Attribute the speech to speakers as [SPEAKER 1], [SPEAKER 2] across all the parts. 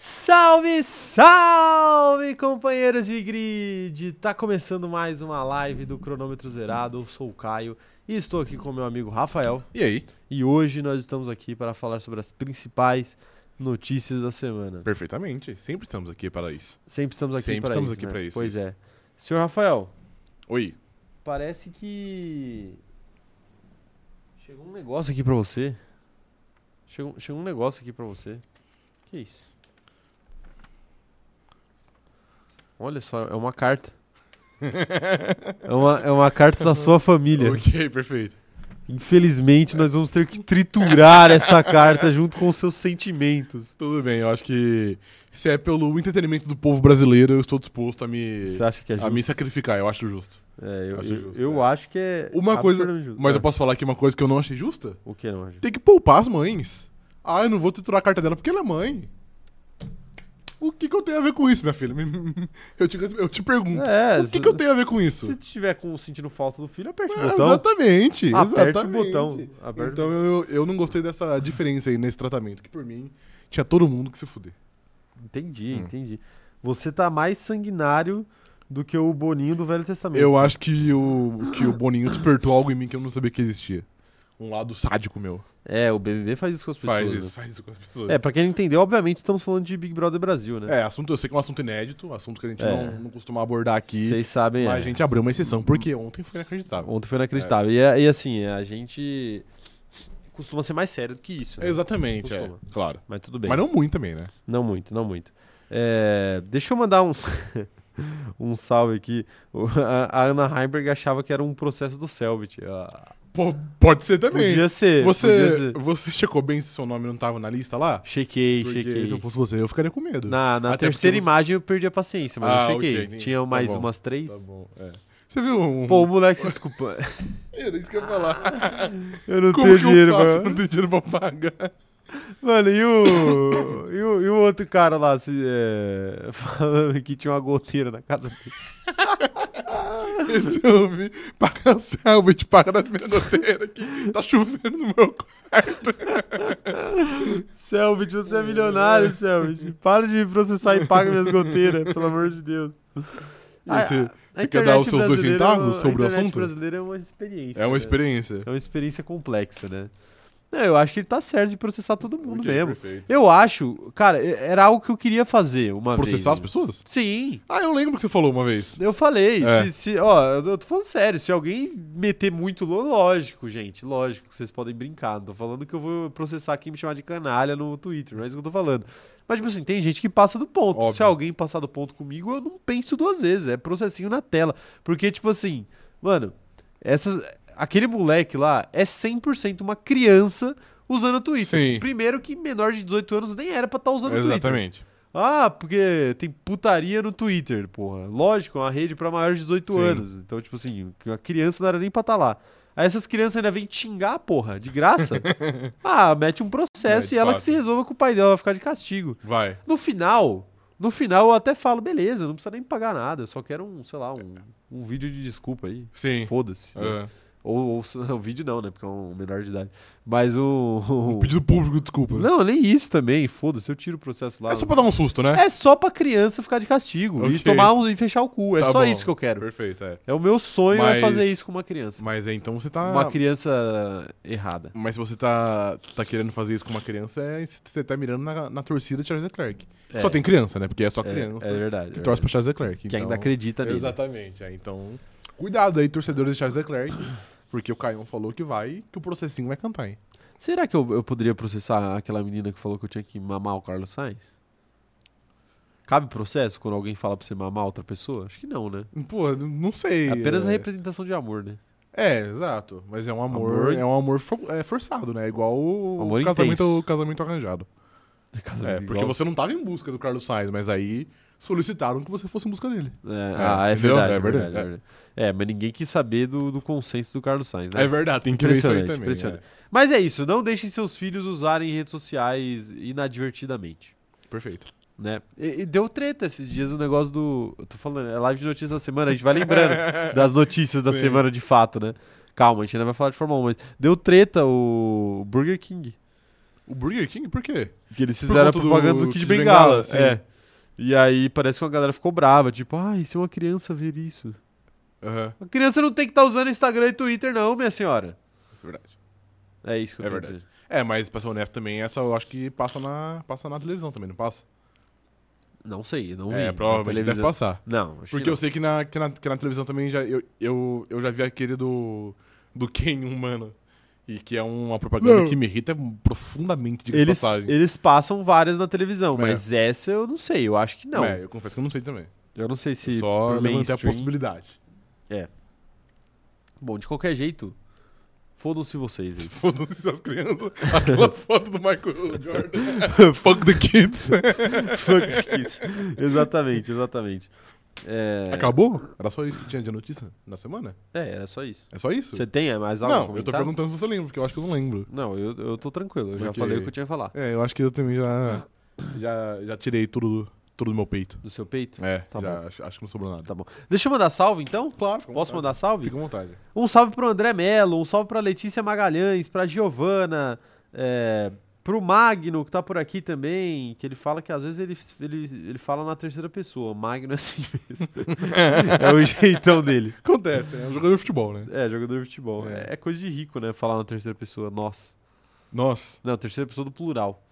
[SPEAKER 1] Salve, salve, companheiros de grid! Tá começando mais uma live do Cronômetro Zerado. Eu sou o Caio e estou aqui com meu amigo Rafael.
[SPEAKER 2] E aí?
[SPEAKER 1] E hoje nós estamos aqui para falar sobre as principais notícias da semana.
[SPEAKER 2] Perfeitamente. Sempre estamos aqui para isso.
[SPEAKER 1] Sempre estamos aqui
[SPEAKER 2] Sempre
[SPEAKER 1] para
[SPEAKER 2] estamos
[SPEAKER 1] isso.
[SPEAKER 2] aqui
[SPEAKER 1] né?
[SPEAKER 2] para isso,
[SPEAKER 1] Pois
[SPEAKER 2] isso.
[SPEAKER 1] é. Senhor Rafael,
[SPEAKER 2] Oi.
[SPEAKER 1] parece que. Chegou um negócio aqui para você. Chegou, chegou um negócio aqui para você. Que isso? Olha só, é uma carta. é, uma, é uma carta da sua família.
[SPEAKER 2] Ok, perfeito.
[SPEAKER 1] Infelizmente, nós vamos ter que triturar esta carta junto com os seus sentimentos.
[SPEAKER 2] Tudo bem, eu acho que se é pelo entretenimento do povo brasileiro, eu estou disposto a me,
[SPEAKER 1] Você acha que é
[SPEAKER 2] a
[SPEAKER 1] justo?
[SPEAKER 2] me sacrificar, eu acho justo.
[SPEAKER 1] É, eu,
[SPEAKER 2] Acho
[SPEAKER 1] eu-
[SPEAKER 2] justo,
[SPEAKER 1] eu
[SPEAKER 2] é.
[SPEAKER 1] acho que é.
[SPEAKER 2] Uma coisa-
[SPEAKER 1] absolutamente justo.
[SPEAKER 2] Mas
[SPEAKER 1] É.
[SPEAKER 2] eu posso falar aqui uma coisa que eu não achei justa?
[SPEAKER 1] O que não, é Anjo?
[SPEAKER 2] Tem que poupar as mães. Ah, eu não vou triturar a carta dela porque ela é mãe. O que, que eu tenho a ver com isso, minha filha? Eu te, eu te pergunto.
[SPEAKER 1] É,
[SPEAKER 2] o que, que eu tenho a ver com isso?
[SPEAKER 1] Se tiver com, sentindo falta do filho, aperte
[SPEAKER 2] É,
[SPEAKER 1] o botão.
[SPEAKER 2] Exatamente,
[SPEAKER 1] Aperte o
[SPEAKER 2] exatamente.
[SPEAKER 1] botão. Aperte o
[SPEAKER 2] Então eu, eu não gostei dessa diferença aí nesse tratamento, que por mim tinha todo mundo que se fuder.
[SPEAKER 1] Entendi,
[SPEAKER 2] Hum.
[SPEAKER 1] entendi. Você tá mais sanguinário do que o Boninho do Velho Testamento.
[SPEAKER 2] Eu acho que o, que o Boninho despertou algo em mim que eu não sabia que existia. Um lado sádico meu.
[SPEAKER 1] É, o BBB faz isso com as pessoas.
[SPEAKER 2] faz
[SPEAKER 1] né?
[SPEAKER 2] isso, faz isso com as pessoas.
[SPEAKER 1] É, pra quem não entendeu, obviamente estamos falando de Big Brother Brasil, né?
[SPEAKER 2] É, assunto, eu sei que é um assunto inédito, assunto que a gente
[SPEAKER 1] É.
[SPEAKER 2] não, não costuma abordar aqui,
[SPEAKER 1] Vocês sabem,
[SPEAKER 2] mas
[SPEAKER 1] é.
[SPEAKER 2] a gente abriu uma exceção, porque ontem foi inacreditável.
[SPEAKER 1] ontem foi inacreditável. E, é- e assim, é, a gente costuma ser mais sério do que isso, né?
[SPEAKER 2] Exatamente, é,
[SPEAKER 1] Costuma.
[SPEAKER 2] claro.
[SPEAKER 1] Mas tudo bem.
[SPEAKER 2] Mas não muito também, né?
[SPEAKER 1] Não muito, não muito. É, deixa eu mandar um, um salve aqui. O- A, a Ana Heimberg achava que era um processo do Selbit. Ah,
[SPEAKER 2] Pô, pode ser também.
[SPEAKER 1] Podia ser. podia
[SPEAKER 2] Você,
[SPEAKER 1] ser.
[SPEAKER 2] você checou bem se seu nome não tava na lista lá?
[SPEAKER 1] Chequei,
[SPEAKER 2] Porque
[SPEAKER 1] chequei.
[SPEAKER 2] se eu fosse você, eu ficaria com medo.
[SPEAKER 1] Na, na
[SPEAKER 2] Até
[SPEAKER 1] terceira
[SPEAKER 2] porque você-
[SPEAKER 1] imagem eu perdi a paciência, mas eu
[SPEAKER 2] Ah,
[SPEAKER 1] chequei.
[SPEAKER 2] ok, entendi.
[SPEAKER 1] Tinha
[SPEAKER 2] Tá
[SPEAKER 1] mais
[SPEAKER 2] bom.
[SPEAKER 1] umas três.
[SPEAKER 2] Tá bom, é. Você viu um...
[SPEAKER 1] Pô, o moleque se desculpa.
[SPEAKER 2] Era isso que eu ia falar.
[SPEAKER 1] Eu não
[SPEAKER 2] Como
[SPEAKER 1] tenho
[SPEAKER 2] que
[SPEAKER 1] dinheiro,
[SPEAKER 2] eu faço? né? Eu
[SPEAKER 1] mano.
[SPEAKER 2] Não tenho dinheiro pra pagar.
[SPEAKER 1] Mano, e o, e o. e o outro cara lá se, é, falando que tinha uma goteira na casa dele.
[SPEAKER 2] Esse eu vi. Paga a Selbit, paga nas minhas goteiras aqui. Tá chovendo no meu cu.
[SPEAKER 1] Selbit, você é milionário, Selbit. Para de me processar e paga minhas goteiras, pelo amor de Deus. Ah,
[SPEAKER 2] você-
[SPEAKER 1] a- a
[SPEAKER 2] você quer dar
[SPEAKER 1] internet
[SPEAKER 2] os seus dois
[SPEAKER 1] brasileira- é
[SPEAKER 2] centavos sobre o
[SPEAKER 1] A internet
[SPEAKER 2] assunto?
[SPEAKER 1] brasileira é uma experiência.
[SPEAKER 2] É uma
[SPEAKER 1] né?
[SPEAKER 2] experiência.
[SPEAKER 1] É uma experiência complexa, né? Não, eu acho que ele tá certo de processar todo mundo
[SPEAKER 2] Ok,
[SPEAKER 1] mesmo.
[SPEAKER 2] perfeito.
[SPEAKER 1] Eu acho, cara, e- era algo que eu queria fazer uma
[SPEAKER 2] Processar as
[SPEAKER 1] vez.
[SPEAKER 2] pessoas?
[SPEAKER 1] Sim,
[SPEAKER 2] Ah, eu lembro que você falou uma vez.
[SPEAKER 1] eu falei.
[SPEAKER 2] É.
[SPEAKER 1] Se, se- ó, eu tô falando sério. Se alguém meter muito louco, lógico, gente, lógico, que vocês podem brincar. Não tô falando que eu vou processar quem me chamar de canalha no Twitter, não é isso que eu tô falando. Mas, tipo assim, tem gente que passa do ponto.
[SPEAKER 2] Óbvio.
[SPEAKER 1] Se alguém passar do ponto comigo, eu não penso duas vezes. É processinho na tela. Porque, tipo assim, mano, essas, aquele moleque lá é 100% uma criança usando o Twitter.
[SPEAKER 2] Sim.
[SPEAKER 1] Primeiro que menor de 18 anos nem era pra estar usando o Twitter.
[SPEAKER 2] Exatamente.
[SPEAKER 1] Ah, porque tem putaria no Twitter, porra. Lógico, é uma rede pra maiores de 18
[SPEAKER 2] Sim.
[SPEAKER 1] anos. Então, tipo assim, a criança não era nem pra estar lá. Aí essas crianças ainda vêm te xingar, porra, de graça. ah, mete um processo
[SPEAKER 2] É, de
[SPEAKER 1] e ela que
[SPEAKER 2] fato.
[SPEAKER 1] se resolva com o pai dela, vai ficar de castigo.
[SPEAKER 2] Vai.
[SPEAKER 1] No final, no final eu até falo, beleza, não precisa nem pagar nada, eu só quero um, sei lá, um, um vídeo de desculpa aí.
[SPEAKER 2] Sim.
[SPEAKER 1] Foda-se. né?
[SPEAKER 2] É.
[SPEAKER 1] Ou, ou se- não, vídeo não, né? Porque é um menor de idade. Mas o.
[SPEAKER 2] Um pedido público, desculpa.
[SPEAKER 1] Não, nem isso também, foda-se, eu tiro o processo lá.
[SPEAKER 2] É só pra dar um susto, né?
[SPEAKER 1] É só pra criança ficar de castigo e
[SPEAKER 2] Ok.
[SPEAKER 1] tomar um, e fechar o cu. É
[SPEAKER 2] Tá
[SPEAKER 1] só
[SPEAKER 2] bom.
[SPEAKER 1] isso que eu quero.
[SPEAKER 2] Perfeito, é.
[SPEAKER 1] É o meu sonho é
[SPEAKER 2] Mas-
[SPEAKER 1] fazer isso com uma criança.
[SPEAKER 2] Mas é, então você tá.
[SPEAKER 1] Uma criança errada.
[SPEAKER 2] Mas se você tá, tá querendo fazer isso com uma criança, é, você tá mirando na, na torcida de Charles Leclerc.
[SPEAKER 1] É.
[SPEAKER 2] Só tem criança, né? Porque é só
[SPEAKER 1] É,
[SPEAKER 2] criança
[SPEAKER 1] é verdade.
[SPEAKER 2] que
[SPEAKER 1] é verdade.
[SPEAKER 2] torce pra Charles Leclerc.
[SPEAKER 1] Que
[SPEAKER 2] então-
[SPEAKER 1] ainda acredita né? nele.
[SPEAKER 2] Exatamente. É, então, cuidado aí, torcedores de Charles Leclerc. Porque o Caião falou que vai, que o processinho vai cantar, hein?
[SPEAKER 1] Será que eu, eu poderia processar aquela menina que falou que eu tinha que mamar o Carlos Sainz? Cabe processo quando alguém fala pra você mamar outra pessoa? Acho que não, né?
[SPEAKER 2] Pô, n- não sei.
[SPEAKER 1] É apenas a
[SPEAKER 2] é...
[SPEAKER 1] representação de amor, né?
[SPEAKER 2] É, exato. Mas é um amor,
[SPEAKER 1] Amor-
[SPEAKER 2] é um amor for- é, forçado, né? É igual o
[SPEAKER 1] Amor intenso.
[SPEAKER 2] casamento, casamento arranjado.
[SPEAKER 1] Casamento
[SPEAKER 2] É, porque
[SPEAKER 1] igual-
[SPEAKER 2] você não tava em busca do Carlos Sainz, mas aí solicitaram que você fosse em busca dele.
[SPEAKER 1] É, ah, é
[SPEAKER 2] entendeu?
[SPEAKER 1] verdade,
[SPEAKER 2] É
[SPEAKER 1] é verdade.
[SPEAKER 2] verdade,
[SPEAKER 1] É, verdade. É, mas ninguém quis saber do, do consenso do Carlos Sainz, né?
[SPEAKER 2] É verdade, tem que ver isso aí
[SPEAKER 1] Impressionante,
[SPEAKER 2] também.
[SPEAKER 1] impressionante. Mas é isso, não deixem seus filhos usarem redes sociais inadvertidamente.
[SPEAKER 2] é. Perfeito.
[SPEAKER 1] Né? E, e deu treta esses dias o negócio do. Eu tô falando, é live de notícias da semana, a gente vai lembrando das notícias da
[SPEAKER 2] Sim.
[SPEAKER 1] semana de fato, né? Calma, a gente ainda vai falar de Fórmula 1, mas deu treta o Burger King.
[SPEAKER 2] O Burger King, por quê?
[SPEAKER 1] Que eles fizeram a
[SPEAKER 2] conta do
[SPEAKER 1] propaganda do, Kid Bengala.
[SPEAKER 2] sim.
[SPEAKER 1] é. E aí parece que uma galera ficou brava, tipo, ai, se uma criança ver isso.
[SPEAKER 2] Aham,
[SPEAKER 1] A criança não tem que estar usando Instagram e Twitter, não, minha senhora.
[SPEAKER 2] isso é verdade.
[SPEAKER 1] É isso que eu
[SPEAKER 2] É
[SPEAKER 1] tô
[SPEAKER 2] verdade.
[SPEAKER 1] dizendo.
[SPEAKER 2] É, mas pra ser honesto também, essa eu acho que passa na, passa na televisão também, não passa?
[SPEAKER 1] Não sei, não vi.
[SPEAKER 2] é,
[SPEAKER 1] na
[SPEAKER 2] provavelmente deve
[SPEAKER 1] televisão.
[SPEAKER 2] passar.
[SPEAKER 1] Não, acho
[SPEAKER 2] Porque eu sei que na, que na, que na televisão também já, eu, eu, eu já vi aquele do, do Ken humano. E que é uma propaganda
[SPEAKER 1] Não.
[SPEAKER 2] que me irrita profundamente, diga
[SPEAKER 1] eles,
[SPEAKER 2] passagem.
[SPEAKER 1] eles passam várias na televisão,
[SPEAKER 2] É.
[SPEAKER 1] mas essa eu não sei, eu acho que não.
[SPEAKER 2] É, eu confesso que eu não sei também.
[SPEAKER 1] Eu não sei se
[SPEAKER 2] Só
[SPEAKER 1] por
[SPEAKER 2] levantei a
[SPEAKER 1] mainstream-
[SPEAKER 2] possibilidade.
[SPEAKER 1] Bom, de qualquer jeito, fodam-se vocês aí.
[SPEAKER 2] Foda-se as crianças. Aquela foto do Michael Jordan. Fuck the kids.
[SPEAKER 1] É. Fuck the kids. exatamente, exatamente. É,
[SPEAKER 2] Acabou? Era só isso que tinha de notícia na semana?
[SPEAKER 1] é, era só isso.
[SPEAKER 2] É só isso?
[SPEAKER 1] Você tem é, mais algo a
[SPEAKER 2] Não, eu tô
[SPEAKER 1] comentar?
[SPEAKER 2] perguntando se você lembra, porque eu acho que eu não lembro.
[SPEAKER 1] Não, eu, eu tô tranquilo, eu já
[SPEAKER 2] Porque-
[SPEAKER 1] falei o que eu tinha que falar.
[SPEAKER 2] É, eu acho que eu também já. Já, já tirei tudo, do- tudo do meu peito.
[SPEAKER 1] Do seu peito?
[SPEAKER 2] É,
[SPEAKER 1] Tá
[SPEAKER 2] já acho, acho que não sobrou nada.
[SPEAKER 1] Tá bom. Deixa eu mandar salve então?
[SPEAKER 2] Claro, fica à
[SPEAKER 1] Posso
[SPEAKER 2] vontade.
[SPEAKER 1] mandar salve?
[SPEAKER 2] Fica à vontade.
[SPEAKER 1] Um salve pro André Mello, um salve pra Letícia Magalhães, pra Giovana, é, pro Magno, que tá por aqui também, que ele fala que às vezes ele, ele, ele fala na terceira pessoa. Magno é assim mesmo. é o jeitão dele.
[SPEAKER 2] Acontece, é um jogador de futebol, né?
[SPEAKER 1] É, jogador de futebol.
[SPEAKER 2] É.
[SPEAKER 1] É. é coisa de rico, né? Falar na terceira pessoa. Nós.
[SPEAKER 2] Nossa,
[SPEAKER 1] Não, terceira pessoa do plural.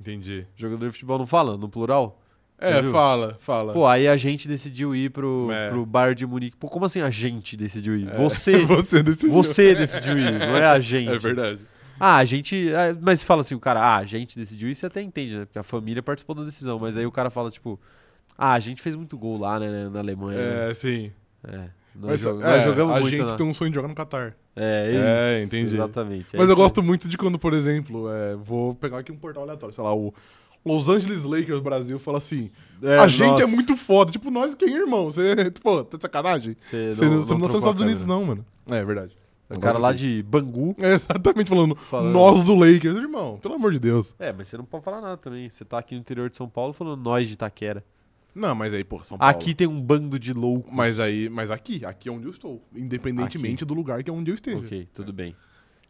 [SPEAKER 2] entendi.
[SPEAKER 1] Jogador de futebol não fala, no plural.
[SPEAKER 2] É,
[SPEAKER 1] Viu?
[SPEAKER 2] fala, fala.
[SPEAKER 1] Pô, aí a gente decidiu ir pro,
[SPEAKER 2] É.
[SPEAKER 1] pro bar de Munique. Pô, como assim a gente decidiu ir?
[SPEAKER 2] É,
[SPEAKER 1] Você.
[SPEAKER 2] você decidiu.
[SPEAKER 1] Você decidiu ir, não é a gente.
[SPEAKER 2] É verdade.
[SPEAKER 1] Ah, a gente. ah, Mas fala assim, o cara, ah, a gente decidiu isso, você até entende, né? Porque a família participou da decisão. Mas aí o cara fala, tipo, ah, a gente fez muito gol lá, né, na Alemanha. né?
[SPEAKER 2] É, sim.
[SPEAKER 1] É. Nós,
[SPEAKER 2] Mas,
[SPEAKER 1] jo-
[SPEAKER 2] é,
[SPEAKER 1] nós jogamos
[SPEAKER 2] a
[SPEAKER 1] muito.
[SPEAKER 2] gente
[SPEAKER 1] né?
[SPEAKER 2] tem um sonho de jogar no Catar.
[SPEAKER 1] É, isso.
[SPEAKER 2] É, entendi.
[SPEAKER 1] Exatamente. é
[SPEAKER 2] Mas eu
[SPEAKER 1] isso
[SPEAKER 2] gosto muito de quando, por exemplo, é, vou pegar aqui um portal aleatório, sei lá, o Los Angeles Lakers Brasil fala assim:
[SPEAKER 1] aí. É,
[SPEAKER 2] a gente é
[SPEAKER 1] nossa,
[SPEAKER 2] muito foda. Tipo, nós quem, irmão? Você, pô, tá de sacanagem?
[SPEAKER 1] Você
[SPEAKER 2] Você não, você
[SPEAKER 1] trocou
[SPEAKER 2] não nasceu nos
[SPEAKER 1] a
[SPEAKER 2] Estados Unidos,
[SPEAKER 1] câmera.
[SPEAKER 2] não, mano. É, é verdade.
[SPEAKER 1] O cara lá de Bangu.
[SPEAKER 2] É exatamente falando,
[SPEAKER 1] Falando.
[SPEAKER 2] nós do Lakers, irmão, pelo amor de Deus.
[SPEAKER 1] É, mas você não pode falar nada também. Você tá aqui no interior de São Paulo falando nós de Itaquera.
[SPEAKER 2] Não, mas aí, pô, São Paulo.
[SPEAKER 1] Aqui tem um bando de louco.
[SPEAKER 2] Mas aí, mas aqui, aqui é onde eu estou. Independentemente do lugar que é onde eu esteja.
[SPEAKER 1] Ok, tudo bem.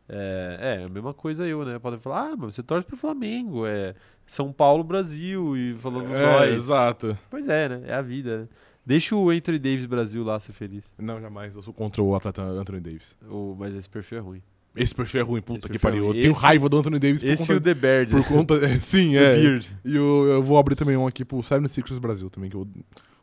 [SPEAKER 1] É, é, a mesma coisa eu, né? Podem falar, ah, mas você torce pro Flamengo, é São Paulo, Brasil, e falando
[SPEAKER 2] É,
[SPEAKER 1] nós.
[SPEAKER 2] exato.
[SPEAKER 1] Pois é, né? É a vida, né? Deixa o Anthony Davis Brasil lá ser feliz.
[SPEAKER 2] Não, jamais. Eu sou contra o atleta Anthony Davis.
[SPEAKER 1] Ou- mas esse perfil é ruim.
[SPEAKER 2] Esse perfil é ruim, puta
[SPEAKER 1] Esse
[SPEAKER 2] que
[SPEAKER 1] perfil é
[SPEAKER 2] pariu.
[SPEAKER 1] ruim.
[SPEAKER 2] Eu tenho
[SPEAKER 1] Esse-
[SPEAKER 2] raiva do Anthony Davis
[SPEAKER 1] Esse e
[SPEAKER 2] por
[SPEAKER 1] o The
[SPEAKER 2] conta.
[SPEAKER 1] Bird.
[SPEAKER 2] Por conta... é, Sim,
[SPEAKER 1] The
[SPEAKER 2] é.
[SPEAKER 1] Beard.
[SPEAKER 2] E eu, eu vou abrir também um aqui pro 76ers Brasil também, que eu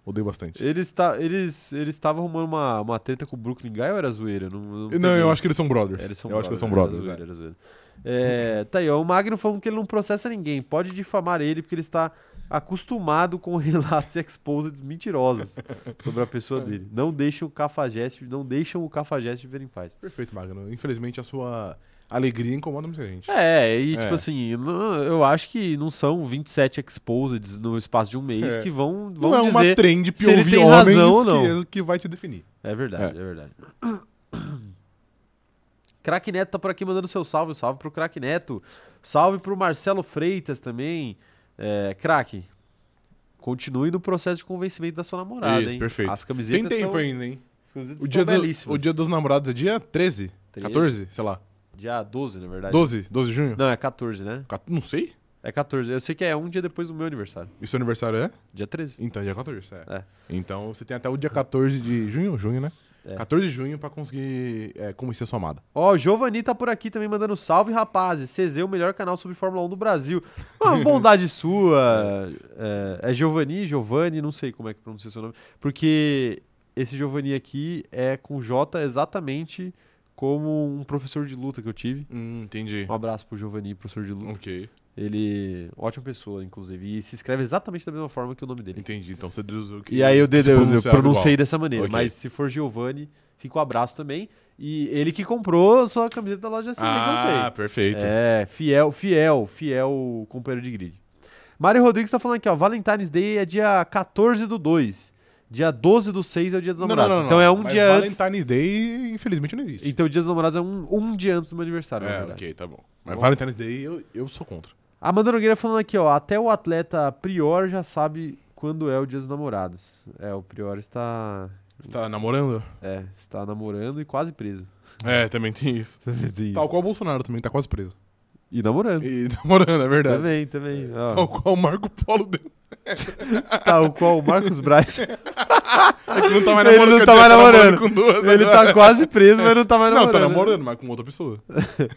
[SPEAKER 2] odeio bastante.
[SPEAKER 1] Eles tá, eles eles estavam arrumando uma, uma treta com o Brooklyn Guy ou era zoeira? Não, não,
[SPEAKER 2] Não, eu
[SPEAKER 1] peguei.
[SPEAKER 2] acho que eles são brothers.
[SPEAKER 1] É, eles são
[SPEAKER 2] eu acho que eles são
[SPEAKER 1] brothers,
[SPEAKER 2] brothers.
[SPEAKER 1] era zoeira, era zoeira. É, tá aí, ó, o Magno falando que ele não processa ninguém. Pode difamar ele porque ele está acostumado com relatos e exposits mentirosos sobre a pessoa dele. Não deixam o cafajeste, não deixam o cafajeste viver em paz.
[SPEAKER 2] é. Perfeito, Magno. Infelizmente a sua alegria incomoda muita gente.
[SPEAKER 1] É, e
[SPEAKER 2] É.
[SPEAKER 1] tipo assim, n- eu acho que não são 27 exposeds no espaço de um mês
[SPEAKER 2] É.
[SPEAKER 1] que vão, vão
[SPEAKER 2] Não é uma
[SPEAKER 1] dizer.
[SPEAKER 2] trend
[SPEAKER 1] se ele
[SPEAKER 2] POV
[SPEAKER 1] tem
[SPEAKER 2] homens
[SPEAKER 1] razão ou não.
[SPEAKER 2] Que, que vai te definir.
[SPEAKER 1] É verdade, é, verdade. Crack Neto tá por aqui mandando seu salve. Salve pro Crack Neto. Salve pro Marcelo Freitas também. É, crack, continue no processo de convencimento da sua namorada,
[SPEAKER 2] Isso,
[SPEAKER 1] hein?
[SPEAKER 2] perfeito.
[SPEAKER 1] As
[SPEAKER 2] Tem
[SPEAKER 1] camisetas
[SPEAKER 2] tempo
[SPEAKER 1] estão,
[SPEAKER 2] ainda, hein?
[SPEAKER 1] As camisetas
[SPEAKER 2] O
[SPEAKER 1] estão
[SPEAKER 2] dia, do-
[SPEAKER 1] belíssimas.
[SPEAKER 2] o dia dos namorados é dia 13?
[SPEAKER 1] Treze.
[SPEAKER 2] 14? Sei lá.
[SPEAKER 1] Dia 12, na verdade.
[SPEAKER 2] 12? 12 de junho?
[SPEAKER 1] Não, é 14, né?
[SPEAKER 2] Ca- Não sei.
[SPEAKER 1] É 14. Eu sei que é um dia depois do meu aniversário.
[SPEAKER 2] E seu aniversário é?
[SPEAKER 1] Dia 13.
[SPEAKER 2] Então, dia 14, é.
[SPEAKER 1] É.
[SPEAKER 2] Então, você tem até o dia 14 de junho, junho, né?
[SPEAKER 1] É.
[SPEAKER 2] 14 de junho pra conseguir é, convencer sua amada.
[SPEAKER 1] Ó, o Giovanni tá por aqui também mandando salve, rapazes. CZ, o melhor canal sobre Fórmula 1 do Brasil. Uma bondade sua. É, é Giovanni, Giovanni, não sei como é que pronuncia seu nome. Porque esse Giovanni aqui é com J exatamente como um professor de luta que eu tive.
[SPEAKER 2] Hum, entendi.
[SPEAKER 1] Um abraço pro Giovanni, professor de luta.
[SPEAKER 2] Ok,
[SPEAKER 1] Ele, ótima pessoa, inclusive. E se escreve exatamente da mesma forma que o nome dele.
[SPEAKER 2] entendi. Então você deduziu que.
[SPEAKER 1] E aí eu, de-
[SPEAKER 2] se
[SPEAKER 1] eu- eu
[SPEAKER 2] pronunciava
[SPEAKER 1] pronunciei
[SPEAKER 2] igual.
[SPEAKER 1] dessa maneira.
[SPEAKER 2] Ok.
[SPEAKER 1] Mas se for Giovanni, fica o abraço também. E ele que comprou a sua camiseta da loja assim, que eu sei.
[SPEAKER 2] Ah, perfeito.
[SPEAKER 1] É, fiel, fiel, fiel companheiro de grid. Mário Rodrigues tá falando aqui, ó. Valentine's Day é dia 14 do 2. Dia 12 do 6 é o dia dos namorados. Então é um
[SPEAKER 2] Mas
[SPEAKER 1] dia antes.
[SPEAKER 2] Valentine's Day, infelizmente, não existe.
[SPEAKER 1] Então o dia dos namorados é um, um dia antes do meu aniversário, na
[SPEAKER 2] É,
[SPEAKER 1] verdade.
[SPEAKER 2] ok, tá bom. Mas
[SPEAKER 1] Bom.
[SPEAKER 2] Valentine's Day eu, eu sou contra.
[SPEAKER 1] Amanda Nogueira falando aqui, ó. Até o atleta Prior já sabe quando é o dia dos namorados. É, o Prior está.
[SPEAKER 2] Você tá namorando?
[SPEAKER 1] É, está namorando e quase preso.
[SPEAKER 2] É, também tem isso. Tal qual o Bolsonaro também, tá quase preso.
[SPEAKER 1] E namorando.
[SPEAKER 2] E namorando, é verdade.
[SPEAKER 1] Também, também. ó.
[SPEAKER 2] Tal qual o Marco Polo deu.
[SPEAKER 1] Tal qual o Marcos Braz.
[SPEAKER 2] É que não tá mais
[SPEAKER 1] Ele
[SPEAKER 2] namorando,
[SPEAKER 1] não
[SPEAKER 2] quer
[SPEAKER 1] tá
[SPEAKER 2] dizer,
[SPEAKER 1] mais namorando.
[SPEAKER 2] com duas
[SPEAKER 1] Ele
[SPEAKER 2] agora.
[SPEAKER 1] tá quase preso, mas não tá mais namorando.
[SPEAKER 2] Não, tá
[SPEAKER 1] né?
[SPEAKER 2] namorando, mas com outra pessoa.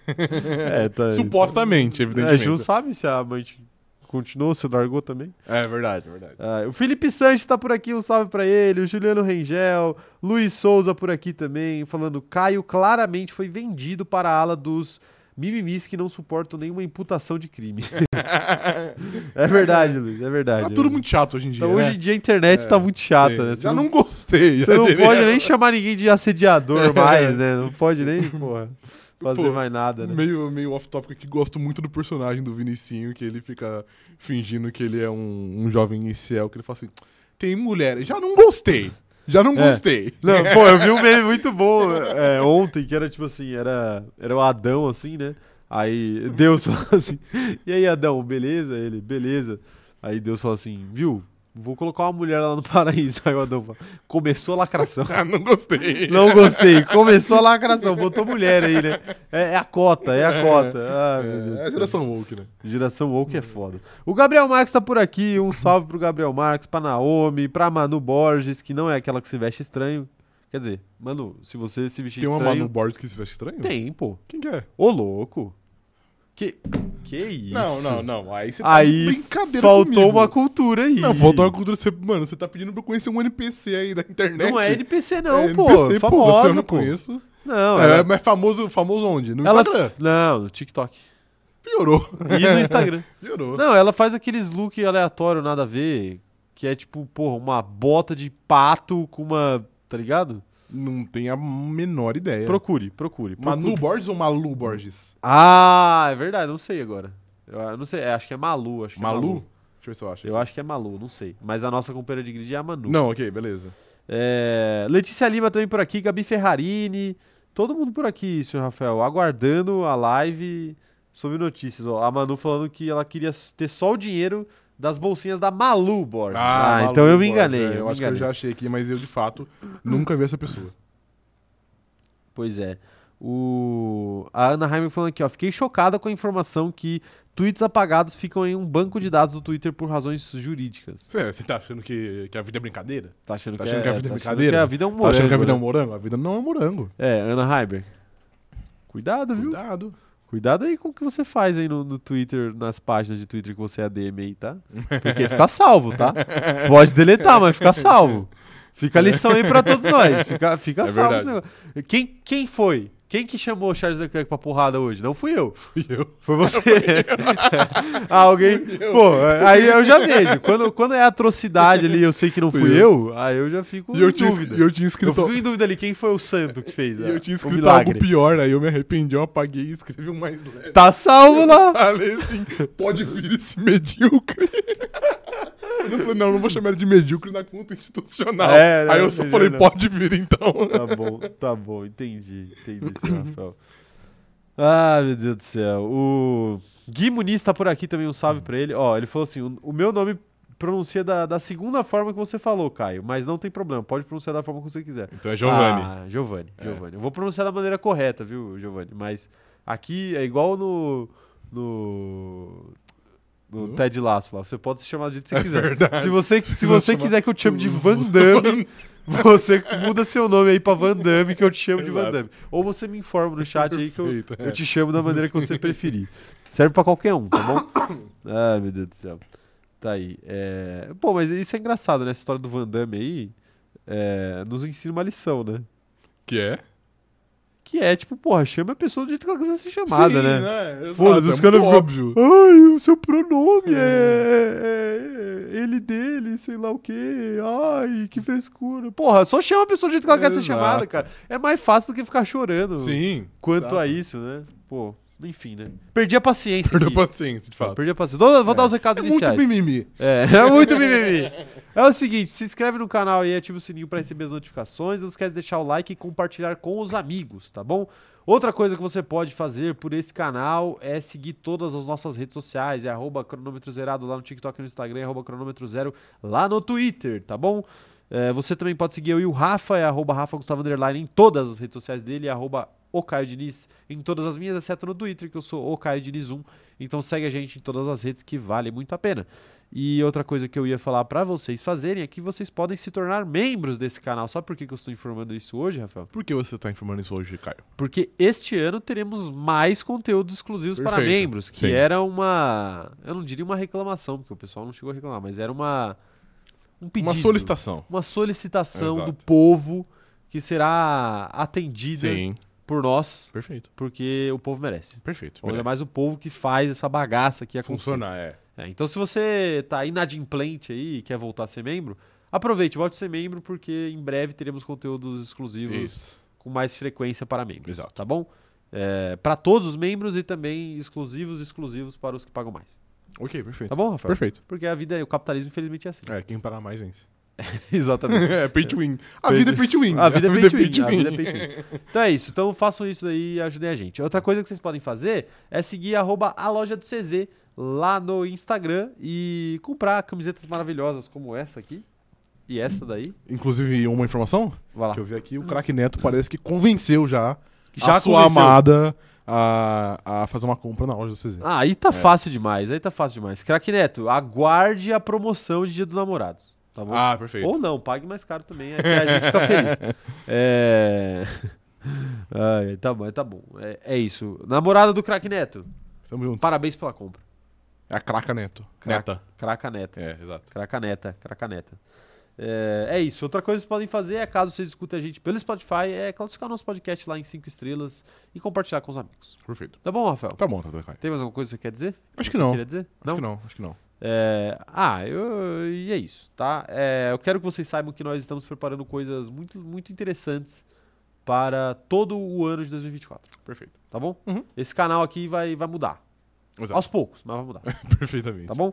[SPEAKER 1] É, tá.
[SPEAKER 2] Supostamente,
[SPEAKER 1] A gente não
[SPEAKER 2] evidentemente.
[SPEAKER 1] sabe se a amante continuou, se largou também.
[SPEAKER 2] É, verdade, verdade.
[SPEAKER 1] Ah, o Felipe Sanches tá por aqui, um salve pra ele. O Juliano Rengel, Luiz Souza por aqui também, falando: Caio claramente foi vendido para a ala dos mimimis que não suportam nenhuma imputação de crime. é verdade, Luiz, é verdade.
[SPEAKER 2] Tá tudo muito chato hoje em dia,
[SPEAKER 1] então, hoje
[SPEAKER 2] né?
[SPEAKER 1] em dia a internet tá muito chata, né? Você
[SPEAKER 2] Já
[SPEAKER 1] não,
[SPEAKER 2] não gostei.
[SPEAKER 1] você
[SPEAKER 2] já
[SPEAKER 1] não
[SPEAKER 2] diria.
[SPEAKER 1] pode nem chamar ninguém de assediador
[SPEAKER 2] É.
[SPEAKER 1] mais, né? Não pode nem, porra, fazer
[SPEAKER 2] Pô,
[SPEAKER 1] mais nada, né?
[SPEAKER 2] Meio, meio off-topic aqui, gosto muito do personagem do Vinicinho, que ele fica fingindo que ele é um, um jovem incel, que ele fala assim, tem mulher, já não gostei, já não
[SPEAKER 1] É.
[SPEAKER 2] gostei.
[SPEAKER 1] Não, pô, eu vi um meme muito bom é, ontem, que era tipo assim, era, era o Adão, assim, né? Aí Deus falou assim, e aí Adão, beleza? Ele, beleza. Aí Deus falou assim, viu, vou colocar uma mulher lá no paraíso. Aí o Adão fala, começou a lacração.
[SPEAKER 2] Ah, não gostei.
[SPEAKER 1] Não gostei, começou a lacração, botou mulher aí, né? É, é a cota, é a cota. Ah, meu Deus. do
[SPEAKER 2] É, é a
[SPEAKER 1] céu.
[SPEAKER 2] geração woke, né?
[SPEAKER 1] Geração woke é foda. O Gabriel Marques tá por aqui. Um salve pro Gabriel Marques, pra Naomi, pra Manu Borges, que não é aquela que se veste estranho. Quer dizer, Manu, se você se vestir
[SPEAKER 2] Tem uma
[SPEAKER 1] estranho.
[SPEAKER 2] Manu Borges que se veste estranho?
[SPEAKER 1] Tem, pô.
[SPEAKER 2] Quem que é?
[SPEAKER 1] Ô, louco. Que. Que isso?
[SPEAKER 2] Não, não, não. Aí você
[SPEAKER 1] Aí
[SPEAKER 2] tá de brincadeira
[SPEAKER 1] Faltou
[SPEAKER 2] comigo.
[SPEAKER 1] uma cultura aí.
[SPEAKER 2] Não, faltou uma cultura. Você, mano, você tá pedindo pra eu conhecer um NPC aí da internet.
[SPEAKER 1] Não é NPC, não,
[SPEAKER 2] É
[SPEAKER 1] pô.
[SPEAKER 2] NPC,
[SPEAKER 1] Famosa,
[SPEAKER 2] você eu não
[SPEAKER 1] pô.
[SPEAKER 2] conheço.
[SPEAKER 1] Não,
[SPEAKER 2] é,
[SPEAKER 1] ela.
[SPEAKER 2] mas famoso, famoso onde? No
[SPEAKER 1] ela-
[SPEAKER 2] Instagram.
[SPEAKER 1] Não, no TikTok.
[SPEAKER 2] Piorou.
[SPEAKER 1] E no Instagram.
[SPEAKER 2] Piorou.
[SPEAKER 1] Não, ela faz aqueles look aleatório, nada a ver. Que é tipo, porra, uma bota de pato com uma. Tá ligado?
[SPEAKER 2] Não tenho a menor ideia.
[SPEAKER 1] Procure, procure. procure.
[SPEAKER 2] Manu Borges ou Malu Borges?
[SPEAKER 1] Ah, é verdade, não sei agora. Eu eu não sei, é, acho que é Malu, acho que é
[SPEAKER 2] Malu?
[SPEAKER 1] Malu.
[SPEAKER 2] Deixa eu ver se eu acho.
[SPEAKER 1] Eu acho que é Malu, não sei. Mas a nossa companheira de grid é a Manu.
[SPEAKER 2] Não, ok, beleza.
[SPEAKER 1] É, Letícia Lima também por aqui, Gabi Ferrarini, todo mundo por aqui, senhor Rafael, aguardando a live sobre notícias. ó. a Manu falando que ela queria s- ter só o dinheiro das bolsinhas da Malu Borges. Ah,
[SPEAKER 2] Malu
[SPEAKER 1] então eu me
[SPEAKER 2] Borges,
[SPEAKER 1] enganei.
[SPEAKER 2] é, eu
[SPEAKER 1] eu me
[SPEAKER 2] acho que
[SPEAKER 1] enganei.
[SPEAKER 2] eu já achei aqui, mas eu de fato nunca vi essa pessoa.
[SPEAKER 1] Pois é. O... A Ana Heimer falando aqui, ó. Fiquei chocada com a informação que tweets apagados ficam em um banco de dados do Twitter por razões jurídicas.
[SPEAKER 2] É, Você tá achando que, que a vida é brincadeira?
[SPEAKER 1] Tá achando,
[SPEAKER 2] Tá achando que a vida é
[SPEAKER 1] tá achando
[SPEAKER 2] brincadeira?
[SPEAKER 1] que a vida é um
[SPEAKER 2] tá achando que a vida é um
[SPEAKER 1] morango,
[SPEAKER 2] morango? A vida não é um morango.
[SPEAKER 1] né? É, Ana Heimer. Cuidado, viu? Cuidado.
[SPEAKER 2] Cuidado.
[SPEAKER 1] aí com o que você faz aí no, no Twitter, nas páginas de Twitter que você é ADM aí, tá? Porque fica salvo, tá? Pode deletar, mas fica salvo. Fica a lição aí pra todos nós. Fica, fica
[SPEAKER 2] É
[SPEAKER 1] salvo
[SPEAKER 2] verdade.
[SPEAKER 1] esse negócio. Quem, quem foi? Quem que chamou o Charles Leclerc pra porrada hoje? Não fui eu.
[SPEAKER 2] Fui eu.
[SPEAKER 1] Foi você. Ah, Alguém. Pô, aí eu já vejo. Quando, quando é atrocidade ali, eu sei que não
[SPEAKER 2] Fui
[SPEAKER 1] fui eu, aí eu já fico
[SPEAKER 2] E eu
[SPEAKER 1] em
[SPEAKER 2] tinha,
[SPEAKER 1] dúvida.
[SPEAKER 2] e eu um tinha
[SPEAKER 1] Eu
[SPEAKER 2] escrito.
[SPEAKER 1] fico em dúvida ali quem foi o santo que fez.
[SPEAKER 2] e
[SPEAKER 1] ah,
[SPEAKER 2] eu tinha
[SPEAKER 1] o
[SPEAKER 2] escrito
[SPEAKER 1] milagre.
[SPEAKER 2] algo pior, aí eu me arrependi, eu apaguei e escrevi um mais leve.
[SPEAKER 1] Tá salvo lá.
[SPEAKER 2] Falei assim, pode vir esse medíocre. Mas eu falei, não, não vou chamar ele de medíocre na conta institucional.
[SPEAKER 1] É,
[SPEAKER 2] Aí
[SPEAKER 1] não,
[SPEAKER 2] eu só
[SPEAKER 1] melhor
[SPEAKER 2] falei,
[SPEAKER 1] não.
[SPEAKER 2] pode vir então.
[SPEAKER 1] Tá bom, tá bom, entendi. Entendi, senhor Rafael. Ah, meu Deus do céu. O Gui Muniz tá por aqui também, um salve pra ele. Ó, ele falou assim: o, o meu nome pronuncia da, da segunda forma que você falou, Caio, mas não tem problema, pode pronunciar da forma que você quiser.
[SPEAKER 2] Então é
[SPEAKER 1] Ah, Giovanni, Giovanni. Eu vou pronunciar da maneira correta, viu, Giovanni? Mas aqui é igual no. No. No
[SPEAKER 2] No?
[SPEAKER 1] Ted Lasso lá. Você pode se chamar do jeito que você
[SPEAKER 2] É
[SPEAKER 1] quiser.
[SPEAKER 2] verdade.
[SPEAKER 1] Se você, se
[SPEAKER 2] Precisa
[SPEAKER 1] você
[SPEAKER 2] chamar-
[SPEAKER 1] quiser que eu te chame de Van Damme, você muda seu nome aí pra Van Damme, que eu te chamo de Van
[SPEAKER 2] Exato.
[SPEAKER 1] Damme. Ou você me informa no chat aí que eu,
[SPEAKER 2] Perfeito, é.
[SPEAKER 1] eu te chamo da maneira que você preferir. Serve pra qualquer um, tá bom? Ai, meu Deus do céu. Tá aí. É... Pô, mas isso é engraçado, né? Essa história do Van Damme aí é, nos ensina uma lição, né?
[SPEAKER 2] Que é?
[SPEAKER 1] Que é tipo, porra, chama a pessoa do jeito que ela quiser ser chamada, né?
[SPEAKER 2] Exato,
[SPEAKER 1] Foda-se, os
[SPEAKER 2] é
[SPEAKER 1] caras
[SPEAKER 2] muito
[SPEAKER 1] ficam-
[SPEAKER 2] óbvio.
[SPEAKER 1] Ai, o seu pronome é, é- é ele dele, sei lá o quê. Ai, que frescura. Porra, só chama a pessoa do jeito que ela quer ser
[SPEAKER 2] Exato.
[SPEAKER 1] chamada, cara. É mais fácil do que ficar chorando
[SPEAKER 2] Sim.
[SPEAKER 1] quanto
[SPEAKER 2] exato.
[SPEAKER 1] a isso, né? Pô, enfim, né? Perdi a paciência.
[SPEAKER 2] Perdeu
[SPEAKER 1] aqui.
[SPEAKER 2] paciência, de fato.
[SPEAKER 1] Perdi a paciência. Vou, vou dar os
[SPEAKER 2] É
[SPEAKER 1] recados
[SPEAKER 2] muito
[SPEAKER 1] iniciais.
[SPEAKER 2] mimimi.
[SPEAKER 1] É, é muito mimimi. É o seguinte, se inscreve no canal e ativa o sininho pra receber as notificações. Não esquece de deixar o like e compartilhar com os amigos, tá bom? Outra coisa que você pode fazer por esse canal é seguir todas as nossas redes sociais. É arroba cronômetro zerado lá no TikTok e no Instagram, é arroba cronômetro zero lá no Twitter, tá bom? É, você também pode seguir eu e o Rafa, é arroba Rafa Gustavo Underline em todas as redes sociais dele, é arroba o Caio Diniz em todas as minhas, exceto no Twitter, que eu sou o Caio Diniz 1. Então segue a gente em todas as redes que vale muito a pena. E outra coisa que eu ia falar pra vocês fazerem é que vocês podem se tornar membros desse canal. Sabe por que que eu estou informando isso hoje, Rafael?
[SPEAKER 2] Por que você tá informando isso hoje, Caio?
[SPEAKER 1] Porque este ano teremos mais conteúdos exclusivos para
[SPEAKER 2] Perfeito,
[SPEAKER 1] membros, que
[SPEAKER 2] sim.
[SPEAKER 1] era uma, eu não diria uma reclamação, porque o pessoal não chegou a reclamar, mas era uma um pedido,
[SPEAKER 2] Uma solicitação.
[SPEAKER 1] uma solicitação do
[SPEAKER 2] Exato.
[SPEAKER 1] povo que será atendida
[SPEAKER 2] Sim,
[SPEAKER 1] por nós,
[SPEAKER 2] perfeito. porque
[SPEAKER 1] porque o povo merece.
[SPEAKER 2] Perfeito.
[SPEAKER 1] Ainda
[SPEAKER 2] merece.
[SPEAKER 1] mais o povo que faz essa bagaça aqui acontecer.
[SPEAKER 2] funcionar, é.
[SPEAKER 1] É, então, se você tá inadimplente aí e quer voltar a ser membro, aproveite, volte a ser membro, porque em breve teremos conteúdos exclusivos
[SPEAKER 2] Isso.
[SPEAKER 1] com mais frequência para membros.
[SPEAKER 2] Exato.
[SPEAKER 1] Tá bom? É, para todos os membros e também exclusivos, exclusivos para os que pagam mais.
[SPEAKER 2] Ok, perfeito.
[SPEAKER 1] Tá bom, Rafael?
[SPEAKER 2] Perfeito.
[SPEAKER 1] Porque a vida, o capitalismo, infelizmente, é assim.
[SPEAKER 2] É, quem pagar mais vence.
[SPEAKER 1] Exatamente.
[SPEAKER 2] é, pay to win. A
[SPEAKER 1] Pay
[SPEAKER 2] vida é
[SPEAKER 1] to-
[SPEAKER 2] pay to win.
[SPEAKER 1] A vida é pay to win, a vida é
[SPEAKER 2] win.
[SPEAKER 1] pay to win. Então é isso. Então façam isso aí e ajudem a gente. Outra coisa que vocês podem fazer é seguir arroba a loja do CZ lá no Instagram e comprar camisetas maravilhosas como essa aqui e essa daí.
[SPEAKER 2] Inclusive, uma informação
[SPEAKER 1] Vai lá.
[SPEAKER 2] que eu vi aqui, o craque Neto parece que convenceu já, a sua
[SPEAKER 1] convenceu.
[SPEAKER 2] amada a, a fazer uma compra na loja do CZ.
[SPEAKER 1] Ah, aí tá fácil demais, aí tá fácil demais. Craque Neto, aguarde a promoção de Dia dos Namorados, tá bom?
[SPEAKER 2] Ah, perfeito.
[SPEAKER 1] Ou não, pague mais caro também, aí a gente fica feliz. É... Ai, tá bom, tá bom. É, é isso. Namorada do Craque Neto,
[SPEAKER 2] Estamos juntos.
[SPEAKER 1] parabéns pela compra.
[SPEAKER 2] É a craca Neto.
[SPEAKER 1] Craca.
[SPEAKER 2] Neta.
[SPEAKER 1] Craca Neta.
[SPEAKER 2] É, exato.
[SPEAKER 1] Craca Neta, Craca Neta. É, é isso. Outra coisa que vocês podem fazer é, caso vocês escutem a gente pelo Spotify, é classificar nosso podcast lá em 5 estrelas e compartilhar com os amigos.
[SPEAKER 2] Perfeito.
[SPEAKER 1] Tá bom, Rafael?
[SPEAKER 2] Tá bom, Tata Caio.
[SPEAKER 1] Tem mais alguma coisa que você quer dizer? Você
[SPEAKER 2] Acho que não.
[SPEAKER 1] Queria dizer?
[SPEAKER 2] Acho que não, acho que não.
[SPEAKER 1] É, ah, eu, e é isso, tá? É, eu quero que vocês saibam que nós estamos preparando coisas muito, muito interessantes para todo o ano de 2024,
[SPEAKER 2] Perfeito.
[SPEAKER 1] tá bom?
[SPEAKER 2] Uhum.
[SPEAKER 1] Esse canal aqui vai, vai mudar.
[SPEAKER 2] Exato.
[SPEAKER 1] Aos poucos, mas vai mudar,
[SPEAKER 2] Perfeitamente.
[SPEAKER 1] tá bom?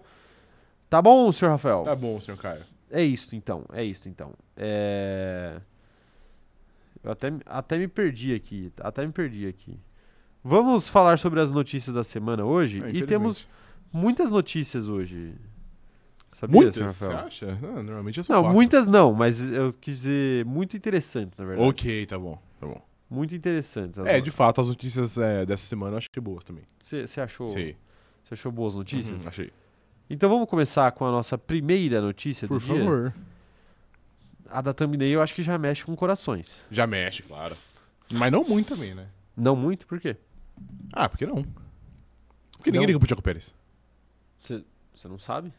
[SPEAKER 1] Tá bom, senhor Rafael?
[SPEAKER 2] Tá bom, senhor Caio.
[SPEAKER 1] É isso então, é isso então. É... Eu até, até me perdi aqui, até me perdi aqui. Vamos falar sobre as notícias da semana hoje
[SPEAKER 2] É,
[SPEAKER 1] e temos muitas notícias hoje. Sabia,
[SPEAKER 2] Muitas,
[SPEAKER 1] senhor
[SPEAKER 2] você
[SPEAKER 1] Rafael?
[SPEAKER 2] acha? Ah, normalmente é só
[SPEAKER 1] Não,
[SPEAKER 2] quatro.
[SPEAKER 1] muitas não, mas eu quis dizer muito interessantes, na verdade.
[SPEAKER 2] Ok, tá bom, tá bom.
[SPEAKER 1] Muito interessantes.
[SPEAKER 2] É, de fato, as notícias é, dessa semana eu acho que boas também.
[SPEAKER 1] Você achou,
[SPEAKER 2] Sei.
[SPEAKER 1] cê achou boas notícias?
[SPEAKER 2] Uhum, achei.
[SPEAKER 1] Então vamos começar com a nossa primeira notícia
[SPEAKER 2] Por
[SPEAKER 1] do dia.
[SPEAKER 2] favor.
[SPEAKER 1] A da thumbnail eu acho que já mexe com corações.
[SPEAKER 2] Já mexe, claro. Mas não muito também, né?
[SPEAKER 1] Não muito, por quê?
[SPEAKER 2] Ah, porque não? Porque ninguém
[SPEAKER 1] Não.
[SPEAKER 2] liga pro Tiago Pérez.
[SPEAKER 1] Você não sabe?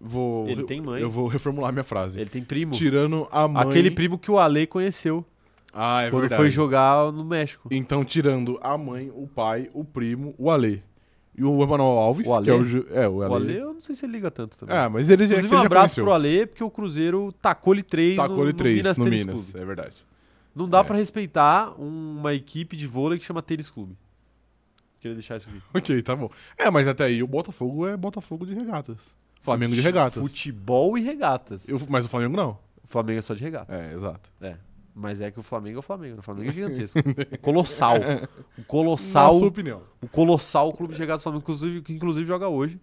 [SPEAKER 2] Vou,
[SPEAKER 1] Ele tem mãe.
[SPEAKER 2] Eu vou reformular minha frase.
[SPEAKER 1] Ele tem primo.
[SPEAKER 2] Tirando a mãe...
[SPEAKER 1] Aquele primo que o Ale conheceu
[SPEAKER 2] Ah, é
[SPEAKER 1] quando
[SPEAKER 2] verdade.
[SPEAKER 1] foi jogar no México.
[SPEAKER 2] Então, tirando a mãe, o pai, o primo, o Ale. E o Emanuel Alves,
[SPEAKER 1] O
[SPEAKER 2] que é
[SPEAKER 1] Ale?
[SPEAKER 2] o... ju- É, o Ale.
[SPEAKER 1] O Ale, eu não sei se ele liga tanto também.
[SPEAKER 2] Ah, mas ele já,
[SPEAKER 1] Inclusive,
[SPEAKER 2] que
[SPEAKER 1] um
[SPEAKER 2] ele já
[SPEAKER 1] abraço
[SPEAKER 2] conheceu.
[SPEAKER 1] pro Ale, porque o Cruzeiro tacou-lhe três no-
[SPEAKER 2] Tacou
[SPEAKER 1] no,
[SPEAKER 2] ele três
[SPEAKER 1] Minas
[SPEAKER 2] no
[SPEAKER 1] Tênis
[SPEAKER 2] Minas,
[SPEAKER 1] Clube.
[SPEAKER 2] é verdade.
[SPEAKER 1] Não dá
[SPEAKER 2] É.
[SPEAKER 1] pra respeitar uma equipe de vôlei que chama Tênis Clube. Queria deixar isso aqui.
[SPEAKER 2] Ok, tá bom. É, mas até aí o Botafogo é Botafogo de regatas. Flamengo de regatas.
[SPEAKER 1] Futebol e regatas.
[SPEAKER 2] Eu- mas o Flamengo não.
[SPEAKER 1] O Flamengo é só de regata.
[SPEAKER 2] É, exato.
[SPEAKER 1] Mas é que o Flamengo é o Flamengo. né? O Flamengo é gigantesco. O colossal.
[SPEAKER 2] É.
[SPEAKER 1] O colossal.
[SPEAKER 2] Na sua opinião.
[SPEAKER 1] O colossal clube de regatas do Flamengo, inclusive- que inclusive joga hoje.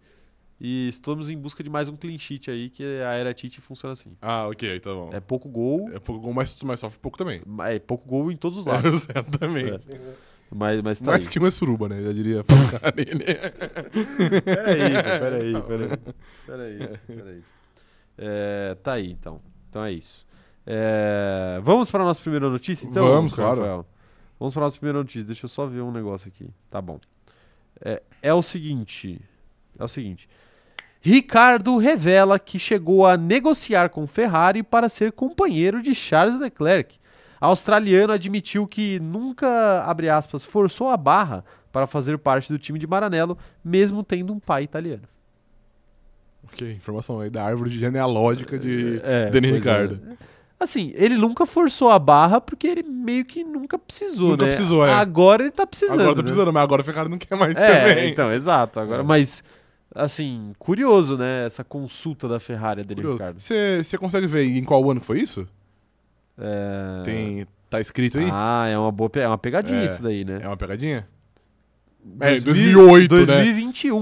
[SPEAKER 1] E estamos em busca de mais um clean sheet aí, que a era Tite funciona assim.
[SPEAKER 2] Ah, ok, tá bom.
[SPEAKER 1] É pouco gol,
[SPEAKER 2] É, pouco gol, mas, mas sofre um pouco também.
[SPEAKER 1] é pouco gol em todos os lados.
[SPEAKER 2] Exatamente.
[SPEAKER 1] É. Mas, mas tá
[SPEAKER 2] Mais
[SPEAKER 1] aí.
[SPEAKER 2] que uma suruba, né? Já diria né? Fábio Carille.
[SPEAKER 1] Peraí, peraí, peraí. Peraí, peraí. É, tá aí, então. Então é isso. É, vamos para a nossa primeira notícia, então?
[SPEAKER 2] Vamos,
[SPEAKER 1] senhor
[SPEAKER 2] claro.
[SPEAKER 1] Rafael? Vamos para a nossa primeira notícia. Deixa eu só ver um negócio aqui. Tá bom. É, é o seguinte. É o seguinte. Ricardo revela que chegou a negociar com Ferrari para ser companheiro de Charles Leclerc. Australiano admitiu que nunca, abre aspas, forçou a barra para fazer parte do time de Maranello, mesmo tendo um pai italiano.
[SPEAKER 2] ok, informação aí da árvore genealógica de
[SPEAKER 1] É,
[SPEAKER 2] Denis
[SPEAKER 1] pois é.
[SPEAKER 2] Ricardo.
[SPEAKER 1] Assim, ele nunca forçou a barra porque ele meio que nunca precisou,
[SPEAKER 2] Nunca
[SPEAKER 1] né?
[SPEAKER 2] precisou, é.
[SPEAKER 1] Agora ele tá precisando.
[SPEAKER 2] agora tá
[SPEAKER 1] né?
[SPEAKER 2] precisando, mas agora o Ferrari não quer mais
[SPEAKER 1] É,
[SPEAKER 2] também.
[SPEAKER 1] então, exato. Agora,
[SPEAKER 2] É.
[SPEAKER 1] mas assim, curioso, né, essa consulta da Ferrari a Denis Ricardo.
[SPEAKER 2] Você consegue ver em qual ano que foi isso?
[SPEAKER 1] É...
[SPEAKER 2] Tem, tá escrito aí?
[SPEAKER 1] Ah, é uma boa, pe- é uma pegadinha
[SPEAKER 2] É.
[SPEAKER 1] isso daí, né?
[SPEAKER 2] É uma pegadinha? É,
[SPEAKER 1] 2000
[SPEAKER 2] 2008, né?
[SPEAKER 1] 2021.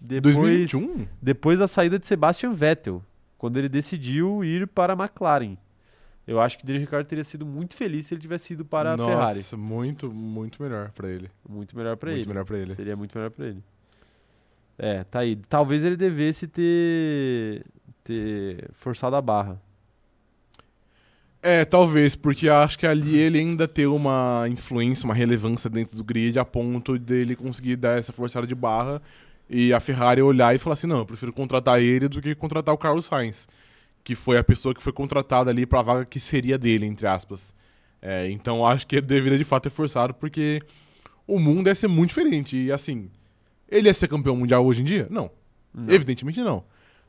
[SPEAKER 1] Depois,
[SPEAKER 2] 2021?
[SPEAKER 1] depois da saída de Sebastian Vettel, quando ele decidiu ir para a McLaren. Eu acho que Daniel Ricciardo teria sido muito feliz se ele tivesse ido para a
[SPEAKER 2] Nossa,
[SPEAKER 1] Ferrari.
[SPEAKER 2] muito, muito melhor pra ele.
[SPEAKER 1] Muito melhor para
[SPEAKER 2] muito
[SPEAKER 1] ele.
[SPEAKER 2] melhor pra ele.
[SPEAKER 1] Seria muito melhor para ele. É, tá aí. Talvez ele devesse ter, ter forçado a barra.
[SPEAKER 2] É, talvez, porque acho que ali ele ainda tem uma influência, uma relevância dentro do grid a ponto dele conseguir dar essa forçada de barra e a Ferrari olhar e falar assim: não, eu prefiro contratar ele do que contratar o Carlos Sainz, que foi a pessoa que foi contratada ali pra vaga que seria dele, entre aspas. É, então acho que ele deveria de fato ter forçado, porque o mundo ia ser muito diferente. E assim, ele ia ser campeão mundial hoje em dia? Não.
[SPEAKER 1] Não.
[SPEAKER 2] Evidentemente não.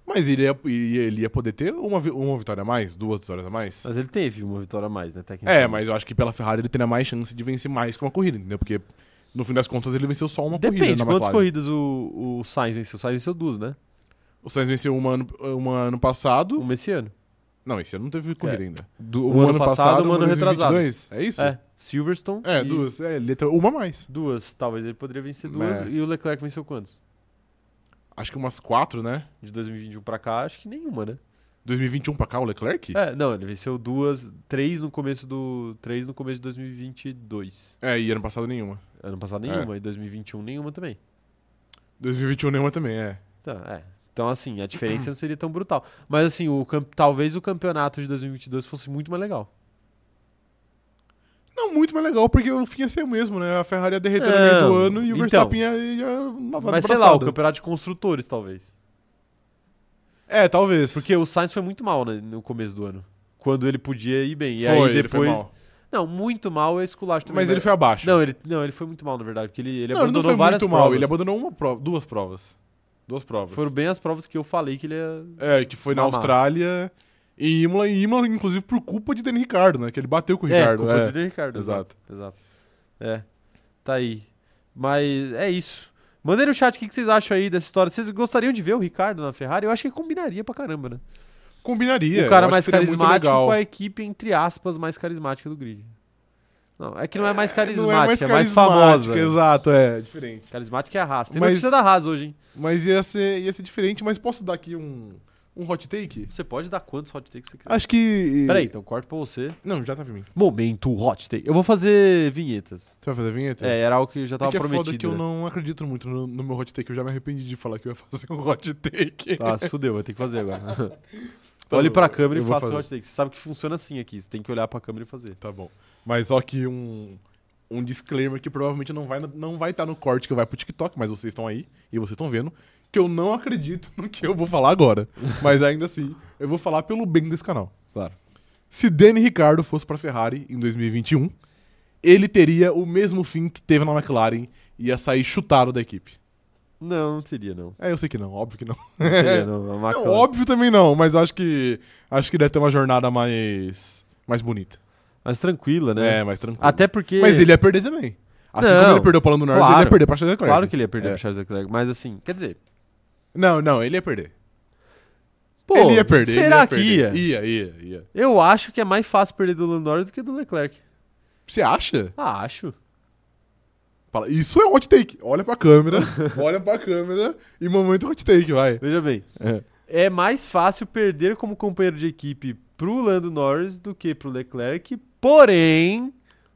[SPEAKER 2] Mas ele ia, ia- ele ia poder ter uma, vi- uma vitória a mais, duas vitórias a mais.
[SPEAKER 1] Mas ele teve uma vitória a mais, né? Tecnicamente.
[SPEAKER 2] É, mas eu acho que pela Ferrari ele teria mais chance de vencer mais que uma corrida, entendeu? Porque no fim das contas ele venceu só é uma corrida.
[SPEAKER 1] Depende,
[SPEAKER 2] na
[SPEAKER 1] quantas
[SPEAKER 2] McLaren.
[SPEAKER 1] corridas o, o Sainz venceu? O Sainz venceu duas, né?
[SPEAKER 2] O Sainz venceu uma ano, uma ano passado.
[SPEAKER 1] Uma esse ano.
[SPEAKER 2] Não, esse ano não teve corrida ainda.
[SPEAKER 1] Do,
[SPEAKER 2] Um
[SPEAKER 1] um ano, passado, um
[SPEAKER 2] uma
[SPEAKER 1] ano
[SPEAKER 2] em
[SPEAKER 1] retrasado.
[SPEAKER 2] 2022, É isso?
[SPEAKER 1] É, Silverstone.
[SPEAKER 2] É,
[SPEAKER 1] e-
[SPEAKER 2] duas. É, ele tem uma a mais.
[SPEAKER 1] Duas, talvez ele poderia vencer duas.
[SPEAKER 2] É.
[SPEAKER 1] E o Leclerc venceu quantos?
[SPEAKER 2] Acho que umas quatro, né?
[SPEAKER 1] De 2021 pra cá, acho que nenhuma, né?
[SPEAKER 2] 2021 pra cá, o Leclerc?
[SPEAKER 1] É, não, ele venceu duas, três no começo do. Três no começo de 2022.
[SPEAKER 2] É, e ano passado nenhuma.
[SPEAKER 1] Ano passado
[SPEAKER 2] É.
[SPEAKER 1] nenhuma, e 2021 nenhuma também.
[SPEAKER 2] 2021 nenhuma também, é.
[SPEAKER 1] Então, é. Então, assim, a diferença não seria tão brutal. Mas, assim, o camp- talvez o campeonato de 2022 fosse muito mais legal.
[SPEAKER 2] Não, muito mais legal, porque o fim ia ser o mesmo, né? A Ferrari ia derreter
[SPEAKER 1] É,
[SPEAKER 2] no meio do ano e o
[SPEAKER 1] então.
[SPEAKER 2] Verstappen ia, ia lavar
[SPEAKER 1] Mas,
[SPEAKER 2] do
[SPEAKER 1] sei lá, o
[SPEAKER 2] braçado.
[SPEAKER 1] campeonato de construtores, talvez.
[SPEAKER 2] É, talvez.
[SPEAKER 1] Porque o Sainz foi muito mal né, no começo do ano. Quando ele podia ir bem. E
[SPEAKER 2] foi,
[SPEAKER 1] aí
[SPEAKER 2] ele foi
[SPEAKER 1] depois.
[SPEAKER 2] mal.
[SPEAKER 1] Não, muito mal é esculacho também.
[SPEAKER 2] Mas ele foi abaixo.
[SPEAKER 1] Não ele, não, ele foi muito mal, na verdade, porque ele, ele
[SPEAKER 2] Não,
[SPEAKER 1] abandonou
[SPEAKER 2] não foi
[SPEAKER 1] várias
[SPEAKER 2] muito
[SPEAKER 1] provas.
[SPEAKER 2] mal. Ele abandonou uma prova, duas provas. Duas provas.
[SPEAKER 1] Foram bem as provas que eu falei que ele ia.
[SPEAKER 2] É, que foi na
[SPEAKER 1] Mamar.
[SPEAKER 2] Austrália e Imola, e Imola, inclusive, por culpa de Dani Ricardo, né? Que ele bateu com o Ricardo.
[SPEAKER 1] culpa
[SPEAKER 2] é.
[SPEAKER 1] do Ricardo. né?
[SPEAKER 2] Exato.
[SPEAKER 1] Exato. É. Tá aí. Mas é isso. Mandei no chat o que que vocês acham aí dessa história. Vocês gostariam de ver o Ricardo na Ferrari? Eu acho que combinaria pra caramba, né?
[SPEAKER 2] Combinaria.
[SPEAKER 1] o
[SPEAKER 2] eu
[SPEAKER 1] cara
[SPEAKER 2] acho
[SPEAKER 1] mais
[SPEAKER 2] que seria muito
[SPEAKER 1] carismático é
[SPEAKER 2] legal.
[SPEAKER 1] com a equipe, entre aspas, mais carismática do grid. Não, é que não é mais carismática,
[SPEAKER 2] Não é mais
[SPEAKER 1] famosa.
[SPEAKER 2] carismática, Exato, é. Diferente.
[SPEAKER 1] Carismática é a raça. Tem
[SPEAKER 2] Mas-
[SPEAKER 1] notícia da raça hoje, hein?
[SPEAKER 2] Mas ia ser, ia ser diferente, mas posso dar aqui um, um hot take?
[SPEAKER 1] Você pode dar quantos hot takes você quiser.
[SPEAKER 2] Acho que.
[SPEAKER 1] Peraí, então corto pra você.
[SPEAKER 2] Não, já tá tava em mim.
[SPEAKER 1] Momento hot take. Eu vou fazer vinhetas.
[SPEAKER 2] Você vai fazer a vinheta?
[SPEAKER 1] É, era algo que eu já
[SPEAKER 2] É
[SPEAKER 1] tava
[SPEAKER 2] que é
[SPEAKER 1] prometido.
[SPEAKER 2] foda que eu
[SPEAKER 1] né?
[SPEAKER 2] não acredito muito no, no meu hot take. Eu já me arrependi de falar que eu ia fazer um hot take.
[SPEAKER 1] Ah, se fudeu, vai ter que fazer agora.
[SPEAKER 2] Tá
[SPEAKER 1] Olhe
[SPEAKER 2] bom,
[SPEAKER 1] pra câmera e
[SPEAKER 2] eu vou
[SPEAKER 1] faça o
[SPEAKER 2] fazer.
[SPEAKER 1] hot take. Você sabe que funciona assim aqui. Você tem que olhar pra câmera e fazer.
[SPEAKER 2] Tá bom. Mas só que um, um disclaimer que provavelmente não vai estar não vai tá no corte que vai pro TikTok, mas vocês estão aí e vocês estão vendo que eu não acredito no que eu vou falar agora. mas ainda assim, eu vou falar pelo bem desse canal.
[SPEAKER 1] Claro.
[SPEAKER 2] Se Danny Ricardo fosse pra Ferrari em 2021, ele teria o mesmo fim que teve na McLaren e ia sair chutado da equipe.
[SPEAKER 1] Não, não teria, não.
[SPEAKER 2] É, eu sei que não, óbvio que não.
[SPEAKER 1] Não é teria, não. A
[SPEAKER 2] Não, é
[SPEAKER 1] McLaren-
[SPEAKER 2] óbvio também não, mas acho que acho que deve ter uma jornada mais mais bonita.
[SPEAKER 1] Mas tranquila, né?
[SPEAKER 2] É, mais tranquila.
[SPEAKER 1] Até porque.
[SPEAKER 2] Mas ele ia perder também. Assim
[SPEAKER 1] Não.
[SPEAKER 2] como ele perdeu pra Lando Norris, ele
[SPEAKER 1] Claro.
[SPEAKER 2] ia perder pra Charles Leclerc.
[SPEAKER 1] Claro que ele ia perder
[SPEAKER 2] É.
[SPEAKER 1] pro Charles Leclerc. Mas assim, quer dizer.
[SPEAKER 2] Não, não, ele ia perder.
[SPEAKER 1] Pô,
[SPEAKER 2] ele ia perder. ele
[SPEAKER 1] Será
[SPEAKER 2] ia
[SPEAKER 1] que
[SPEAKER 2] perder.
[SPEAKER 1] ia?
[SPEAKER 2] Ia, ia, ia.
[SPEAKER 1] Eu acho que é mais fácil perder do Lando Norris do que do Leclerc.
[SPEAKER 2] Você acha?
[SPEAKER 1] Ah, acho.
[SPEAKER 2] Fala, isso é um hot take. Olha pra câmera, olha pra câmera e momento hot take, vai.
[SPEAKER 1] Veja bem.
[SPEAKER 2] É.
[SPEAKER 1] É mais fácil perder como companheiro de equipe pro Lando Norris do que pro Leclerc, porém,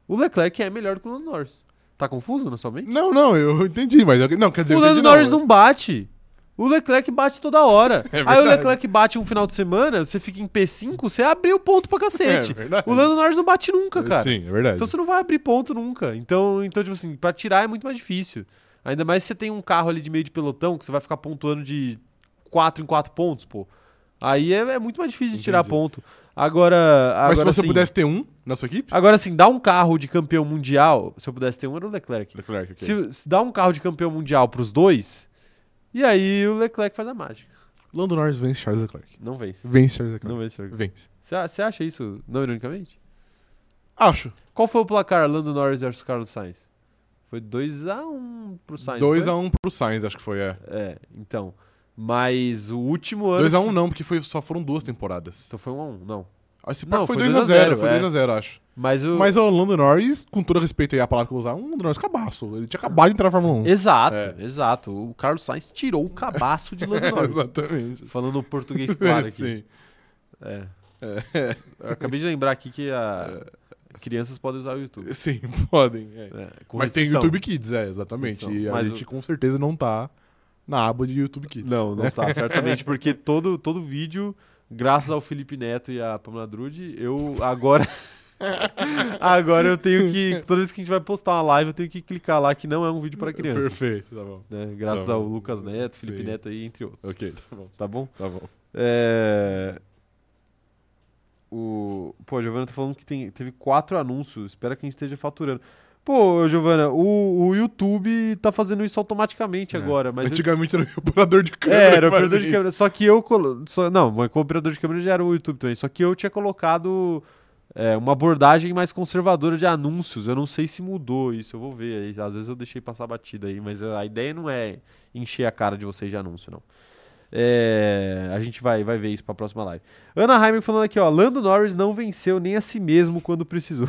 [SPEAKER 1] o Leclerc é melhor que o Lando Norris. Tá confuso na sua mente?
[SPEAKER 2] Não, não, eu entendi, mas... eu- não, quer dizer...
[SPEAKER 1] o
[SPEAKER 2] eu
[SPEAKER 1] Lando
[SPEAKER 2] entendi,
[SPEAKER 1] Norris não bate. O Leclerc bate toda hora.
[SPEAKER 2] É
[SPEAKER 1] Aí o
[SPEAKER 2] verdade.
[SPEAKER 1] Leclerc bate um final de semana, você fica em P5, você abriu ponto pra
[SPEAKER 2] É
[SPEAKER 1] cacete.
[SPEAKER 2] verdade.
[SPEAKER 1] o Lando Norris não bate nunca, cara.
[SPEAKER 2] Sim, é verdade.
[SPEAKER 1] Então você não vai abrir ponto nunca. Então, então tipo assim, pra tirar é muito mais difícil. Ainda mais se você tem um carro ali de meio de pelotão que você vai ficar pontuando de 4 em 4 pontos, pô. Aí é, é muito mais difícil de tirar
[SPEAKER 2] Entendi.
[SPEAKER 1] ponto. Agora,
[SPEAKER 2] mas se
[SPEAKER 1] agora
[SPEAKER 2] você
[SPEAKER 1] sim,
[SPEAKER 2] pudesse ter um na sua equipe...
[SPEAKER 1] Agora sim, dá um carro de campeão mundial, se eu pudesse ter um era o Leclerc.
[SPEAKER 2] Leclerc, é ok.
[SPEAKER 1] Se, se dá um carro de campeão mundial pros dois, e aí o Leclerc faz a mágica.
[SPEAKER 2] Lando Norris vence Charles Leclerc.
[SPEAKER 1] Não vence.
[SPEAKER 2] Vence Charles Leclerc.
[SPEAKER 1] Não vence. Sr.
[SPEAKER 2] Vence.
[SPEAKER 1] Você a- você acha isso não ironicamente?
[SPEAKER 2] Acho.
[SPEAKER 1] Qual foi o placar Lando Norris versus Carlos Sainz? Foi 2x1 pro Sainz. não foi?
[SPEAKER 2] 2x1 pro Sainz, acho que foi, é.
[SPEAKER 1] É, então. Mas o último ano.
[SPEAKER 2] 2x1 não, porque foi, só foram duas temporadas.
[SPEAKER 1] Então foi um a um, não.
[SPEAKER 2] Acho que
[SPEAKER 1] Não,
[SPEAKER 2] foi
[SPEAKER 1] foi
[SPEAKER 2] 2x0,
[SPEAKER 1] 2x0,
[SPEAKER 2] foi
[SPEAKER 1] é.
[SPEAKER 2] 2x0, acho.
[SPEAKER 1] Mas o.
[SPEAKER 2] Mas o Lando Norris, com todo respeito aí à palavra que eu vou usar, um Lando Norris cabaço. Ele tinha acabado de entrar na Fórmula 1.
[SPEAKER 1] Exato,
[SPEAKER 2] É.
[SPEAKER 1] exato. O Carlos Sainz tirou é o cabaço de Lando Norris.
[SPEAKER 2] Exatamente.
[SPEAKER 1] Falando o português claro aqui.
[SPEAKER 2] Sim.
[SPEAKER 1] É. Eu acabei de lembrar aqui que a- crianças podem usar o YouTube.
[SPEAKER 2] Sim, podem. é.
[SPEAKER 1] É, com
[SPEAKER 2] Mas tem
[SPEAKER 1] restrição.
[SPEAKER 2] YouTube Kids, é, exatamente.
[SPEAKER 1] Restrição.
[SPEAKER 2] E a
[SPEAKER 1] Mas
[SPEAKER 2] gente com certeza não tá na aba de YouTube Kids.
[SPEAKER 1] Não, não tá, certamente, porque todo, todo vídeo, graças ao Felipe Neto e à Pamela Drude, eu agora. agora eu tenho que. Toda vez que a gente vai postar uma live, eu tenho que clicar lá que não é um vídeo para criança.
[SPEAKER 2] Perfeito, tá bom.
[SPEAKER 1] Né? Graças
[SPEAKER 2] Tá bom.
[SPEAKER 1] ao Lucas Neto, Felipe
[SPEAKER 2] Sim.
[SPEAKER 1] Neto aí, entre outros.
[SPEAKER 2] Ok, tá bom.
[SPEAKER 1] Tá bom?
[SPEAKER 2] Tá bom.
[SPEAKER 1] É... O... Pô, a Giovana tá falando que tem... teve quatro anúncios. Espera que a gente esteja faturando. Pô, Giovana, o, o YouTube tá fazendo isso
[SPEAKER 2] É.
[SPEAKER 1] automaticamente agora, mas. eu-
[SPEAKER 2] Antigamente era o operador de câmera.
[SPEAKER 1] É, era
[SPEAKER 2] que
[SPEAKER 1] o operador de
[SPEAKER 2] fazia
[SPEAKER 1] câmera. Só que eu. colo- Só... Não, mas com o operador de câmera já era o YouTube também. Só que eu tinha colocado é, uma abordagem mais conservadora de anúncios. Eu não sei se mudou isso, eu vou ver. aí. Às vezes eu deixei passar batida aí, mas a ideia não é encher a cara de vocês de anúncio, não. É, a gente vai, vai ver isso pra próxima live. Ana Heimer falando aqui, ó. Lando Norris não venceu nem a si mesmo quando precisou.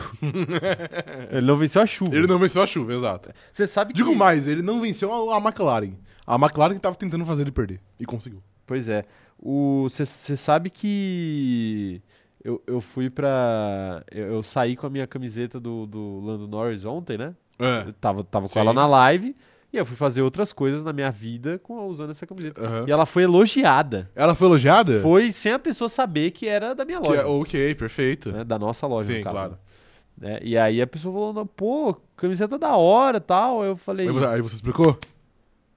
[SPEAKER 1] ele não venceu a chuva.
[SPEAKER 2] isso. Ele não venceu a chuva, exato.
[SPEAKER 1] Você sabe que.
[SPEAKER 2] Digo mais, ele não venceu a, a McLaren. A McLaren tava tentando fazer ele perder. E conseguiu.
[SPEAKER 1] Pois é. Você sabe que eu, eu fui pra. Eu, eu saí com a minha camiseta do, do Lando Norris ontem, né?
[SPEAKER 2] É.
[SPEAKER 1] Eu tava, tava
[SPEAKER 2] Sim.
[SPEAKER 1] com ela na live e eu fui fazer outras coisas na minha vida com, usando essa camiseta.
[SPEAKER 2] Aham.
[SPEAKER 1] E ela foi elogiada.
[SPEAKER 2] Ela foi elogiada?
[SPEAKER 1] Foi sem a pessoa saber que era da minha
[SPEAKER 2] É. Que
[SPEAKER 1] loja.
[SPEAKER 2] é- ok, perfeito.
[SPEAKER 1] né? Da nossa loja,
[SPEAKER 2] Sim,
[SPEAKER 1] no caso.
[SPEAKER 2] claro.
[SPEAKER 1] Né? E aí a pessoa falou, pô, camiseta da hora tal. Eu falei.
[SPEAKER 2] Aí você- aí você explicou?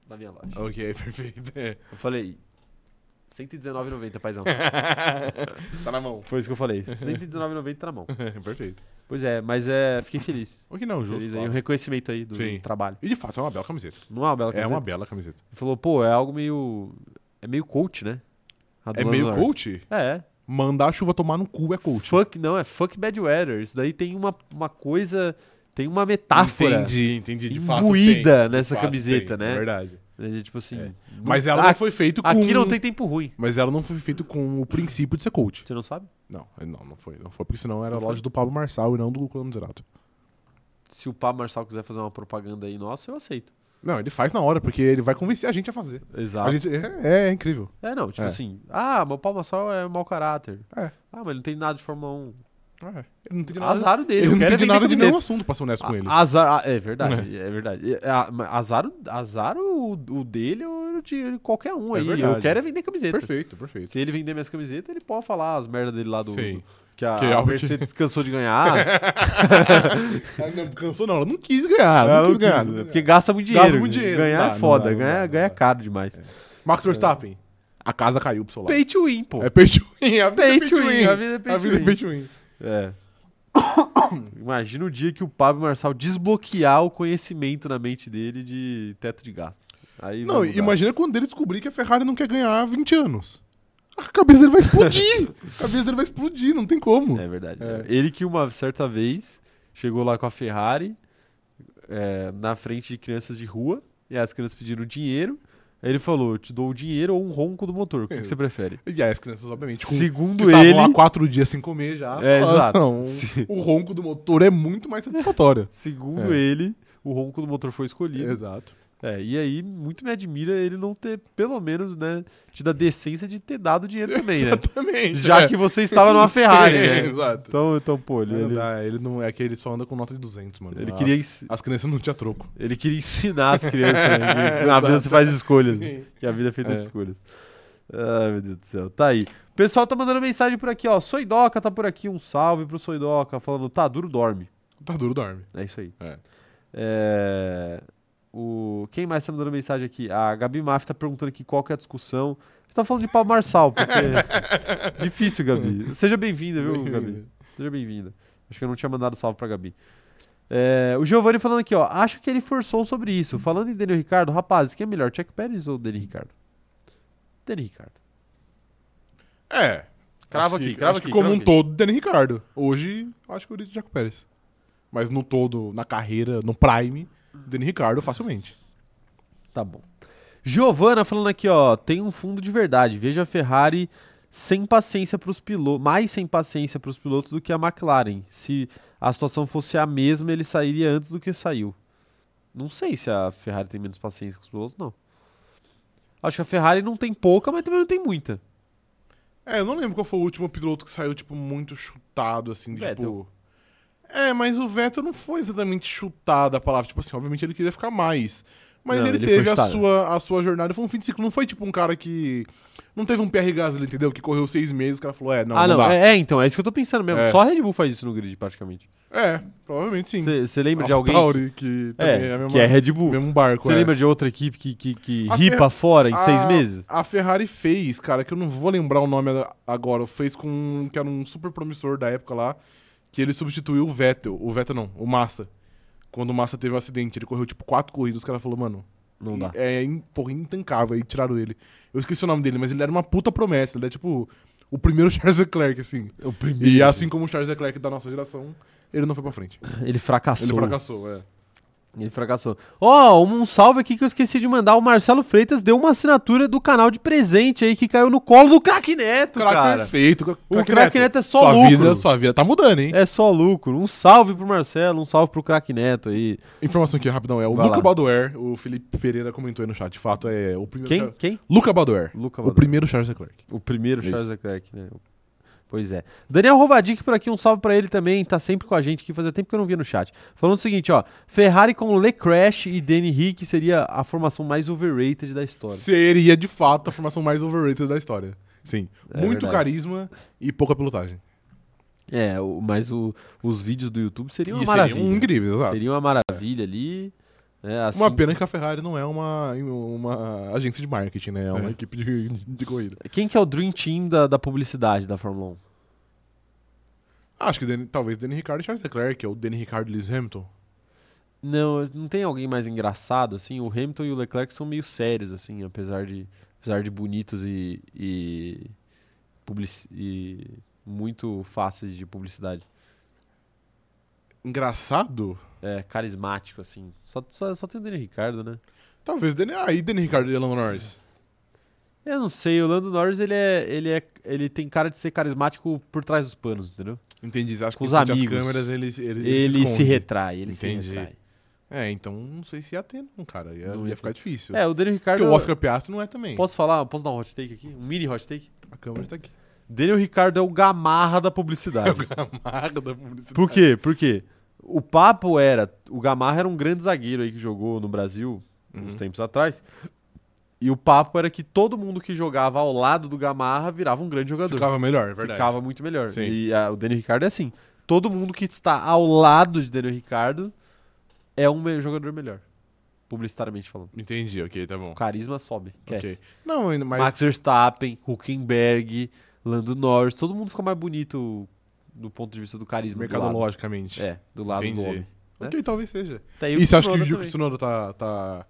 [SPEAKER 1] Da minha loja.
[SPEAKER 2] Ok, perfeito. É.
[SPEAKER 1] Eu falei. 119,90, paizão.
[SPEAKER 2] tá na mão.
[SPEAKER 1] Foi isso que eu falei. 119,90 tá na mão.
[SPEAKER 2] perfeito.
[SPEAKER 1] Pois é, mas é, fiquei feliz.
[SPEAKER 2] O que não, justo.
[SPEAKER 1] feliz aí,
[SPEAKER 2] claro.
[SPEAKER 1] um reconhecimento aí do,
[SPEAKER 2] Sim.
[SPEAKER 1] do trabalho.
[SPEAKER 2] E de fato, é uma bela camiseta.
[SPEAKER 1] Não é uma bela
[SPEAKER 2] É
[SPEAKER 1] camiseta?
[SPEAKER 2] uma bela camiseta.
[SPEAKER 1] Ele falou, pô, é algo meio. É meio coach, né? A do
[SPEAKER 2] É
[SPEAKER 1] Lando
[SPEAKER 2] meio
[SPEAKER 1] Norris.
[SPEAKER 2] coach?
[SPEAKER 1] É.
[SPEAKER 2] Mandar a chuva tomar no cu é coach.
[SPEAKER 1] Fuck, não, é fuck bad weather. Isso daí tem uma, uma coisa. Tem uma metáfora
[SPEAKER 2] Entendi, entendi. De fato,
[SPEAKER 1] imbuída
[SPEAKER 2] tem.
[SPEAKER 1] nessa
[SPEAKER 2] De fato,
[SPEAKER 1] camiseta,
[SPEAKER 2] tem,
[SPEAKER 1] né?
[SPEAKER 2] É verdade.
[SPEAKER 1] É, tipo assim.
[SPEAKER 2] É.
[SPEAKER 1] não-
[SPEAKER 2] Mas ela
[SPEAKER 1] Ah,
[SPEAKER 2] não foi feita com...
[SPEAKER 1] Aqui não tem tempo ruim.
[SPEAKER 2] Mas ela não foi feita com o princípio de ser coach.
[SPEAKER 1] Você não sabe?
[SPEAKER 2] Não, é, não, não foi. Não foi, porque senão era a
[SPEAKER 1] Não foi?
[SPEAKER 2] loja do Pablo Marçal e não do Luciano Zerato.
[SPEAKER 1] Se o Pablo Marçal quiser fazer uma propaganda aí nossa, eu aceito.
[SPEAKER 2] Não, ele faz na hora, porque ele vai convencer a gente a fazer.
[SPEAKER 1] Exato.
[SPEAKER 2] A gente, é, é incrível.
[SPEAKER 1] É, não, tipo
[SPEAKER 2] É.
[SPEAKER 1] assim. Ah, mas o Pablo Marçal é mau caráter.
[SPEAKER 2] É.
[SPEAKER 1] Ah, mas ele não tem nada de Fórmula 1.
[SPEAKER 2] Ele não tem
[SPEAKER 1] Azar o dele.
[SPEAKER 2] Ele
[SPEAKER 1] eu
[SPEAKER 2] não
[SPEAKER 1] quero é vender
[SPEAKER 2] entende nada de
[SPEAKER 1] camiseta.
[SPEAKER 2] nenhum assunto pra ser honesto com ele.
[SPEAKER 1] A- Azar, ah, é verdade, é, verdade. É, a- mas Azar, o- azar o, o dele ou de qualquer um
[SPEAKER 2] É
[SPEAKER 1] aí.
[SPEAKER 2] verdade.
[SPEAKER 1] Eu quero é vender camiseta.
[SPEAKER 2] Perfeito, perfeito.
[SPEAKER 1] Se ele vender minhas camisetas, ele pode falar as merdas dele lá do.
[SPEAKER 2] Sim.
[SPEAKER 1] Que a,
[SPEAKER 2] Que
[SPEAKER 1] a
[SPEAKER 2] é algo que-
[SPEAKER 1] Mercedes cansou de ganhar.
[SPEAKER 2] Ela não cansou, não. Ela não quis ganhar.
[SPEAKER 1] Ela
[SPEAKER 2] Ah, não
[SPEAKER 1] não
[SPEAKER 2] quis ganhar.
[SPEAKER 1] quis, né? Porque gasta muito dinheiro.
[SPEAKER 2] muito dinheiro,
[SPEAKER 1] Ganhar
[SPEAKER 2] não dá,
[SPEAKER 1] é
[SPEAKER 2] não
[SPEAKER 1] foda,
[SPEAKER 2] dá, não
[SPEAKER 1] ganhar,
[SPEAKER 2] dá, não
[SPEAKER 1] ganhar
[SPEAKER 2] dá.
[SPEAKER 1] é caro demais.
[SPEAKER 2] Max
[SPEAKER 1] É.
[SPEAKER 2] Verstappen. A casa caiu pro seu lado.
[SPEAKER 1] Pay to win, pô.
[SPEAKER 2] É pay to win. A vida
[SPEAKER 1] Pay
[SPEAKER 2] é
[SPEAKER 1] to win, a vida é pay
[SPEAKER 2] A
[SPEAKER 1] to
[SPEAKER 2] vida é
[SPEAKER 1] win.
[SPEAKER 2] pay to win.
[SPEAKER 1] É. Imagina o dia que o Pablo Marçal desbloquear o conhecimento na mente dele de teto de gastos. Aí
[SPEAKER 2] Não,
[SPEAKER 1] vai mudar.
[SPEAKER 2] imagina quando ele descobrir que a Ferrari não quer ganhar há 20 anos. A cabeça dele vai explodir. a cabeça dele vai explodir, não tem como.
[SPEAKER 1] É verdade.
[SPEAKER 2] É.
[SPEAKER 1] Ele que uma certa vez chegou lá com a Ferrari é, na frente de crianças de rua e as crianças pediram dinheiro. Aí ele falou: "Eu te dou o dinheiro ou um ronco do motor? O que, que você prefere?"
[SPEAKER 2] E aí as crianças, obviamente, É. com que
[SPEAKER 1] Segundo
[SPEAKER 2] estavam
[SPEAKER 1] ele,
[SPEAKER 2] há quatro dias sem comer já.
[SPEAKER 1] É,
[SPEAKER 2] falaram,
[SPEAKER 1] exato.
[SPEAKER 2] "Não,
[SPEAKER 1] Se-
[SPEAKER 2] o ronco do motor é muito mais satisfatório.
[SPEAKER 1] segundo
[SPEAKER 2] É.
[SPEAKER 1] ele, o ronco do motor foi escolhido.
[SPEAKER 2] Exato.
[SPEAKER 1] É, e aí muito me admira ele não ter pelo menos, né, tido a decência de ter dado dinheiro também, né?
[SPEAKER 2] Exatamente.
[SPEAKER 1] Já
[SPEAKER 2] é.
[SPEAKER 1] que você estava numa Ferrari,
[SPEAKER 2] É,
[SPEAKER 1] né?
[SPEAKER 2] Exato.
[SPEAKER 1] Então, então pô, ele,
[SPEAKER 2] Não
[SPEAKER 1] ele,
[SPEAKER 2] dá, ele não é que ele só anda com nota de 200, mano.
[SPEAKER 1] ele
[SPEAKER 2] As-
[SPEAKER 1] queria ens-
[SPEAKER 2] As crianças não tinham troco.
[SPEAKER 1] Ele queria ensinar as crianças, né? que Na vida você faz escolhas, né?
[SPEAKER 2] É, Sim.
[SPEAKER 1] Que a vida é feita
[SPEAKER 2] É.
[SPEAKER 1] de escolhas. Ai, meu Deus do céu. Tá aí. O pessoal tá mandando mensagem por aqui, ó. Soidoca tá por aqui, um salve pro Soidoca, falando, tá duro, dorme.
[SPEAKER 2] Tá duro, dorme.
[SPEAKER 1] É isso aí.
[SPEAKER 2] É.
[SPEAKER 1] É, O... Quem mais tá mandando mensagem aqui? A Gabi Maff tá perguntando aqui qual que é a discussão. Você tá falando de Pablo Marçal, porque... Difícil, Gabi. Seja bem-vinda, viu, Gabi? Seja bem-vinda. Acho que eu não tinha mandado salve pra Gabi. É, o Giovanni falando aqui, ó. Acho que ele forçou sobre isso. Falando em Daniel Ricardo, rapazes, quem é melhor, Chuck Pérez ou Daniel Ricardo? Daniel Ricardo.
[SPEAKER 2] É.
[SPEAKER 1] Crava
[SPEAKER 2] Acho
[SPEAKER 1] aqui,
[SPEAKER 2] que-
[SPEAKER 1] crava
[SPEAKER 2] acho que
[SPEAKER 1] aqui,
[SPEAKER 2] como
[SPEAKER 1] crava
[SPEAKER 2] um
[SPEAKER 1] aqui.
[SPEAKER 2] todo, Dani Ricardo. Hoje, acho que eu iria de Jaco Pérez. Mas no todo, na carreira, no prime, Dani Ricardo facilmente.
[SPEAKER 1] Tá bom. Giovana falando aqui, ó. Tem um fundo de verdade. Veja a Ferrari sem paciência pros pilotos, mais sem paciência pros pilotos do que a McLaren. Se a situação fosse a mesma, ele sairia antes do que saiu. Não sei se a Ferrari tem menos paciência com os pilotos, não. Acho que a Ferrari não tem pouca, mas também não tem muita.
[SPEAKER 2] É, eu não lembro qual foi o último piloto que saiu, tipo, muito chutado, assim, de,
[SPEAKER 1] Vettel.
[SPEAKER 2] tipo. É, mas o Vettel não foi exatamente chutado a palavra. Tipo assim, obviamente ele queria ficar mais. Mas
[SPEAKER 1] Não,
[SPEAKER 2] ele,
[SPEAKER 1] ele foi
[SPEAKER 2] teve a
[SPEAKER 1] chutado.
[SPEAKER 2] sua, a sua jornada, foi um fim de ciclo. Não foi tipo um cara que. Não teve um PR Gasly, entendeu? Que correu seis meses, o cara falou, é, não,
[SPEAKER 1] ah,
[SPEAKER 2] não,
[SPEAKER 1] não.
[SPEAKER 2] dá. É,
[SPEAKER 1] É, é, então, é isso que eu tô pensando mesmo.
[SPEAKER 2] É.
[SPEAKER 1] Só a Red Bull faz isso no grid, praticamente.
[SPEAKER 2] provavelmente sim.
[SPEAKER 1] Você lembra de alguém?
[SPEAKER 2] AlphaTauri, que também
[SPEAKER 1] É,
[SPEAKER 2] é, a mesma,
[SPEAKER 1] que é Red Bull.
[SPEAKER 2] mesmo barco.
[SPEAKER 1] Você
[SPEAKER 2] é.
[SPEAKER 1] lembra de outra equipe que, que, que
[SPEAKER 2] A Ah,
[SPEAKER 1] ripa
[SPEAKER 2] Ferra-
[SPEAKER 1] fora em seis
[SPEAKER 2] A-
[SPEAKER 1] meses?
[SPEAKER 2] A Ferrari fez, cara, que eu não vou lembrar o nome a- agora, fez com um que era um super promissor da época lá, que ele substituiu o Vettel, o Vettel não, o Massa. Quando o Massa teve o acidente, ele correu tipo quatro corridas, o cara falou, mano,
[SPEAKER 1] Não dá.
[SPEAKER 2] é in- porra, intancável, aí tiraram ele. Eu esqueci o nome dele, mas ele era uma puta promessa, ele é tipo o primeiro Charles Leclerc, assim.
[SPEAKER 1] O primeiro.
[SPEAKER 2] E assim como o Charles Leclerc da nossa geração, ele não foi pra frente.
[SPEAKER 1] Ele fracassou.
[SPEAKER 2] Ele fracassou, é.
[SPEAKER 1] Ele fracassou. Ó, um salve aqui que eu esqueci de mandar. O Marcelo Freitas deu uma assinatura do canal de presente aí que caiu no colo do Crack Neto,
[SPEAKER 2] Craque
[SPEAKER 1] cara.
[SPEAKER 2] perfeito. cra-
[SPEAKER 1] O
[SPEAKER 2] craque
[SPEAKER 1] craque
[SPEAKER 2] Neto.
[SPEAKER 1] Neto é só
[SPEAKER 2] sua
[SPEAKER 1] lucro.
[SPEAKER 2] Vida, sua vida tá mudando, hein?
[SPEAKER 1] É só lucro. Um salve pro Marcelo, um salve pro Crack Neto aí.
[SPEAKER 2] Informação aqui, rapidão, é o
[SPEAKER 1] Vai
[SPEAKER 2] Luca
[SPEAKER 1] lá.
[SPEAKER 2] Baldoer, o Felipe Pereira comentou aí no chat, de fato é o primeiro...
[SPEAKER 1] Quem?
[SPEAKER 2] Char-
[SPEAKER 1] Quem?
[SPEAKER 2] Luca Baldoer,
[SPEAKER 1] Luca
[SPEAKER 2] o
[SPEAKER 1] Maduro.
[SPEAKER 2] primeiro Charles Leclerc.
[SPEAKER 1] O primeiro
[SPEAKER 2] Isso.
[SPEAKER 1] Charles Leclerc, né? Pois é. Daniel Rovadic por aqui, um salve pra ele também, tá sempre com a gente aqui, fazia tempo que eu não via no chat. Falando o seguinte, ó, Ferrari com Lecrash e Danny Rick seria a formação mais overrated da história.
[SPEAKER 2] Seria, de fato, a formação mais overrated da história. Sim,
[SPEAKER 1] É
[SPEAKER 2] muito
[SPEAKER 1] verdade.
[SPEAKER 2] carisma e pouca pilotagem.
[SPEAKER 1] É, o- mas o- os vídeos do YouTube seriam uma
[SPEAKER 2] e
[SPEAKER 1] maravilha.
[SPEAKER 2] seriam incríveis, exato.
[SPEAKER 1] Seria um uma maravilha ali. né, assim-
[SPEAKER 2] Uma pena que a Ferrari não é uma, uma agência de marketing, né? É uma
[SPEAKER 1] É.
[SPEAKER 2] equipe de, de corrida.
[SPEAKER 1] Quem que é o Dream Team da, da publicidade da Fórmula 1?
[SPEAKER 2] Acho que Dan- talvez Danny Ricciardo e Charles Leclerc, ou Danny Ricciardo e Lewis Hamilton.
[SPEAKER 1] Não, não tem alguém mais engraçado, assim? O Hamilton e o Leclerc são meio sérios, assim, apesar de, apesar de bonitos e, e, publici- e muito fáceis de publicidade.
[SPEAKER 2] Engraçado?
[SPEAKER 1] É, carismático, assim. Só, só, só tem o Daniel Ricardo, né?
[SPEAKER 2] Talvez Danny... Ah, e Danny Ricciardo e Lando Norris?
[SPEAKER 1] Eu não sei, o Lando Norris, ele é, ele é, ele tem cara de ser carismático por trás dos panos, entendeu?
[SPEAKER 2] Entendi, acho que
[SPEAKER 1] Com
[SPEAKER 2] em
[SPEAKER 1] os
[SPEAKER 2] frente às
[SPEAKER 1] amigos.
[SPEAKER 2] câmeras ele, ele, ele,
[SPEAKER 1] Ele, se,
[SPEAKER 2] esconde.
[SPEAKER 1] retrai, ele se
[SPEAKER 2] Entendi.
[SPEAKER 1] retrai.
[SPEAKER 2] É, então não sei se ia ter, não, cara. Ia,
[SPEAKER 1] Não
[SPEAKER 2] ia
[SPEAKER 1] ia
[SPEAKER 2] ficar difícil.
[SPEAKER 1] É, o Daniel Ricardo...
[SPEAKER 2] Porque o Oscar Piastri não é também.
[SPEAKER 1] Posso falar? Posso dar um hot take aqui? Um mini hot take?
[SPEAKER 2] A câmera tá aqui.
[SPEAKER 1] Daniel Ricardo é o gamarra da publicidade.
[SPEAKER 2] Amarga da publicidade.
[SPEAKER 1] Por quê? Por quê? O papo era. O Gamarra era um grande zagueiro aí que jogou no Brasil uns
[SPEAKER 2] Uhum.
[SPEAKER 1] tempos atrás. E o papo era que todo mundo que jogava ao lado do Gamarra virava um grande jogador.
[SPEAKER 2] Ficava melhor, é verdade.
[SPEAKER 1] Ficava muito melhor.
[SPEAKER 2] Sim.
[SPEAKER 1] E ah, o Daniel Ricardo é assim. Todo mundo que está ao lado de Daniel Ricardo é um me- jogador melhor. Publicitariamente falando.
[SPEAKER 2] Entendi, ok, tá bom.
[SPEAKER 1] O carisma sobe.
[SPEAKER 2] Ok.
[SPEAKER 1] cresce.
[SPEAKER 2] Não, ainda mais.
[SPEAKER 1] Max Verstappen, Huckenberg, Lando Norris, todo mundo fica mais bonito do ponto de vista do carisma. do lado.
[SPEAKER 2] mercadologicamente.
[SPEAKER 1] É, do lado
[SPEAKER 2] Entendi.
[SPEAKER 1] do homem. né?
[SPEAKER 2] Ok, talvez seja.
[SPEAKER 1] Tá,
[SPEAKER 2] E,
[SPEAKER 1] o
[SPEAKER 2] você acha que o
[SPEAKER 1] Tsunoda
[SPEAKER 2] Yuki
[SPEAKER 1] também.
[SPEAKER 2] Tsunoda tá, tá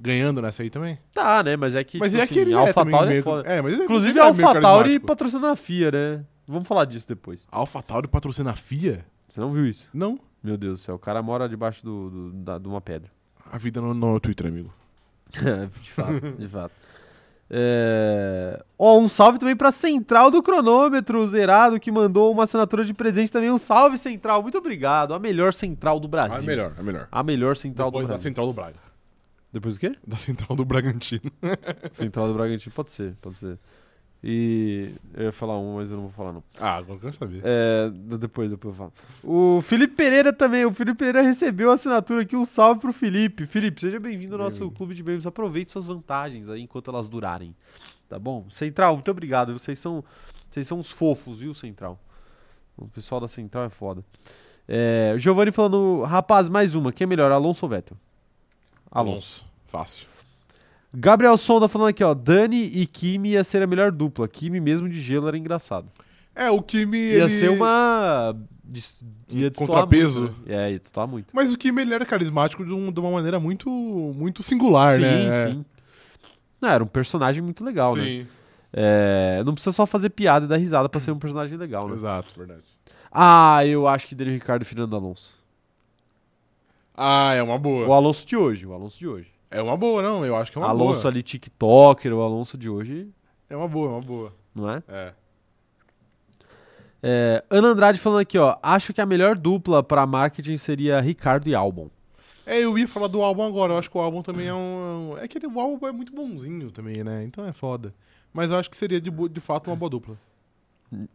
[SPEAKER 2] ganhando nessa aí também?
[SPEAKER 1] Tá, né? Mas é que.
[SPEAKER 2] mas
[SPEAKER 1] tipo
[SPEAKER 2] é
[SPEAKER 1] assim,
[SPEAKER 2] aquele.
[SPEAKER 1] a
[SPEAKER 2] é, também
[SPEAKER 1] AlphaTauri é
[SPEAKER 2] meio-
[SPEAKER 1] foda.
[SPEAKER 2] é, mas ele-
[SPEAKER 1] Inclusive,
[SPEAKER 2] ele
[SPEAKER 1] a
[SPEAKER 2] é meio
[SPEAKER 1] AlphaTauri
[SPEAKER 2] carismático.
[SPEAKER 1] patrocina a FIA, né? Vamos falar disso depois.
[SPEAKER 2] A AlphaTauri patrocina a FIA?
[SPEAKER 1] Você não viu isso?
[SPEAKER 2] Não.
[SPEAKER 1] Meu Deus do céu, o cara mora debaixo do, do- da- de uma pedra.
[SPEAKER 2] A vida não, não é o Twitter, amigo.
[SPEAKER 1] de fato, de fato. É... Ó, um salve também pra Central do Cronômetro, o Zerado, que mandou uma assinatura de presente também. Um salve, Central. Muito obrigado. A melhor Central do Brasil.
[SPEAKER 2] Ah, é melhor, é melhor.
[SPEAKER 1] A melhor Central
[SPEAKER 2] Depois
[SPEAKER 1] do
[SPEAKER 2] da
[SPEAKER 1] Brasil.
[SPEAKER 2] Central do Braga.
[SPEAKER 1] Depois do quê?
[SPEAKER 2] Da Central do Bragantino.
[SPEAKER 1] Central do Bragantino. Pode ser, pode ser. E eu ia falar um, mas eu não vou falar, não.
[SPEAKER 2] Ah, agora eu quero saber.
[SPEAKER 1] É, d- depois, depois eu falo. O Felipe Pereira também. O Felipe Pereira recebeu a assinatura aqui. Um salve pro Felipe. Felipe, seja bem-vindo ao nosso
[SPEAKER 2] Bem-vindo.
[SPEAKER 1] clube de membros. Aproveite suas vantagens aí enquanto elas durarem. Tá bom? Central, muito obrigado. Vocês são, vocês são uns fofos, viu, Central? O pessoal da Central é foda. É, o Giovanni falando, rapaz, mais uma. Quem é melhor, Alonso ou Vettel? Alonso.
[SPEAKER 2] Fácil.
[SPEAKER 1] Gabriel Sonda falando aqui, ó. Dani e Kimi ia ser a melhor dupla. Kimi mesmo de gelo era engraçado.
[SPEAKER 2] É, o Kimi.
[SPEAKER 1] Ia
[SPEAKER 2] ele-
[SPEAKER 1] ser uma. dis-
[SPEAKER 2] Um
[SPEAKER 1] Ia destoar
[SPEAKER 2] contrapeso.
[SPEAKER 1] Muito, né? É, ia destoar muito.
[SPEAKER 2] Mas o Kimi ele era carismático de, um- de uma maneira muito, muito singular,
[SPEAKER 1] sim,
[SPEAKER 2] né?
[SPEAKER 1] sim. Não, era um personagem muito legal, né?
[SPEAKER 2] Sim,
[SPEAKER 1] É, não precisa só fazer piada e dar risada pra ser um personagem legal, né?
[SPEAKER 2] exato, verdade.
[SPEAKER 1] Ah, eu acho que Daniel Ricardo e Fernando Alonso.
[SPEAKER 2] Ah, é uma boa.
[SPEAKER 1] O Alonso de hoje, o Alonso de hoje.
[SPEAKER 2] É uma boa, não, eu acho que é uma
[SPEAKER 1] Alonso
[SPEAKER 2] boa.
[SPEAKER 1] ali TikToker, o Alonso de hoje,
[SPEAKER 2] É uma boa, é uma boa.
[SPEAKER 1] não é?
[SPEAKER 2] É.
[SPEAKER 1] é Ana Andrade falando aqui, ó. Acho que a melhor dupla pra marketing seria Ricardo e Albon.
[SPEAKER 2] É, eu ia falar do álbum agora, eu acho que o álbum também é um... É que ele- o álbum é muito bonzinho também, né? Então é foda. Mas eu acho que seria, de, bo- de fato, uma boa dupla.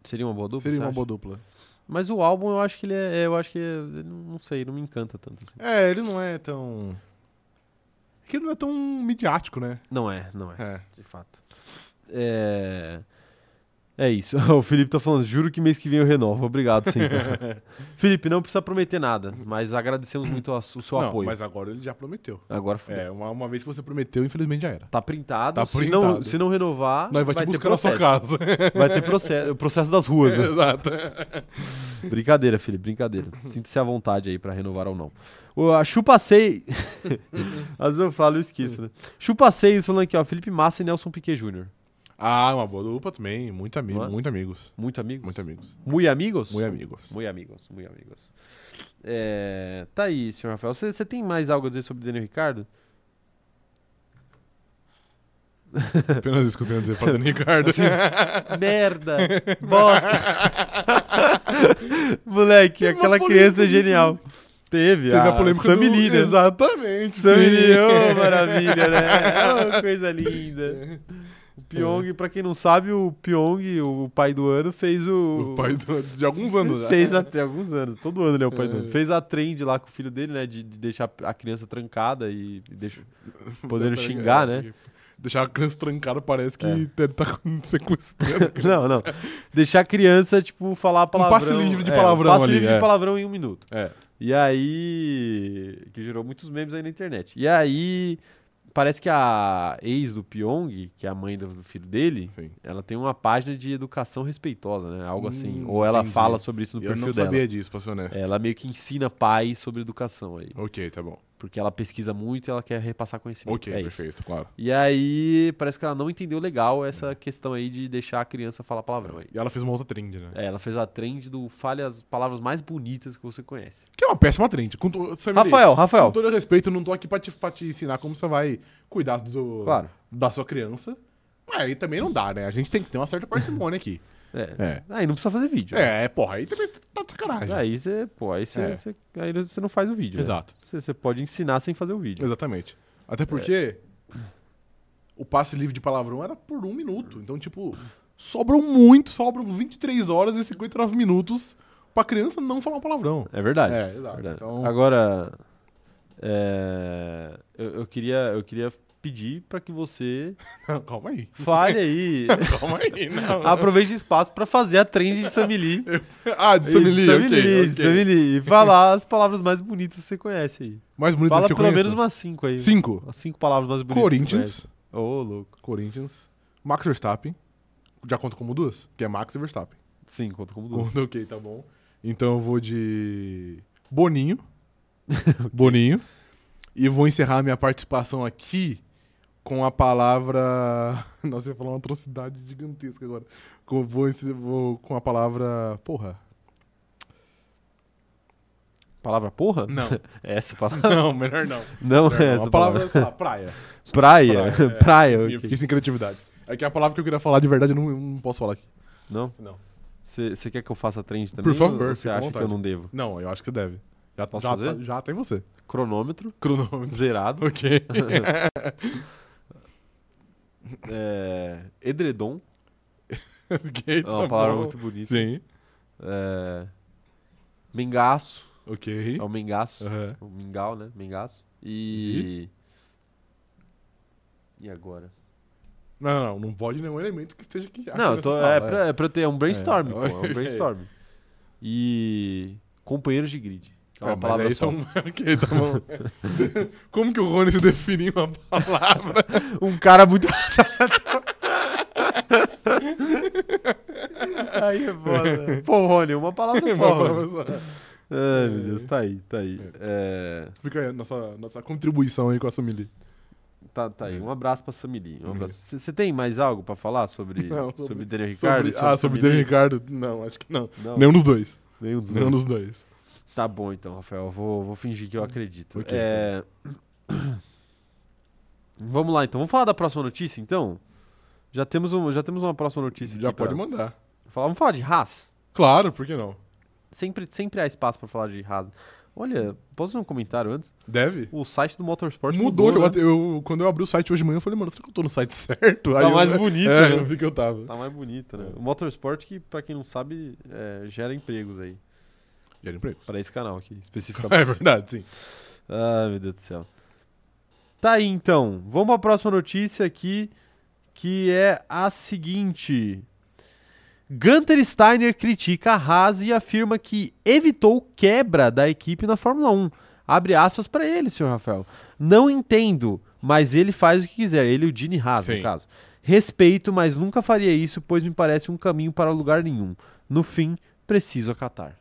[SPEAKER 1] Seria uma boa dupla?
[SPEAKER 2] Seria
[SPEAKER 1] você
[SPEAKER 2] uma
[SPEAKER 1] acha?
[SPEAKER 2] boa dupla.
[SPEAKER 1] Mas o álbum eu acho que ele é. é, Eu acho que. é- eu não não sei, não me encanta tanto assim.
[SPEAKER 2] É, ele não é tão. É que ele não é tão midiático, né?
[SPEAKER 1] Não é, não é,
[SPEAKER 2] É.
[SPEAKER 1] de fato. É. É isso. O Felipe tá falando, juro que mês que vem eu renovo. Obrigado, sim. então. Felipe, não precisa prometer nada, mas agradecemos muito a su- o seu
[SPEAKER 2] não,
[SPEAKER 1] apoio.
[SPEAKER 2] mas agora ele já prometeu.
[SPEAKER 1] Agora foi.
[SPEAKER 2] É, uma, uma vez que você prometeu, infelizmente já era.
[SPEAKER 1] Tá printado.
[SPEAKER 2] Tá
[SPEAKER 1] se, Não,
[SPEAKER 2] printado.
[SPEAKER 1] se não renovar,
[SPEAKER 2] Nós vai, te buscar na sua casa.
[SPEAKER 1] Vai ter processo. O processo das ruas, né?
[SPEAKER 2] Exato.
[SPEAKER 1] Brincadeira, Felipe, brincadeira. Sinta-se à vontade aí pra renovar ou não. O, a Chupa Sei. Às vezes eu falo e eu esqueço, né? Chupa Sei, falando aqui, ó. Felipe Massa e Nelson Piquet Jr.
[SPEAKER 2] Ah, uma boa dupla também. Muito amigo,
[SPEAKER 1] Não é?
[SPEAKER 2] muito amigos.
[SPEAKER 1] Muito amigos?
[SPEAKER 2] Muito amigos.
[SPEAKER 1] Muito amigos?
[SPEAKER 2] Muito amigos.
[SPEAKER 1] Muito amigos, muito amigos. É, tá aí, senhor Rafael. Você você tem mais algo a dizer sobre Daniel Ricardo?
[SPEAKER 2] Apenas isso que eu tenho a dizer pra Dani Ricardo.
[SPEAKER 1] Assim, Merda! Bosta! Moleque,
[SPEAKER 2] Teve uma
[SPEAKER 1] aquela
[SPEAKER 2] polêmica
[SPEAKER 1] criança é
[SPEAKER 2] disso, né?
[SPEAKER 1] genial. Teve,
[SPEAKER 2] Teve a polêmica
[SPEAKER 1] Sammy
[SPEAKER 2] do...
[SPEAKER 1] Lee, né?
[SPEAKER 2] Exatamente.
[SPEAKER 1] Sammy,
[SPEAKER 2] sim.
[SPEAKER 1] oh, maravilha, né? Oh, coisa linda. O Pyong, pra quem não sabe, o Pyong, o pai do ano, fez o.
[SPEAKER 2] O pai do- de alguns anos já.
[SPEAKER 1] Fez há alguns anos, todo ano ele é o pai do ano.
[SPEAKER 2] É.
[SPEAKER 1] Fez a trend lá com o filho dele, né? De, de deixar a criança trancada e, e deixa,
[SPEAKER 2] Tá
[SPEAKER 1] podendo xingar, né?
[SPEAKER 2] Deixar a criança trancada parece que
[SPEAKER 1] É.
[SPEAKER 2] ele tá sequestrando.
[SPEAKER 1] Não, não. Deixar a criança, tipo, falar palavrão.
[SPEAKER 2] Um passe livre de
[SPEAKER 1] é,
[SPEAKER 2] palavrão
[SPEAKER 1] um passe
[SPEAKER 2] ali,
[SPEAKER 1] livre de
[SPEAKER 2] é.
[SPEAKER 1] palavrão em um minuto.
[SPEAKER 2] É.
[SPEAKER 1] E aí. Que gerou muitos memes aí na internet. E aí. Parece que a ex do Pyong, que é a mãe do, do filho dele,
[SPEAKER 2] Sim.
[SPEAKER 1] ela tem uma página de educação respeitosa, né? Algo assim.
[SPEAKER 2] Hum,
[SPEAKER 1] Ou ela
[SPEAKER 2] entendi.
[SPEAKER 1] fala sobre isso no
[SPEAKER 2] Eu
[SPEAKER 1] perfil
[SPEAKER 2] não
[SPEAKER 1] dela.
[SPEAKER 2] sabia disso, pra ser honesto.
[SPEAKER 1] Ela meio que ensina pais sobre educação aí.
[SPEAKER 2] Ok, tá bom.
[SPEAKER 1] Porque ela pesquisa muito e ela quer repassar conhecimento.
[SPEAKER 2] Ok,
[SPEAKER 1] é isso.
[SPEAKER 2] perfeito, claro.
[SPEAKER 1] E aí, parece que ela não entendeu legal essa questão aí de deixar a criança falar palavrão aí.
[SPEAKER 2] E ela fez uma outra trend, né?
[SPEAKER 1] É, ela fez a trend do fale as palavras mais bonitas que você conhece.
[SPEAKER 2] Que é uma péssima trend. Com to- sabe,
[SPEAKER 1] Rafael,
[SPEAKER 2] Com
[SPEAKER 1] Rafael.
[SPEAKER 2] todo respeito, eu não tô aqui pra te, pra te ensinar como você vai cuidar do,
[SPEAKER 1] Claro.
[SPEAKER 2] da sua criança. Mas aí também não dá, né? A gente tem que ter uma certa parcimônia aqui.
[SPEAKER 1] É.
[SPEAKER 2] É.
[SPEAKER 1] Aí não precisa fazer vídeo.
[SPEAKER 2] É, porra, aí também tá de sacanagem.
[SPEAKER 1] Aí você, pô, aí você,
[SPEAKER 2] É.
[SPEAKER 1] você- aí você não faz o vídeo. né?
[SPEAKER 2] Exato.
[SPEAKER 1] Você, você pode ensinar sem fazer o vídeo.
[SPEAKER 2] Exatamente. Até porque o passe livre de palavrão era por um minuto. Então, tipo, sobram muito, sobram 23 horas e 59 minutos pra criança não falar um palavrão.
[SPEAKER 1] É verdade.
[SPEAKER 2] É, exato.
[SPEAKER 1] Verdade.
[SPEAKER 2] Então-
[SPEAKER 1] Agora, é, eu, eu queria, eu queria pedir pra que você
[SPEAKER 2] Calma aí.
[SPEAKER 1] fale aí,
[SPEAKER 2] Calma aí, né? não.
[SPEAKER 1] aproveite o espaço pra fazer a trend de Samili.
[SPEAKER 2] Ah, de Samili, ok.
[SPEAKER 1] Samili,
[SPEAKER 2] ok.
[SPEAKER 1] Samili. E falar as palavras mais bonitas que você conhece aí.
[SPEAKER 2] Mais bonitas
[SPEAKER 1] Fala
[SPEAKER 2] que eu
[SPEAKER 1] pelo menos
[SPEAKER 2] conheço.
[SPEAKER 1] umas cinco aí.
[SPEAKER 2] Cinco.
[SPEAKER 1] As cinco palavras mais bonitas. que você
[SPEAKER 2] Corinthians.
[SPEAKER 1] conhece. Ô, louco.
[SPEAKER 2] Corinthians. Max Verstappen. Já conta como duas? Que é Max e Verstappen.
[SPEAKER 1] né? Sim, conta como duas.
[SPEAKER 2] Conta, ok, tá bom. Então eu vou de Boninho. Boninho. E vou encerrar minha participação aqui com a palavra. Nossa, eu ia falar uma atrocidade gigantesca agora. Com, vou, encer- vou com a palavra. Porra.
[SPEAKER 1] Palavra porra? É
[SPEAKER 2] Não.
[SPEAKER 1] Essa palavra.
[SPEAKER 2] Não, melhor não.
[SPEAKER 1] Não, é
[SPEAKER 2] Melhor Hum. não.
[SPEAKER 1] essa
[SPEAKER 2] a palavra, é, sei lá, praia.
[SPEAKER 1] Praia.
[SPEAKER 2] Praia,
[SPEAKER 1] Praia.
[SPEAKER 2] é. Eu
[SPEAKER 1] ok.
[SPEAKER 2] fiquei sem criatividade. É que a palavra que eu queria falar de verdade eu não, eu não posso falar aqui.
[SPEAKER 1] Não?
[SPEAKER 2] Não.
[SPEAKER 1] Você quer que eu faça trend também?
[SPEAKER 2] Por favor,
[SPEAKER 1] ou
[SPEAKER 2] fica
[SPEAKER 1] Você
[SPEAKER 2] à
[SPEAKER 1] acha que
[SPEAKER 2] vontade.
[SPEAKER 1] eu não devo?
[SPEAKER 2] Não, eu acho que você deve. Já,
[SPEAKER 1] Posso
[SPEAKER 2] já,
[SPEAKER 1] fazer?
[SPEAKER 2] tá- já tem você.
[SPEAKER 1] Cronômetro,
[SPEAKER 2] Cronômetro.
[SPEAKER 1] zerado.
[SPEAKER 2] Ok.
[SPEAKER 1] é, edredom,
[SPEAKER 2] ok,
[SPEAKER 1] é
[SPEAKER 2] tá
[SPEAKER 1] uma palavra
[SPEAKER 2] bom.
[SPEAKER 1] muito bonita.
[SPEAKER 2] Sim.
[SPEAKER 1] É, mengaço,
[SPEAKER 2] Ok.
[SPEAKER 1] é o mengaço.
[SPEAKER 2] Aham.
[SPEAKER 1] O mingau, né? Mengaço. E.
[SPEAKER 2] Uhum.
[SPEAKER 1] E agora?
[SPEAKER 2] Não, não, não pode nenhum elemento que esteja aqui. aqui
[SPEAKER 1] não, eu
[SPEAKER 2] nessa
[SPEAKER 1] tô,
[SPEAKER 2] sala,
[SPEAKER 1] é, pra, é pra eu ter. É um brainstorm,
[SPEAKER 2] É.
[SPEAKER 1] pô, é um brainstorm. E. Companheiros de grid. É
[SPEAKER 2] É,
[SPEAKER 1] uma
[SPEAKER 2] mas
[SPEAKER 1] palavra
[SPEAKER 2] aí
[SPEAKER 1] só.
[SPEAKER 2] são- ok, tá bom. Como que o Rony se define em uma palavra?
[SPEAKER 1] Um cara muito. aí é foda. Pô, Rony, É uma palavra
[SPEAKER 2] Uma
[SPEAKER 1] só.
[SPEAKER 2] palavra
[SPEAKER 1] Rony.
[SPEAKER 2] só.
[SPEAKER 1] Ai, meu Deus, tá aí, tá aí. É,
[SPEAKER 2] Fica aí a nossa, nossa contribuição aí com a Samili.
[SPEAKER 1] tá, tá
[SPEAKER 2] É.
[SPEAKER 1] aí. Um abraço pra Samili. Um abraço. Você tem mais algo pra falar sobre,
[SPEAKER 2] Não, sobre-
[SPEAKER 1] sobre, Daniel Ricardo? e
[SPEAKER 2] sobre, ah, sobre o Daniel
[SPEAKER 1] Samili?
[SPEAKER 2] Ricardo? Não, acho que não.
[SPEAKER 1] Não,
[SPEAKER 2] Nenhum dos dois.
[SPEAKER 1] nenhum dos
[SPEAKER 2] Nenhum
[SPEAKER 1] dois.
[SPEAKER 2] dos dois.
[SPEAKER 1] Tá bom então, Rafael. Eu vou, vou fingir que eu acredito.
[SPEAKER 2] Ok, tá
[SPEAKER 1] É, Vamos lá então. Vamos falar da próxima notícia então? Já temos, um, já temos uma próxima notícia
[SPEAKER 2] Já
[SPEAKER 1] aqui
[SPEAKER 2] pode
[SPEAKER 1] pra
[SPEAKER 2] mandar.
[SPEAKER 1] falar. Vamos falar de Haas?
[SPEAKER 2] Claro, por que não?
[SPEAKER 1] Sempre, sempre há espaço pra falar de Haas. Olha, posso fazer um comentário antes?
[SPEAKER 2] Deve?
[SPEAKER 1] O site do Motorsport
[SPEAKER 2] Mudou,
[SPEAKER 1] mudou,
[SPEAKER 2] eu
[SPEAKER 1] né?
[SPEAKER 2] bate- eu, quando eu abri o site hoje de manhã, eu falei, mano, será que eu tô no site certo?
[SPEAKER 1] Tá
[SPEAKER 2] eu-
[SPEAKER 1] mais bonito,
[SPEAKER 2] é,
[SPEAKER 1] né?
[SPEAKER 2] eu vi que eu tava.
[SPEAKER 1] Tá mais bonito, né? O Motorsport que, pra quem não sabe, é, gera empregos aí.
[SPEAKER 2] Gera emprego.
[SPEAKER 1] Pra esse canal aqui, especificamente.
[SPEAKER 2] É verdade, sim.
[SPEAKER 1] Ah, meu Deus do céu. Tá aí então. Vamos para a próxima notícia aqui, que é a seguinte. Gunter Steiner critica a Haas e afirma que evitou quebra da equipe na Fórmula 1. Abre aspas para ele, senhor Rafael. Não entendo, mas ele faz o que quiser. Ele e o Gene Haas,
[SPEAKER 2] Sim.
[SPEAKER 1] no caso. Respeito, mas nunca faria isso, pois me parece um caminho para lugar nenhum. No fim, preciso acatar.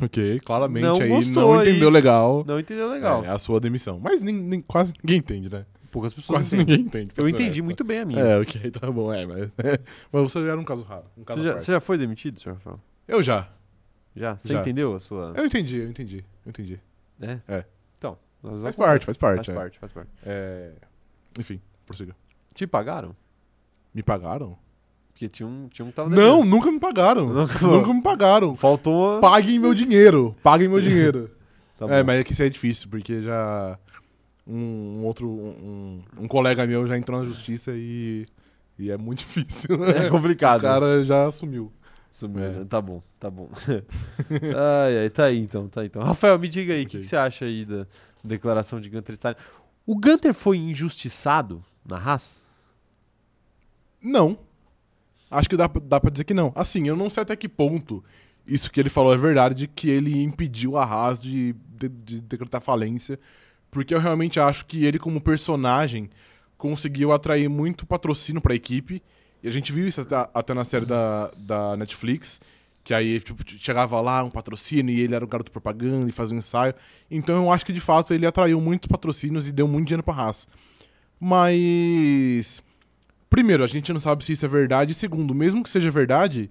[SPEAKER 2] Ok, claramente
[SPEAKER 1] Não
[SPEAKER 2] aí
[SPEAKER 1] gostou,
[SPEAKER 2] não entendeu
[SPEAKER 1] aí.
[SPEAKER 2] legal.
[SPEAKER 1] Não entendeu legal.
[SPEAKER 2] É, a sua demissão. Mas nem, nem- quase ninguém entende, né?
[SPEAKER 1] Poucas pessoas
[SPEAKER 2] Quase
[SPEAKER 1] entendem.
[SPEAKER 2] ninguém entende. pra
[SPEAKER 1] Eu
[SPEAKER 2] ser
[SPEAKER 1] entendi
[SPEAKER 2] honesta.
[SPEAKER 1] muito bem a minha.
[SPEAKER 2] É, ok, tá bom, é, mas. mas você já era um caso raro. Um caso
[SPEAKER 1] Você já,
[SPEAKER 2] à parte.
[SPEAKER 1] você já foi demitido, senhor Rafael?
[SPEAKER 2] Eu já.
[SPEAKER 1] Já? Você
[SPEAKER 2] Já.
[SPEAKER 1] entendeu a sua.
[SPEAKER 2] Eu entendi, eu entendi, eu entendi.
[SPEAKER 1] É?
[SPEAKER 2] É.
[SPEAKER 1] Então, nós
[SPEAKER 2] Faz
[SPEAKER 1] vamos-
[SPEAKER 2] parte, faz parte.
[SPEAKER 1] Faz
[SPEAKER 2] é.
[SPEAKER 1] parte, faz parte.
[SPEAKER 2] É, Enfim, prossiga.
[SPEAKER 1] Te pagaram?
[SPEAKER 2] Me pagaram?
[SPEAKER 1] Porque tinha um, tinha um que tava
[SPEAKER 2] Não,
[SPEAKER 1] devendo.
[SPEAKER 2] nunca me pagaram.
[SPEAKER 1] Nunca-
[SPEAKER 2] nunca me pagaram.
[SPEAKER 1] Faltou.
[SPEAKER 2] Paguem meu dinheiro. Paguem meu dinheiro.
[SPEAKER 1] Tá
[SPEAKER 2] é,
[SPEAKER 1] bom.
[SPEAKER 2] mas é que isso é difícil, porque já. Um, um outro. Um, um- um colega meu já entrou na justiça e. E é muito difícil.
[SPEAKER 1] É complicado.
[SPEAKER 2] O cara já assumiu.
[SPEAKER 1] Sumiu,
[SPEAKER 2] É.
[SPEAKER 1] né? Tá bom, tá bom. ai, ai, tá aí então, tá aí então. Rafael, me diga aí, o que,
[SPEAKER 2] Ok.
[SPEAKER 1] que você acha aí da declaração de Gunter Steiner? O Gunter foi injustiçado na Haas?
[SPEAKER 2] Não. Acho que dá, pra- dá pra dizer que não. Assim, eu não sei até que ponto isso que ele falou é verdade, de que ele impediu a Haas de, de- de decretar falência, porque eu realmente acho que ele, como personagem, conseguiu atrair muito patrocínio pra equipe, e a gente viu isso até, até na série da, da Netflix, que aí tipo, chegava lá um patrocínio e ele era o garoto propaganda e fazia um ensaio. Então eu acho que de fato ele atraiu muitos patrocínios e deu muito dinheiro pra Haas. Mas. Primeiro, a gente não sabe se isso é verdade. E segundo, mesmo que seja verdade,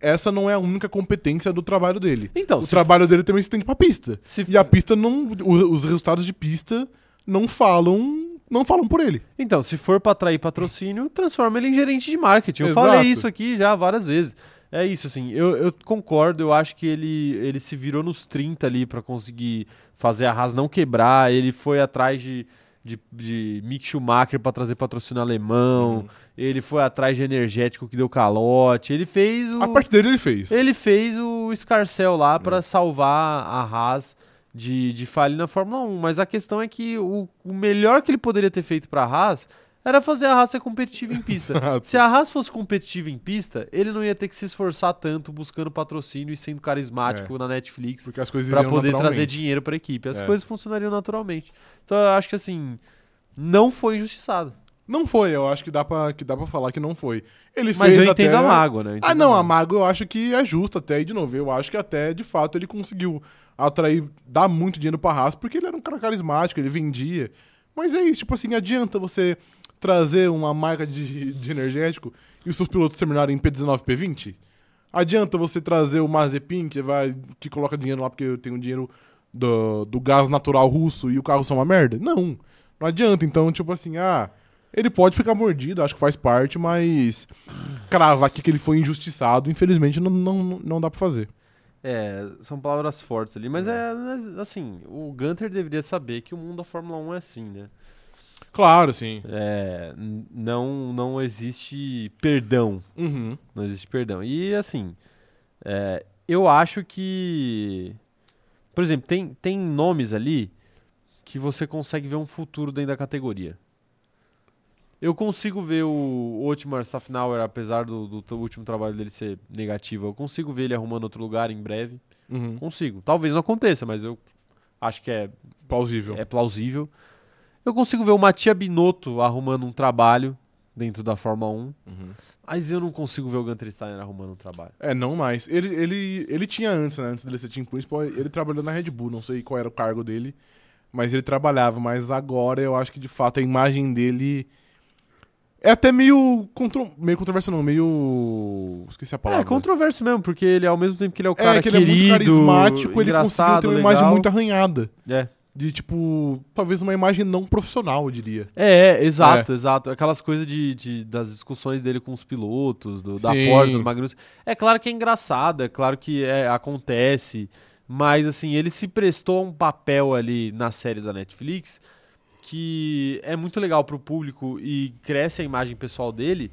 [SPEAKER 2] essa não é a única competência do trabalho dele.
[SPEAKER 1] Então,
[SPEAKER 2] o
[SPEAKER 1] se,
[SPEAKER 2] trabalho dele também se tem pra pista.
[SPEAKER 1] se-
[SPEAKER 2] E a pista não. o- Os resultados de pista não falam. não falam por ele.
[SPEAKER 1] Então, se for para atrair patrocínio, transforma ele em gerente de marketing. Eu
[SPEAKER 2] Exato.
[SPEAKER 1] falei isso aqui já várias vezes. É isso, assim, eu, eu concordo, eu acho que ele, ele se virou nos 30 ali para conseguir fazer a Haas não quebrar, ele foi atrás de, de, de Mick Schumacher para trazer patrocínio alemão,
[SPEAKER 2] Uhum.
[SPEAKER 1] ele foi atrás de energético que deu calote, ele fez o...
[SPEAKER 2] A parte dele ele É. fez.
[SPEAKER 1] Ele fez o escarcel lá pra salvar a Haas de, de falir na Fórmula 1. Mas a questão é que o, o melhor que ele poderia ter feito pra Haas era fazer a Haas ser competitiva em pista.
[SPEAKER 2] Exato.
[SPEAKER 1] Se a Haas fosse competitiva em pista, ele não ia ter que se esforçar tanto buscando patrocínio e sendo carismático na Netflix
[SPEAKER 2] É. Porque as coisas
[SPEAKER 1] pra
[SPEAKER 2] iriam
[SPEAKER 1] poder trazer
[SPEAKER 2] naturalmente.
[SPEAKER 1] dinheiro pra equipe. As
[SPEAKER 2] É.
[SPEAKER 1] coisas funcionariam naturalmente. Então eu acho que assim, não foi injustiçado.
[SPEAKER 2] Não foi, eu acho que dá pra, que dá pra falar que não foi. Ele
[SPEAKER 1] Mas
[SPEAKER 2] fez
[SPEAKER 1] eu
[SPEAKER 2] até...
[SPEAKER 1] entendo a mágoa, né? Eu
[SPEAKER 2] Ah,
[SPEAKER 1] entendo
[SPEAKER 2] não,
[SPEAKER 1] mágoa.
[SPEAKER 2] a Mago eu acho que é justo até, e de novo, eu acho que até, de fato, ele conseguiu atrair, dar muito dinheiro pra Haas, porque ele era um cara carismático, ele vendia. Mas é isso, tipo assim, adianta você trazer uma marca de, de energético e os seus pilotos terminarem em P19, P20? Adianta você trazer o Mazepin, que vai que coloca dinheiro lá porque eu tenho dinheiro do, do gás natural russo e o carro são uma merda? Não. Não adianta. Então, tipo assim, ah, ele pode ficar mordido, acho que faz parte, mas cravar aqui que ele foi injustiçado, infelizmente não, não, não dá pra fazer.
[SPEAKER 1] É, são palavras fortes ali, mas é, né, assim, o Gunter deveria saber que o mundo da Fórmula 1 é assim, né?
[SPEAKER 2] Claro, sim.
[SPEAKER 1] É, n- não, não existe perdão,
[SPEAKER 2] Uhum,
[SPEAKER 1] não existe perdão. E assim, é, eu acho que, por exemplo, tem, tem nomes ali que você consegue ver um futuro dentro da categoria. Eu consigo ver o Otmar Safnauer, apesar do, do t- último trabalho dele ser negativo, eu consigo ver ele arrumando outro lugar em breve.
[SPEAKER 2] uhum.
[SPEAKER 1] Consigo. Talvez não aconteça, mas eu acho que é,
[SPEAKER 2] Plausível.
[SPEAKER 1] é plausível. Eu consigo ver o Matia Binotto arrumando um trabalho dentro da Fórmula 1,
[SPEAKER 2] Uhum.
[SPEAKER 1] mas eu não consigo ver o Gunter Steiner arrumando um trabalho.
[SPEAKER 2] É, não mais. Ele, ele, ele tinha antes, né? Antes dele ser team principal, ele trabalhou na Red Bull, não sei qual era o cargo dele, mas ele trabalhava. Mas agora eu acho que de fato a imagem dele é até meio, contro... meio controversa, não, meio. Esqueci a palavra.
[SPEAKER 1] É controverso mesmo, porque ele, ao mesmo tempo que ele é o
[SPEAKER 2] É,
[SPEAKER 1] cara
[SPEAKER 2] que ele
[SPEAKER 1] querido,
[SPEAKER 2] é muito carismático, ele conseguiu
[SPEAKER 1] engraçado,
[SPEAKER 2] ter uma
[SPEAKER 1] legal.
[SPEAKER 2] imagem muito arranhada.
[SPEAKER 1] É,
[SPEAKER 2] De tipo, talvez uma imagem não profissional, eu diria.
[SPEAKER 1] é, é, exato, exato. Aquelas coisas de, de- das discussões dele com os pilotos, do, da
[SPEAKER 2] Sim.
[SPEAKER 1] porta, do Magnus. É claro que é engraçado, é claro que é, acontece, Mas, assim, ele se prestou a um papel ali na série da Netflix que é muito legal pro público e cresce a imagem pessoal dele,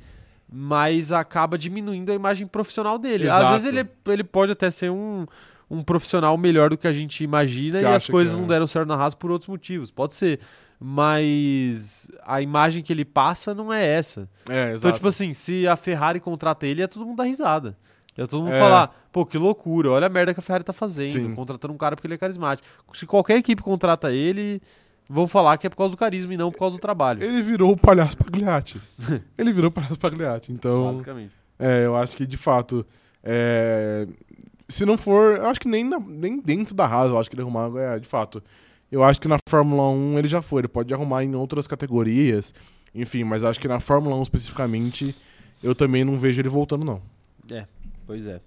[SPEAKER 1] mas acaba diminuindo a imagem profissional dele.
[SPEAKER 2] Exato.
[SPEAKER 1] Às vezes ele, é, ele pode até ser um, um profissional melhor do que a gente imagina
[SPEAKER 2] Que
[SPEAKER 1] e as
[SPEAKER 2] acha que
[SPEAKER 1] coisas
[SPEAKER 2] é.
[SPEAKER 1] não deram certo na raça por outros motivos, pode ser. Mas a imagem que ele passa não é essa.
[SPEAKER 2] É,
[SPEAKER 1] Então,
[SPEAKER 2] exato.
[SPEAKER 1] tipo assim, se a Ferrari contrata ele, é todo mundo dar risada. É todo mundo
[SPEAKER 2] É.
[SPEAKER 1] falar, pô, que loucura, olha a merda que a Ferrari tá fazendo,
[SPEAKER 2] Sim.
[SPEAKER 1] contratando um cara porque ele é carismático. Se qualquer equipe contrata ele, vão falar que é por causa do carisma e não por causa do trabalho.
[SPEAKER 2] Ele virou o palhaço Pagliatti. ele virou o palhaço Pagliatti. Então,
[SPEAKER 1] Basicamente.
[SPEAKER 2] é, eu acho que, de fato, é, se não for... Eu acho que nem, na- nem dentro da Haas eu acho que ele arrumar... É, de fato, eu acho que na Fórmula 1 ele já foi. Ele pode arrumar em outras categorias. Enfim, mas acho que na Fórmula 1 especificamente, eu também não vejo ele voltando, não.
[SPEAKER 1] Pois é.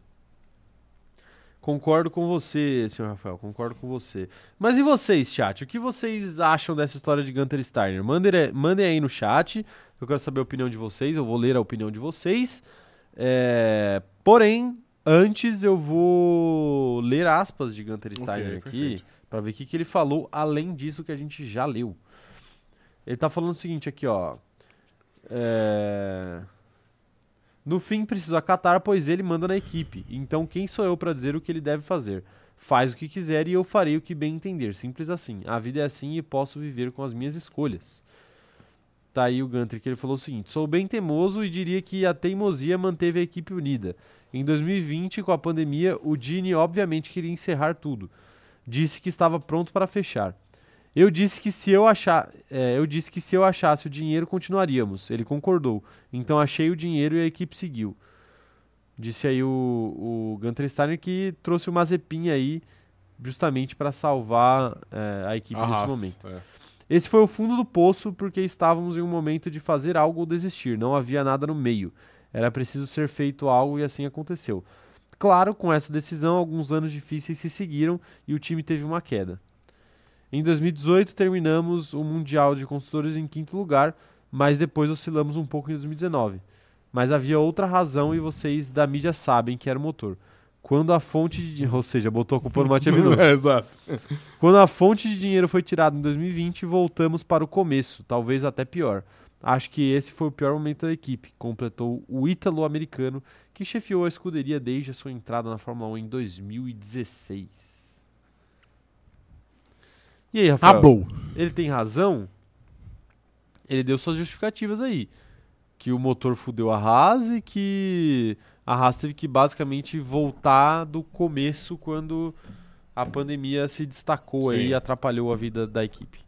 [SPEAKER 1] Concordo com você, senhor Rafael, concordo com você. Mas e vocês, chat? O que vocês acham dessa história de Gunter Steiner? Mandem, eh, mandem aí no chat, eu quero saber a opinião de vocês, eu vou ler a opinião de vocês. É, Porém, antes eu vou ler aspas de Gunter Steiner aqui,
[SPEAKER 2] perfeito.
[SPEAKER 1] para ver o que, que ele falou além disso que a gente já leu. Ele tá falando o seguinte aqui, ó. É... No fim, preciso acatar, pois ele manda na equipe. Então, quem sou eu pra dizer o que ele deve fazer? Faz o que quiser e eu farei o que bem entender. Simples assim. A vida é assim e posso viver com as minhas escolhas. Tá aí o Gantry, que ele falou o seguinte: Sou bem teimoso e diria que a teimosia manteve a equipe unida. Em 2020, com a pandemia, o Dini obviamente queria encerrar tudo. Disse que estava pronto para fechar. Eu disse que se eu achar, é, eu disse que se eu achasse o dinheiro continuaríamos. Ele concordou. Então achei o dinheiro e a equipe seguiu. Disse aí o, o Gunter Steiner que trouxe o Mazepin aí justamente para salvar é, a equipe
[SPEAKER 2] A
[SPEAKER 1] nesse
[SPEAKER 2] Haas,
[SPEAKER 1] momento.
[SPEAKER 2] é.
[SPEAKER 1] Esse foi o fundo do poço porque estávamos em um momento de fazer algo ou desistir, não havia nada no meio. Era preciso ser feito algo e assim aconteceu. Claro, com essa decisão, alguns anos difíceis se seguiram e o time teve uma queda. Em 2018, terminamos o Mundial de Construtores em quinto lugar, mas depois oscilamos um pouco em 2019. Mas havia outra razão e vocês da mídia sabem que era o motor. Quando a fonte de. Ou seja, botou a culpa no Matheus Binotto.
[SPEAKER 2] É, exato.
[SPEAKER 1] Quando a fonte de dinheiro foi tirada em 2020, voltamos para o começo, talvez até pior. Acho que esse foi o pior momento da equipe, completou o ítalo-americano que chefiou a escuderia desde a sua entrada na Fórmula 1 em 2016. E aí, Rafael?
[SPEAKER 2] Acabou.
[SPEAKER 1] Ele tem razão? Ele deu suas justificativas aí. Que o motor fudeu a Haas e que a Haas teve que basicamente voltar do começo quando a pandemia se destacou aí
[SPEAKER 2] Sim.
[SPEAKER 1] e atrapalhou a vida da equipe.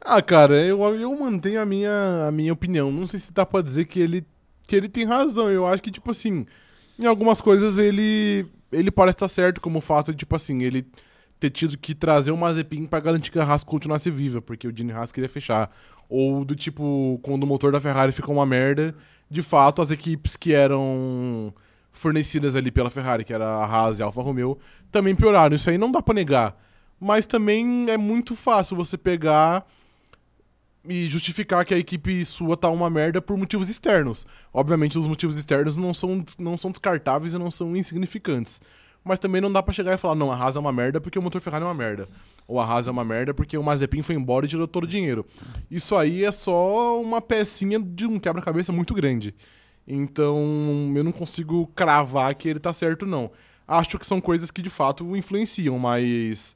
[SPEAKER 2] Ah, cara, eu, eu mantenho a minha, a minha opinião. Não sei se dá pra dizer que ele, que ele tem razão. Eu acho que, tipo assim, em algumas coisas ele, ele parece estar certo, como o fato de, tipo assim, ele ter tido que trazer o Mazepin pra garantir que a Haas continuasse viva, porque o Gene Haas queria fechar. Ou do tipo, quando o motor da Ferrari ficou uma merda, de fato as equipes que eram fornecidas ali pela Ferrari, que era a Haas e a Alfa Romeo, também pioraram. Isso aí não dá pra negar. Mas também é muito fácil você pegar e justificar que a equipe sua tá uma merda por motivos externos. Obviamente, os motivos externos não são, não são descartáveis e não são insignificantes. Mas também não dá pra chegar e falar, não, a Haas é uma merda porque o motor Ferrari é uma merda. Ou a Haas é uma merda porque o Mazepin foi embora e tirou todo o dinheiro. Isso aí é só uma pecinha de um quebra-cabeça muito grande. Então, eu não consigo cravar que ele tá certo, não. Acho que são coisas que de fato influenciam, mas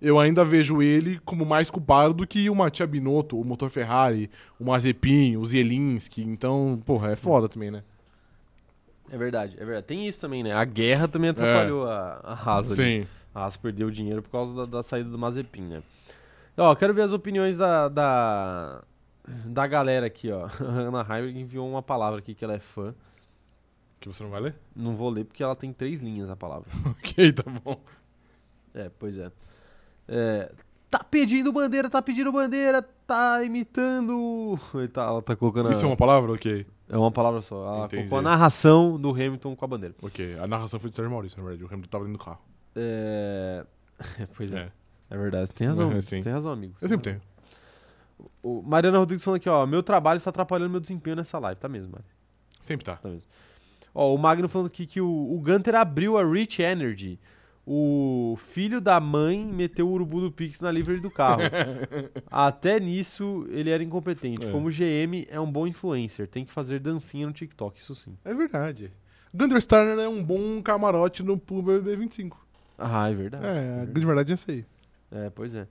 [SPEAKER 2] eu ainda vejo ele como mais culpado do que o Matia Binotto, o Motor Ferrari, o Mazepin, o Zielinski. Então, porra, é foda também, né?
[SPEAKER 1] É verdade, é verdade. Tem isso também, né? A guerra também atrapalhou a, a Haas ali.
[SPEAKER 2] Sim.
[SPEAKER 1] A Haas perdeu o dinheiro por causa da, da saída do Mazepin, né? Ó, quero ver as opiniões da, da, da galera aqui, ó. A Ana Heimberg enviou uma palavra aqui que ela é fã.
[SPEAKER 2] Que você não vai ler?
[SPEAKER 1] Não vou ler porque ela tem três linhas a palavra.
[SPEAKER 2] ok, tá bom.
[SPEAKER 1] É, pois é. É, tá pedindo bandeira, tá pedindo bandeira, tá imitando. Ele tá- ela tá colocando. a-
[SPEAKER 2] Isso é uma palavra? Ok.
[SPEAKER 1] é uma palavra só. Ela
[SPEAKER 2] Entendi.
[SPEAKER 1] colocou a narração do Hamilton com a bandeira.
[SPEAKER 2] Ok. A narração foi do Sérgio Maurício, na verdade. O Hamilton tava dentro do carro.
[SPEAKER 1] É. Pois é.
[SPEAKER 2] É.
[SPEAKER 1] É verdade, você tem razão.
[SPEAKER 2] É, sim.
[SPEAKER 1] Tem razão, amigo.
[SPEAKER 2] Eu sempre tenho.
[SPEAKER 1] O Mariana Rodrigues falando aqui, ó. Meu trabalho está atrapalhando meu desempenho nessa live. Tá mesmo, Mari.
[SPEAKER 2] Sempre tá.
[SPEAKER 1] Tá mesmo. Ó, o Magno falando aqui que o, o Gunter abriu a Rich Energy. o filho da mãe meteu o urubu do Pix na livery do carro. Até nisso ele era incompetente.
[SPEAKER 2] É.
[SPEAKER 1] Como GM é um bom influencer, tem que fazer dancinha no TikTok, isso sim.
[SPEAKER 2] É verdade. Gunderstarner é um bom camarote no BBB 25.
[SPEAKER 1] Ah, é verdade.
[SPEAKER 2] É, a grande verdade é essa aí.
[SPEAKER 1] É, pois é.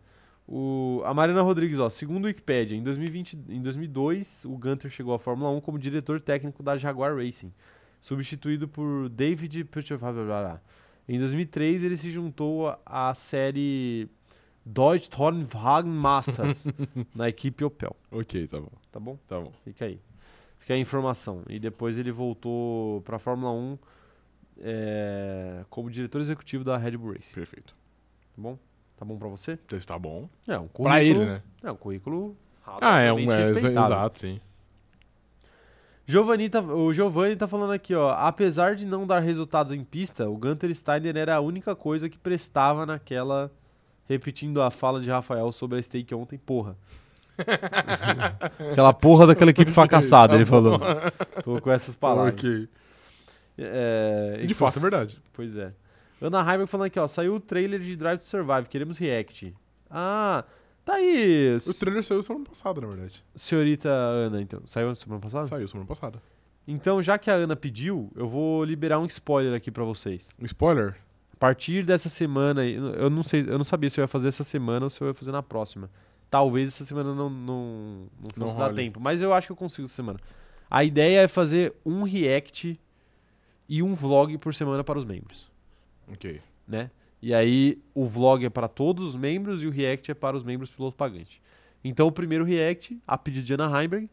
[SPEAKER 1] O, a Mariana Rodrigues, ó, segundo o Wikipedia, em, 2020, em 2002, o Gunter chegou à Fórmula 1 como diretor técnico da Jaguar Racing, substituído por David Putchefabrara. Em 2003, ele se juntou à- à série Deutsche Tornwagen Masters na equipe Opel,
[SPEAKER 2] Ok, tá bom.
[SPEAKER 1] tá bom?
[SPEAKER 2] Tá bom.
[SPEAKER 1] Fica aí. Fica aí a informação. E depois ele voltou para a Fórmula 1 é, como diretor executivo da Red Bull Racing,
[SPEAKER 2] Perfeito.
[SPEAKER 1] tá bom? Tá bom pra você?
[SPEAKER 2] Então está bom.
[SPEAKER 1] É, um currículo...
[SPEAKER 2] Pra ele, né?
[SPEAKER 1] É um currículo
[SPEAKER 2] Ah, é um.
[SPEAKER 1] razoavelmente
[SPEAKER 2] É, exa-
[SPEAKER 1] respeitável.
[SPEAKER 2] exato, sim.
[SPEAKER 1] Giovanni tá, o Giovanni tá falando aqui, ó. Apesar de não dar resultados em pista, o Gunter Steiner era a única coisa que prestava naquela. Repetindo a fala de Rafael sobre a stake ontem, porra. Aquela porra daquela equipe fracassada, ele falou. Colocou essas palavras.
[SPEAKER 2] Ok.
[SPEAKER 1] É,
[SPEAKER 2] De fato, é verdade.
[SPEAKER 1] Pois é. Ana Heimberg falando aqui, ó. Saiu o trailer de Drive to Survive, queremos react. Ah, tá aí,
[SPEAKER 2] O trailer saiu semana passada, na verdade.
[SPEAKER 1] senhorita Ana, então. Saiu semana passada?
[SPEAKER 2] Saiu semana passada.
[SPEAKER 1] Então, já que a Ana pediu, eu vou liberar um spoiler aqui pra vocês.
[SPEAKER 2] Um spoiler?
[SPEAKER 1] A partir dessa semana, eu eu não sei, eu não sabia se eu ia fazer essa semana ou se eu ia fazer na próxima. Talvez essa semana não não, não fosse
[SPEAKER 2] Não
[SPEAKER 1] dar
[SPEAKER 2] role.
[SPEAKER 1] tempo, mas eu acho que eu consigo essa semana. A ideia é fazer um react e um vlog por semana para os membros,
[SPEAKER 2] Ok.
[SPEAKER 1] né? E aí o vlog é para todos os membros e o react é para os membros piloto pagante. Então, o primeiro react, a pedido de Ana Heimberg,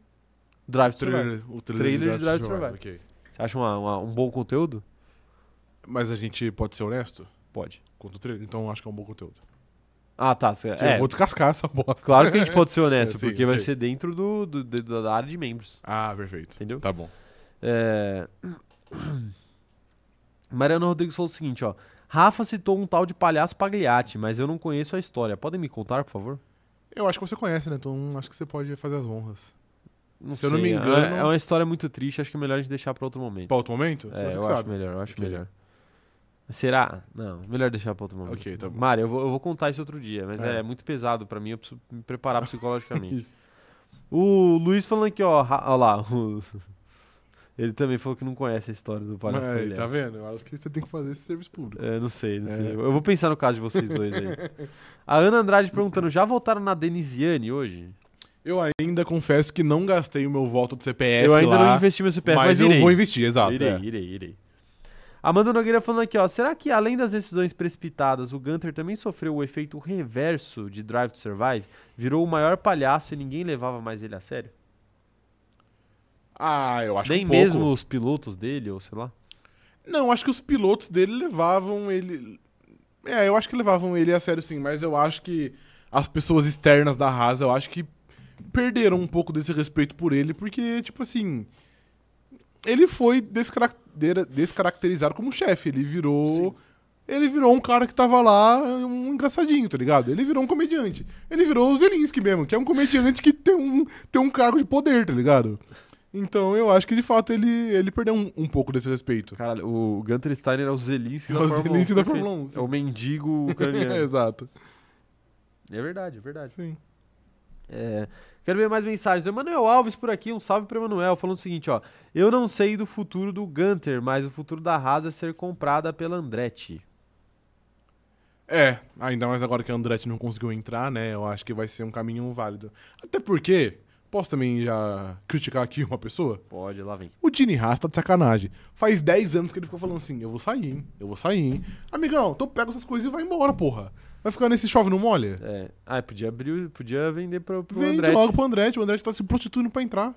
[SPEAKER 1] Drive to Survive.
[SPEAKER 2] o
[SPEAKER 1] Trailer de Drive to
[SPEAKER 2] Survive, ok.
[SPEAKER 1] Você acha uma- uma- um bom conteúdo?
[SPEAKER 2] Mas a gente pode ser honesto
[SPEAKER 1] Pode.
[SPEAKER 2] quanto o trailer, então acho que é um bom conteúdo.
[SPEAKER 1] Ah, tá. cê-
[SPEAKER 2] Porque
[SPEAKER 1] é,
[SPEAKER 2] Eu vou descascar essa bosta.
[SPEAKER 1] Claro que a gente pode ser honesto,
[SPEAKER 2] É, sim,
[SPEAKER 1] porque vai
[SPEAKER 2] sim.
[SPEAKER 1] ser dentro do, do- do- da área de membros.
[SPEAKER 2] Ah, perfeito.
[SPEAKER 1] Entendeu?
[SPEAKER 2] Tá bom.
[SPEAKER 1] É... Mariana Rodrigues falou o seguinte, ó. Rafa citou um tal de palhaço Pagliatti, mas eu não conheço a história. Podem me contar, por favor?
[SPEAKER 2] Eu acho que você conhece, né? Então acho que você pode fazer as honras.
[SPEAKER 1] Não
[SPEAKER 2] Se eu não me
[SPEAKER 1] é-
[SPEAKER 2] engano-
[SPEAKER 1] É uma história muito triste, acho que é melhor a gente deixar pra outro momento.
[SPEAKER 2] Pra outro momento?
[SPEAKER 1] É,
[SPEAKER 2] você
[SPEAKER 1] eu
[SPEAKER 2] que
[SPEAKER 1] acho
[SPEAKER 2] sabe.
[SPEAKER 1] melhor, eu acho
[SPEAKER 2] Ok.
[SPEAKER 1] melhor. Será? Não, melhor deixar pra outro momento.
[SPEAKER 2] Ok, tá bom.
[SPEAKER 1] Mário, eu vou, eu vou contar isso outro dia, mas é,
[SPEAKER 2] É.
[SPEAKER 1] muito pesado pra mim, eu preciso me preparar psicologicamente.
[SPEAKER 2] Isso.
[SPEAKER 1] O Luiz falando aqui, ó, ra- ó lá, o- ele também falou que não conhece a história do
[SPEAKER 2] Mas,
[SPEAKER 1] palhaço Pagliatti.
[SPEAKER 2] tá vendo? Eu acho que você tem que fazer esse serviço público.
[SPEAKER 1] É, não sei, não
[SPEAKER 2] É.
[SPEAKER 1] sei. Eu vou pensar no caso de vocês dois aí. A Ana Andrade perguntando, já voltaram na Denisiane hoje?
[SPEAKER 2] Eu ainda confesso que não gastei o meu voto de CPF
[SPEAKER 1] eu ainda
[SPEAKER 2] lá,
[SPEAKER 1] não investi meu CPF, mas,
[SPEAKER 2] mas, eu
[SPEAKER 1] irei.
[SPEAKER 2] vou investir, exato.
[SPEAKER 1] irei,
[SPEAKER 2] é.
[SPEAKER 1] irei, irei. Amanda Nogueira falando aqui, ó, será que além das decisões precipitadas, o Gunter também sofreu o efeito reverso de Drive to Survive? Virou o maior palhaço e ninguém levava mais ele a sério?
[SPEAKER 2] Ah, eu acho
[SPEAKER 1] Nem
[SPEAKER 2] que um pouco.
[SPEAKER 1] mesmo os pilotos dele, ou sei lá.
[SPEAKER 2] Não, acho que os pilotos dele levavam ele. É, eu acho que levavam ele a sério sim, mas eu acho que as pessoas externas da Haas, eu acho que perderam um pouco desse respeito por ele, porque, tipo assim. Ele foi descaractera- descaracterizado como chefe. Ele virou. Ele virou um cara que tava lá, um engraçadinho, tá ligado? Ele virou um comediante. Ele virou o Zelinski mesmo, que é um comediante que tem um, tem um cargo de poder, tá ligado? Então eu acho que de fato ele, ele perdeu um- um pouco desse respeito.
[SPEAKER 1] Caralho, o Gunter Steiner é o Zelinski
[SPEAKER 2] É
[SPEAKER 1] da
[SPEAKER 2] o
[SPEAKER 1] Fórmula 1.
[SPEAKER 2] Zelinski da
[SPEAKER 1] perfeito.
[SPEAKER 2] Fórmula 1, sim.
[SPEAKER 1] É o mendigo ucraniano.
[SPEAKER 2] Exato.
[SPEAKER 1] é verdade, é verdade.
[SPEAKER 2] Sim.
[SPEAKER 1] É, quero ver mais mensagens. Emanuel Alves por aqui, um salve para Emanuel, falando o seguinte, ó. Eu não sei do futuro do Gunter, mas o futuro da Haas é ser comprada pela Andretti.
[SPEAKER 2] É, ainda mais agora que a Andretti não conseguiu entrar, né? Eu acho que vai ser um caminho válido. Até porque, posso também já criticar aqui uma pessoa?
[SPEAKER 1] Pode, lá vem.
[SPEAKER 2] O Gini Haas tá de sacanagem. Faz 10 anos que ele ficou falando assim: eu vou sair, hein? Eu vou sair, hein? Amigão, então pega essas coisas e vai embora, porra. Vai ficar nesse chove não molha?
[SPEAKER 1] É, ah, podia abrir, o- podia vender pro, pro
[SPEAKER 2] Vende
[SPEAKER 1] Andretti.
[SPEAKER 2] logo pro Andretti. O Andretti tá se prostituindo pra entrar.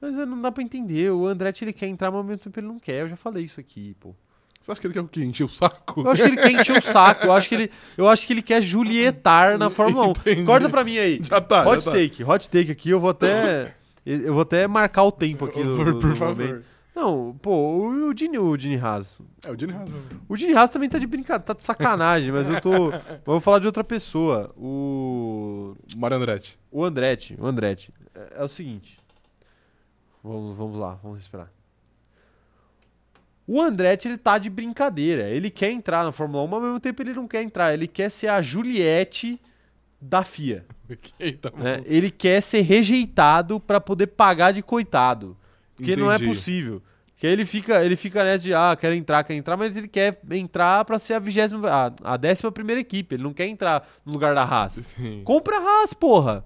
[SPEAKER 1] Mas é, não dá pra entender. O Andretti ele quer entrar, mas ao mesmo tempo ele não quer. Eu já falei isso aqui, pô.
[SPEAKER 2] Você acha que ele quer o quê? Encher o saco?
[SPEAKER 1] Eu acho que ele quer encher o saco. Eu acho que ele, eu acho que ele quer julietar na Fórmula 1.
[SPEAKER 2] Entendi.
[SPEAKER 1] Corta pra mim aí.
[SPEAKER 2] Já tá,
[SPEAKER 1] hot
[SPEAKER 2] já tá.
[SPEAKER 1] take, hot take aqui, eu vou até. Eu vou até marcar o tempo aqui. do-
[SPEAKER 2] Por,
[SPEAKER 1] do-
[SPEAKER 2] por
[SPEAKER 1] do
[SPEAKER 2] favor.
[SPEAKER 1] momento. Não, pô, o o Gini, o Gini Haas.
[SPEAKER 2] É, o Gini Haas mesmo.
[SPEAKER 1] O Gini Haas também tá de brincadeira, tá de sacanagem, mas eu tô. Vamos falar de outra pessoa. O.
[SPEAKER 2] Mário Andretti.
[SPEAKER 1] O Andretti. O Andretti. É, é o seguinte. Vamos, vamos lá, vamos respirar. O Andretti, ele tá de brincadeira. Ele quer entrar na Fórmula 1, mas ao mesmo tempo ele não quer entrar. Ele quer ser a Juliette da FIA.
[SPEAKER 2] Ok, tá bom.
[SPEAKER 1] né? Ele quer ser rejeitado pra poder pagar de coitado. Porque não é
[SPEAKER 2] Entendi.
[SPEAKER 1] possível. Porque aí ele fica, ele fica nessa de, ah, quero entrar, quero entrar, mas ele quer entrar pra ser a vigésima, a, a décima primeira equipe. Ele não quer entrar no lugar da Haas.
[SPEAKER 2] Sim,
[SPEAKER 1] Compra a Haas, porra!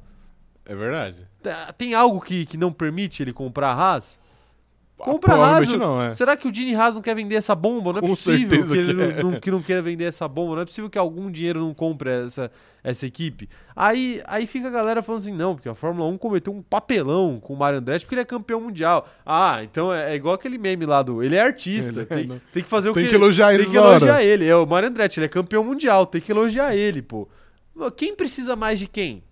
[SPEAKER 2] é verdade.
[SPEAKER 1] Tá- Tem algo que, que não permite ele comprar a Haas?
[SPEAKER 2] Ah,
[SPEAKER 1] Compra a Haas.
[SPEAKER 2] provavelmente não, é.
[SPEAKER 1] Será que o Gene Haas não quer vender essa bomba? Não é
[SPEAKER 2] Com
[SPEAKER 1] possível
[SPEAKER 2] certeza
[SPEAKER 1] que ele
[SPEAKER 2] que é.
[SPEAKER 1] não, não- que não quer vender essa bomba. Não é possível que algum dinheiro não compre essa, essa equipe. Aí, aí fica a galera falando assim, não, porque a Fórmula 1 cometeu um papelão com o Mario Andretti porque ele é campeão mundial. Ah, então é, é igual aquele meme lá do... Ele é artista,
[SPEAKER 2] Ele é,
[SPEAKER 1] tem,
[SPEAKER 2] não-
[SPEAKER 1] tem que fazer o
[SPEAKER 2] tem
[SPEAKER 1] que...
[SPEAKER 2] que elogiar ele
[SPEAKER 1] Tem que
[SPEAKER 2] na hora.
[SPEAKER 1] elogiar ele. É o Mario Andretti, ele é campeão mundial, tem que elogiar ele, pô. Quem precisa mais de quem?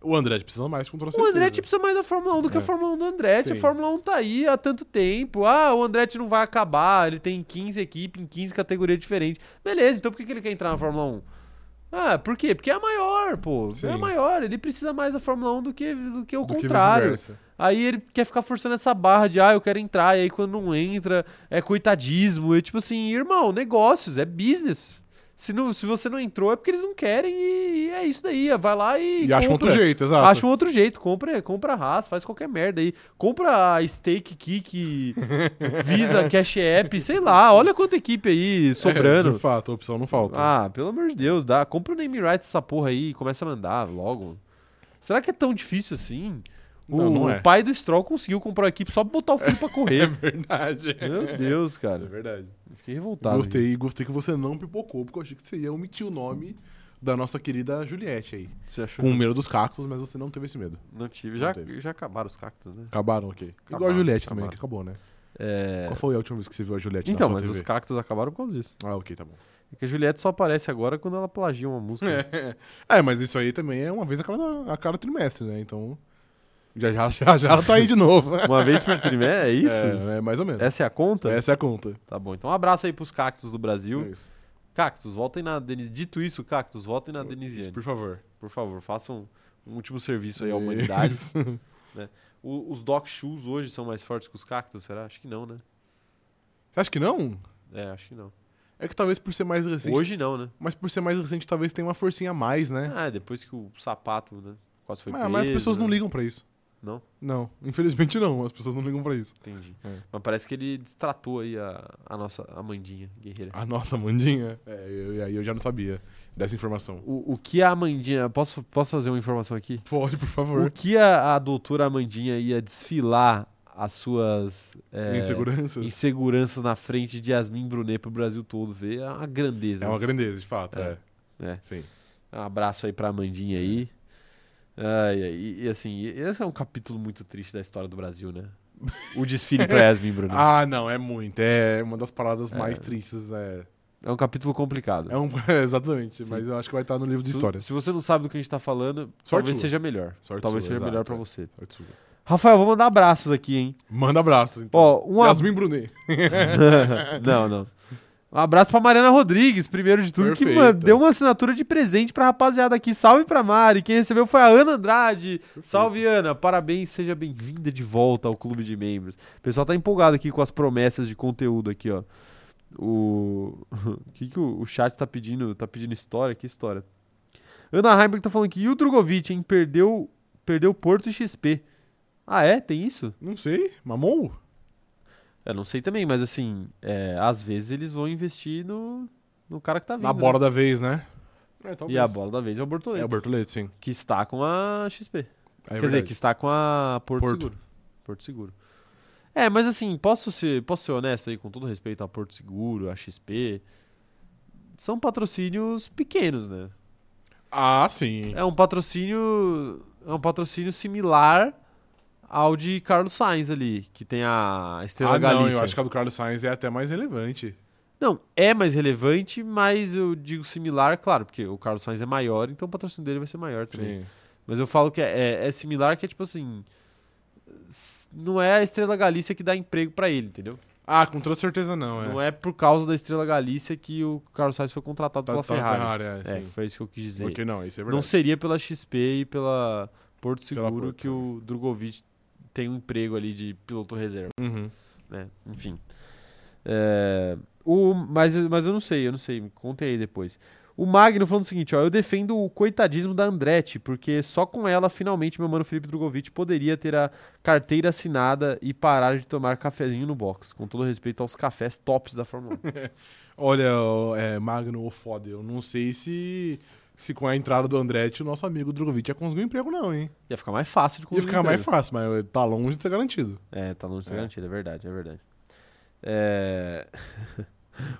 [SPEAKER 2] O Andretti precisa mais com
[SPEAKER 1] O é tipo Andretti precisa mais da Fórmula 1 do que a
[SPEAKER 2] É.
[SPEAKER 1] Fórmula 1 do Andretti. A
[SPEAKER 2] Sim.
[SPEAKER 1] Fórmula 1 tá aí há tanto tempo. Ah, o Andretti não vai acabar. Ele tem 15 equipes em 15 categorias diferentes. Beleza, então por que que ele quer entrar na Fórmula 1? Ah, por quê? Porque é a maior, pô. É a
[SPEAKER 2] Sim.
[SPEAKER 1] maior. Ele precisa mais da Fórmula 1 do que, do que o
[SPEAKER 2] Do que
[SPEAKER 1] contrário.
[SPEAKER 2] vice-versa.
[SPEAKER 1] Aí ele quer ficar forçando essa barra de, ah, eu quero entrar. E aí quando não entra, é coitadismo. É tipo assim, irmão, negócios, é business. Se, não, se você não entrou, é porque eles não querem e, e é isso daí. Vai lá e.
[SPEAKER 2] E acha um outro
[SPEAKER 1] compra.
[SPEAKER 2] jeito, exato.
[SPEAKER 1] Acha um outro jeito, compra, compra a Haas, faz qualquer merda aí. Compra a Steak Kick, Visa, Cash App, sei lá. Olha quanta equipe aí
[SPEAKER 2] É,
[SPEAKER 1] sobrando.
[SPEAKER 2] de fato, a opção não falta.
[SPEAKER 1] ah, pelo amor de Deus, dá. Compra o name rights essa porra aí e começa a mandar logo. Será que é tão difícil assim? O,
[SPEAKER 2] Não, não é.
[SPEAKER 1] o pai do Stroll conseguiu comprar uma equipe só pra botar o filho pra
[SPEAKER 2] É
[SPEAKER 1] correr.
[SPEAKER 2] verdade.
[SPEAKER 1] Meu Deus, Tá,
[SPEAKER 2] É
[SPEAKER 1] cara.
[SPEAKER 2] verdade.
[SPEAKER 1] Fiquei revoltado. aqui.
[SPEAKER 2] gostei, gostei que você não pipocou, porque eu achei que você ia omitir o nome da nossa querida Juliette aí.
[SPEAKER 1] Você achou
[SPEAKER 2] Com o medo dos cactos, mas você não teve esse medo.
[SPEAKER 1] que não tive?
[SPEAKER 2] Não
[SPEAKER 1] Já,
[SPEAKER 2] teve.
[SPEAKER 1] já acabaram os cactos, né?
[SPEAKER 2] Acabaram, ok. Igual a
[SPEAKER 1] Acabaram, É.
[SPEAKER 2] Juliette também, que acabou, né? Qual foi a última vez que você viu a Juliette
[SPEAKER 1] Então,
[SPEAKER 2] na
[SPEAKER 1] mas
[SPEAKER 2] sua
[SPEAKER 1] os
[SPEAKER 2] TV?
[SPEAKER 1] cactos acabaram por causa disso.
[SPEAKER 2] Ah, ok, tá bom.
[SPEAKER 1] É que a Juliette só aparece agora quando ela plagia uma música.
[SPEAKER 2] É, mas isso aí também é uma vez a cada, a cada trimestre, né? Então, já já, já, já ela tá aí de novo.
[SPEAKER 1] Uma vez por trimestre, é isso?
[SPEAKER 2] É, é mais ou menos.
[SPEAKER 1] Essa é a conta?
[SPEAKER 2] Essa é a conta.
[SPEAKER 1] Tá bom, então um abraço aí pros cactos do Brasil.
[SPEAKER 2] É isso.
[SPEAKER 1] Cactos, votem na Denise. Dito isso, cactos, votem na
[SPEAKER 2] Isso,
[SPEAKER 1] Denisiane.
[SPEAKER 2] por favor.
[SPEAKER 1] Por favor, façam um último serviço
[SPEAKER 2] é
[SPEAKER 1] aí à humanidade.
[SPEAKER 2] Isso.
[SPEAKER 1] O- os Doc Shoes hoje são mais fortes que os cactos, será? Acho que não, né?
[SPEAKER 2] Você acha que não?
[SPEAKER 1] É, acho que não.
[SPEAKER 2] É que talvez por ser mais recente.
[SPEAKER 1] Hoje não, né?
[SPEAKER 2] Mas por ser mais recente, talvez tenha uma forcinha a mais, né?
[SPEAKER 1] Ah, depois que o sapato, né? Quase foi
[SPEAKER 2] Ah, mas,
[SPEAKER 1] preso.
[SPEAKER 2] mas as pessoas
[SPEAKER 1] né?
[SPEAKER 2] não ligam pra isso.
[SPEAKER 1] Não?
[SPEAKER 2] Não, infelizmente não. As pessoas não ligam pra isso.
[SPEAKER 1] Entendi.
[SPEAKER 2] É.
[SPEAKER 1] Mas parece que ele destratou aí a, a nossa Amandinha guerreira.
[SPEAKER 2] A Ah, nossa Mandinha. É, eu- e aí eu já não sabia dessa informação.
[SPEAKER 1] O, o que a Amandinha. Posso, posso fazer uma informação aqui?
[SPEAKER 2] Pode, por
[SPEAKER 1] O
[SPEAKER 2] favor.
[SPEAKER 1] que a, a doutora Amandinha ia desfilar as suas é,
[SPEAKER 2] Inseguranças.
[SPEAKER 1] inseguranças na frente de Yasmin Brunet pro Brasil todo ver é uma grandeza.
[SPEAKER 2] É uma grandeza, de fato.
[SPEAKER 1] É.
[SPEAKER 2] É.
[SPEAKER 1] É.
[SPEAKER 2] Sim.
[SPEAKER 1] Um abraço aí pra Amandinha aí.
[SPEAKER 2] É.
[SPEAKER 1] Ai, ai, e, e assim, e- esse é um capítulo muito triste da história do Brasil, né? O desfile pra Yasmin Brunet.
[SPEAKER 2] Ah, não, é muito. É uma das paradas
[SPEAKER 1] É.
[SPEAKER 2] mais tristes. É,
[SPEAKER 1] É um capítulo complicado.
[SPEAKER 2] é um, é, exatamente, mas eu acho que vai estar no livro de
[SPEAKER 1] Se-
[SPEAKER 2] histórias.
[SPEAKER 1] Se você não sabe do que a gente tá falando, talvez
[SPEAKER 2] sua.
[SPEAKER 1] seja melhor.
[SPEAKER 2] Sorte
[SPEAKER 1] talvez
[SPEAKER 2] sua,
[SPEAKER 1] seja melhor
[SPEAKER 2] exato,
[SPEAKER 1] pra
[SPEAKER 2] é.
[SPEAKER 1] você. Rafael, vou mandar abraços aqui, hein?
[SPEAKER 2] Manda abraços, então.
[SPEAKER 1] Ó, um abraço.
[SPEAKER 2] Yasmin Brunet.
[SPEAKER 1] não, não. Um abraço pra Mariana Rodrigues, primeiro de tudo, que
[SPEAKER 2] Perfeito.
[SPEAKER 1] mano, deu uma assinatura de presente pra rapaziada aqui. Salve pra Mari. Quem recebeu foi a Ana Andrade. Salve, Ana. Parabéns, seja bem-vinda de volta ao Clube de Membros. O pessoal tá empolgado aqui com as promessas de conteúdo aqui, ó. O, o que, que o, o chat tá pedindo? Tá pedindo história? Que história? Ana Heimberg tá falando que e o Drogovic, hein? Perdeu, perdeu Porto e XP. Ah, é? Tem isso?
[SPEAKER 2] Não sei, mamou?
[SPEAKER 1] Eu não sei também, mas assim, é, às vezes eles vão investir no, no cara que tá vindo.
[SPEAKER 2] Na
[SPEAKER 1] né?
[SPEAKER 2] bola da vez, né? É,
[SPEAKER 1] E a bola da vez é o Bortoleto,
[SPEAKER 2] É o Bertoletti, sim.
[SPEAKER 1] que está com a XP.
[SPEAKER 2] É
[SPEAKER 1] Quer dizer, que está com a Porto,
[SPEAKER 2] Porto.
[SPEAKER 1] Seguro. Porto Seguro. É, mas assim, posso ser, posso ser honesto aí com todo respeito a Porto Seguro, a XP. São patrocínios pequenos, né?
[SPEAKER 2] Ah, sim.
[SPEAKER 1] É um patrocínio. É um patrocínio similar ao de Carlos Sainz ali, que tem a Estrela
[SPEAKER 2] ah,
[SPEAKER 1] Galícia.
[SPEAKER 2] não, eu acho que a do Carlos Sainz é até mais relevante.
[SPEAKER 1] Não, é mais relevante, mas eu digo similar, claro, porque o Carlos Sainz é maior, então o patrocínio dele vai ser maior também. Mas eu falo que é, é- é similar, que é tipo assim. s- Não é a Estrela Galícia que dá emprego pra ele, entendeu?
[SPEAKER 2] Ah, com toda certeza não, é.
[SPEAKER 1] Não é por causa da Estrela Galícia que o Carlos Sainz foi contratado
[SPEAKER 2] Tá,
[SPEAKER 1] pela
[SPEAKER 2] tá na
[SPEAKER 1] Ferrari.
[SPEAKER 2] Ferrari, é,
[SPEAKER 1] É,
[SPEAKER 2] sim.
[SPEAKER 1] foi isso que eu quis dizer.
[SPEAKER 2] Ok, não, isso é
[SPEAKER 1] não
[SPEAKER 2] verdade.
[SPEAKER 1] seria pela XP e pela Porto Seguro
[SPEAKER 2] Porto, é.
[SPEAKER 1] que o Drogovic tem um emprego ali de piloto reserva
[SPEAKER 2] Uhum.
[SPEAKER 1] né? Enfim. É, o, mas, mas eu não sei, eu não sei. Me contem aí depois. O Magno falando o seguinte, ó, eu defendo o coitadismo da Andretti, porque só com ela, finalmente, meu mano Felipe Drogovic poderia ter a carteira assinada e parar de tomar cafezinho no box, com todo respeito aos cafés tops da Fórmula 1.
[SPEAKER 2] Olha, ó, é, Magno, ô foda, eu não sei se, se com a entrada do Andretti o nosso amigo Drogovic ia conseguir um emprego não, hein?
[SPEAKER 1] Ia ficar mais fácil de
[SPEAKER 2] Ia
[SPEAKER 1] conseguir
[SPEAKER 2] ficar mais
[SPEAKER 1] emprego.
[SPEAKER 2] fácil, mas tá longe de ser garantido.
[SPEAKER 1] É, tá longe de ser
[SPEAKER 2] É.
[SPEAKER 1] garantido, é verdade, é verdade. É...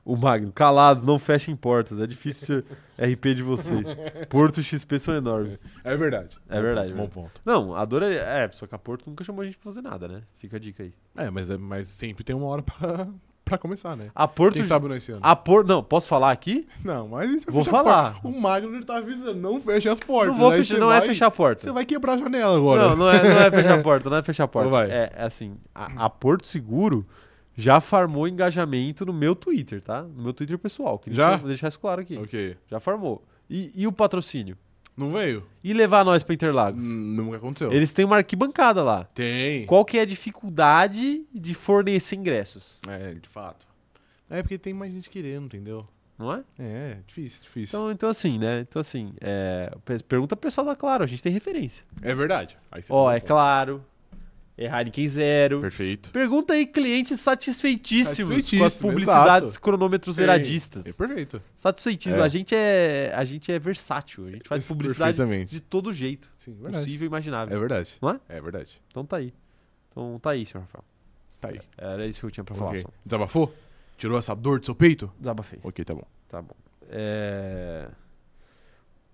[SPEAKER 1] o Magno, calados, não fechem portas, é difícil ser RP de vocês. Porto e XP são enormes.
[SPEAKER 2] É verdade. né?
[SPEAKER 1] É verdade,
[SPEAKER 2] Bom
[SPEAKER 1] é
[SPEAKER 2] ponto.
[SPEAKER 1] Não, adoraria. É, só que a Porto nunca chamou a gente pra fazer nada, né? Fica a dica aí.
[SPEAKER 2] É, mas, é- mas sempre tem uma hora pra, pra começar, né?
[SPEAKER 1] A Porto.
[SPEAKER 2] Quem sabe não esse ano.
[SPEAKER 1] A Porto. Não, posso falar aqui?
[SPEAKER 2] Não, mas isso é
[SPEAKER 1] Ah. Vou
[SPEAKER 2] fechar a
[SPEAKER 1] falar.
[SPEAKER 2] porta. O Magno ele tá avisando, não feche as portas.
[SPEAKER 1] não vou
[SPEAKER 2] Aí
[SPEAKER 1] fechar,
[SPEAKER 2] né? você
[SPEAKER 1] não é
[SPEAKER 2] vai-
[SPEAKER 1] fechar a porta.
[SPEAKER 2] Você vai quebrar a janela agora.
[SPEAKER 1] Não, não é, não é fechar a porta, não é fechar a porta.
[SPEAKER 2] Então vai.
[SPEAKER 1] É, é assim, a, a Porto Seguro já farmou engajamento no meu Twitter, tá? No meu Twitter pessoal. Queria
[SPEAKER 2] Já?
[SPEAKER 1] só deixar isso claro aqui.
[SPEAKER 2] Ok.
[SPEAKER 1] Já farmou. E, e o patrocínio?
[SPEAKER 2] Não veio?
[SPEAKER 1] E levar nós pra Interlagos?
[SPEAKER 2] Hum, Nunca aconteceu.
[SPEAKER 1] Eles têm uma arquibancada lá.
[SPEAKER 2] Tem.
[SPEAKER 1] Qual que é a dificuldade de fornecer ingressos?
[SPEAKER 2] É, de fato. É porque tem mais gente querendo, entendeu?
[SPEAKER 1] Não é?
[SPEAKER 2] É, é difícil, difícil.
[SPEAKER 1] Então, então assim, né? Então assim, é, pe- pergunta pro pessoal da Claro, a gente tem referência.
[SPEAKER 2] é verdade. Aí você
[SPEAKER 1] Então, Ó,
[SPEAKER 2] tem um
[SPEAKER 1] é
[SPEAKER 2] ponto.
[SPEAKER 1] Claro, é Heineken Zero.
[SPEAKER 2] Perfeito.
[SPEAKER 1] Pergunta aí, clientes satisfeitíssimos com as
[SPEAKER 2] Satisfeitíssimo,
[SPEAKER 1] publicidades
[SPEAKER 2] exato.
[SPEAKER 1] cronômetros
[SPEAKER 2] Sim, É
[SPEAKER 1] zeradistas.
[SPEAKER 2] perfeito.
[SPEAKER 1] Satisfeitíssimo.
[SPEAKER 2] É.
[SPEAKER 1] A, gente é, a gente é versátil. A gente faz
[SPEAKER 2] Isso,
[SPEAKER 1] publicidade
[SPEAKER 2] perfeitamente.
[SPEAKER 1] de todo jeito
[SPEAKER 2] Sim,
[SPEAKER 1] possível e imaginável.
[SPEAKER 2] É verdade.
[SPEAKER 1] Não é?
[SPEAKER 2] verdade.
[SPEAKER 1] Então tá aí. Então tá aí, senhor Rafael.
[SPEAKER 2] Tá aí.
[SPEAKER 1] Era isso que eu tinha pra falar.
[SPEAKER 2] Ok.
[SPEAKER 1] só.
[SPEAKER 2] Desabafou? Tirou essa dor do seu peito?
[SPEAKER 1] Desabafei.
[SPEAKER 2] Ok, tá bom.
[SPEAKER 1] Tá bom. É...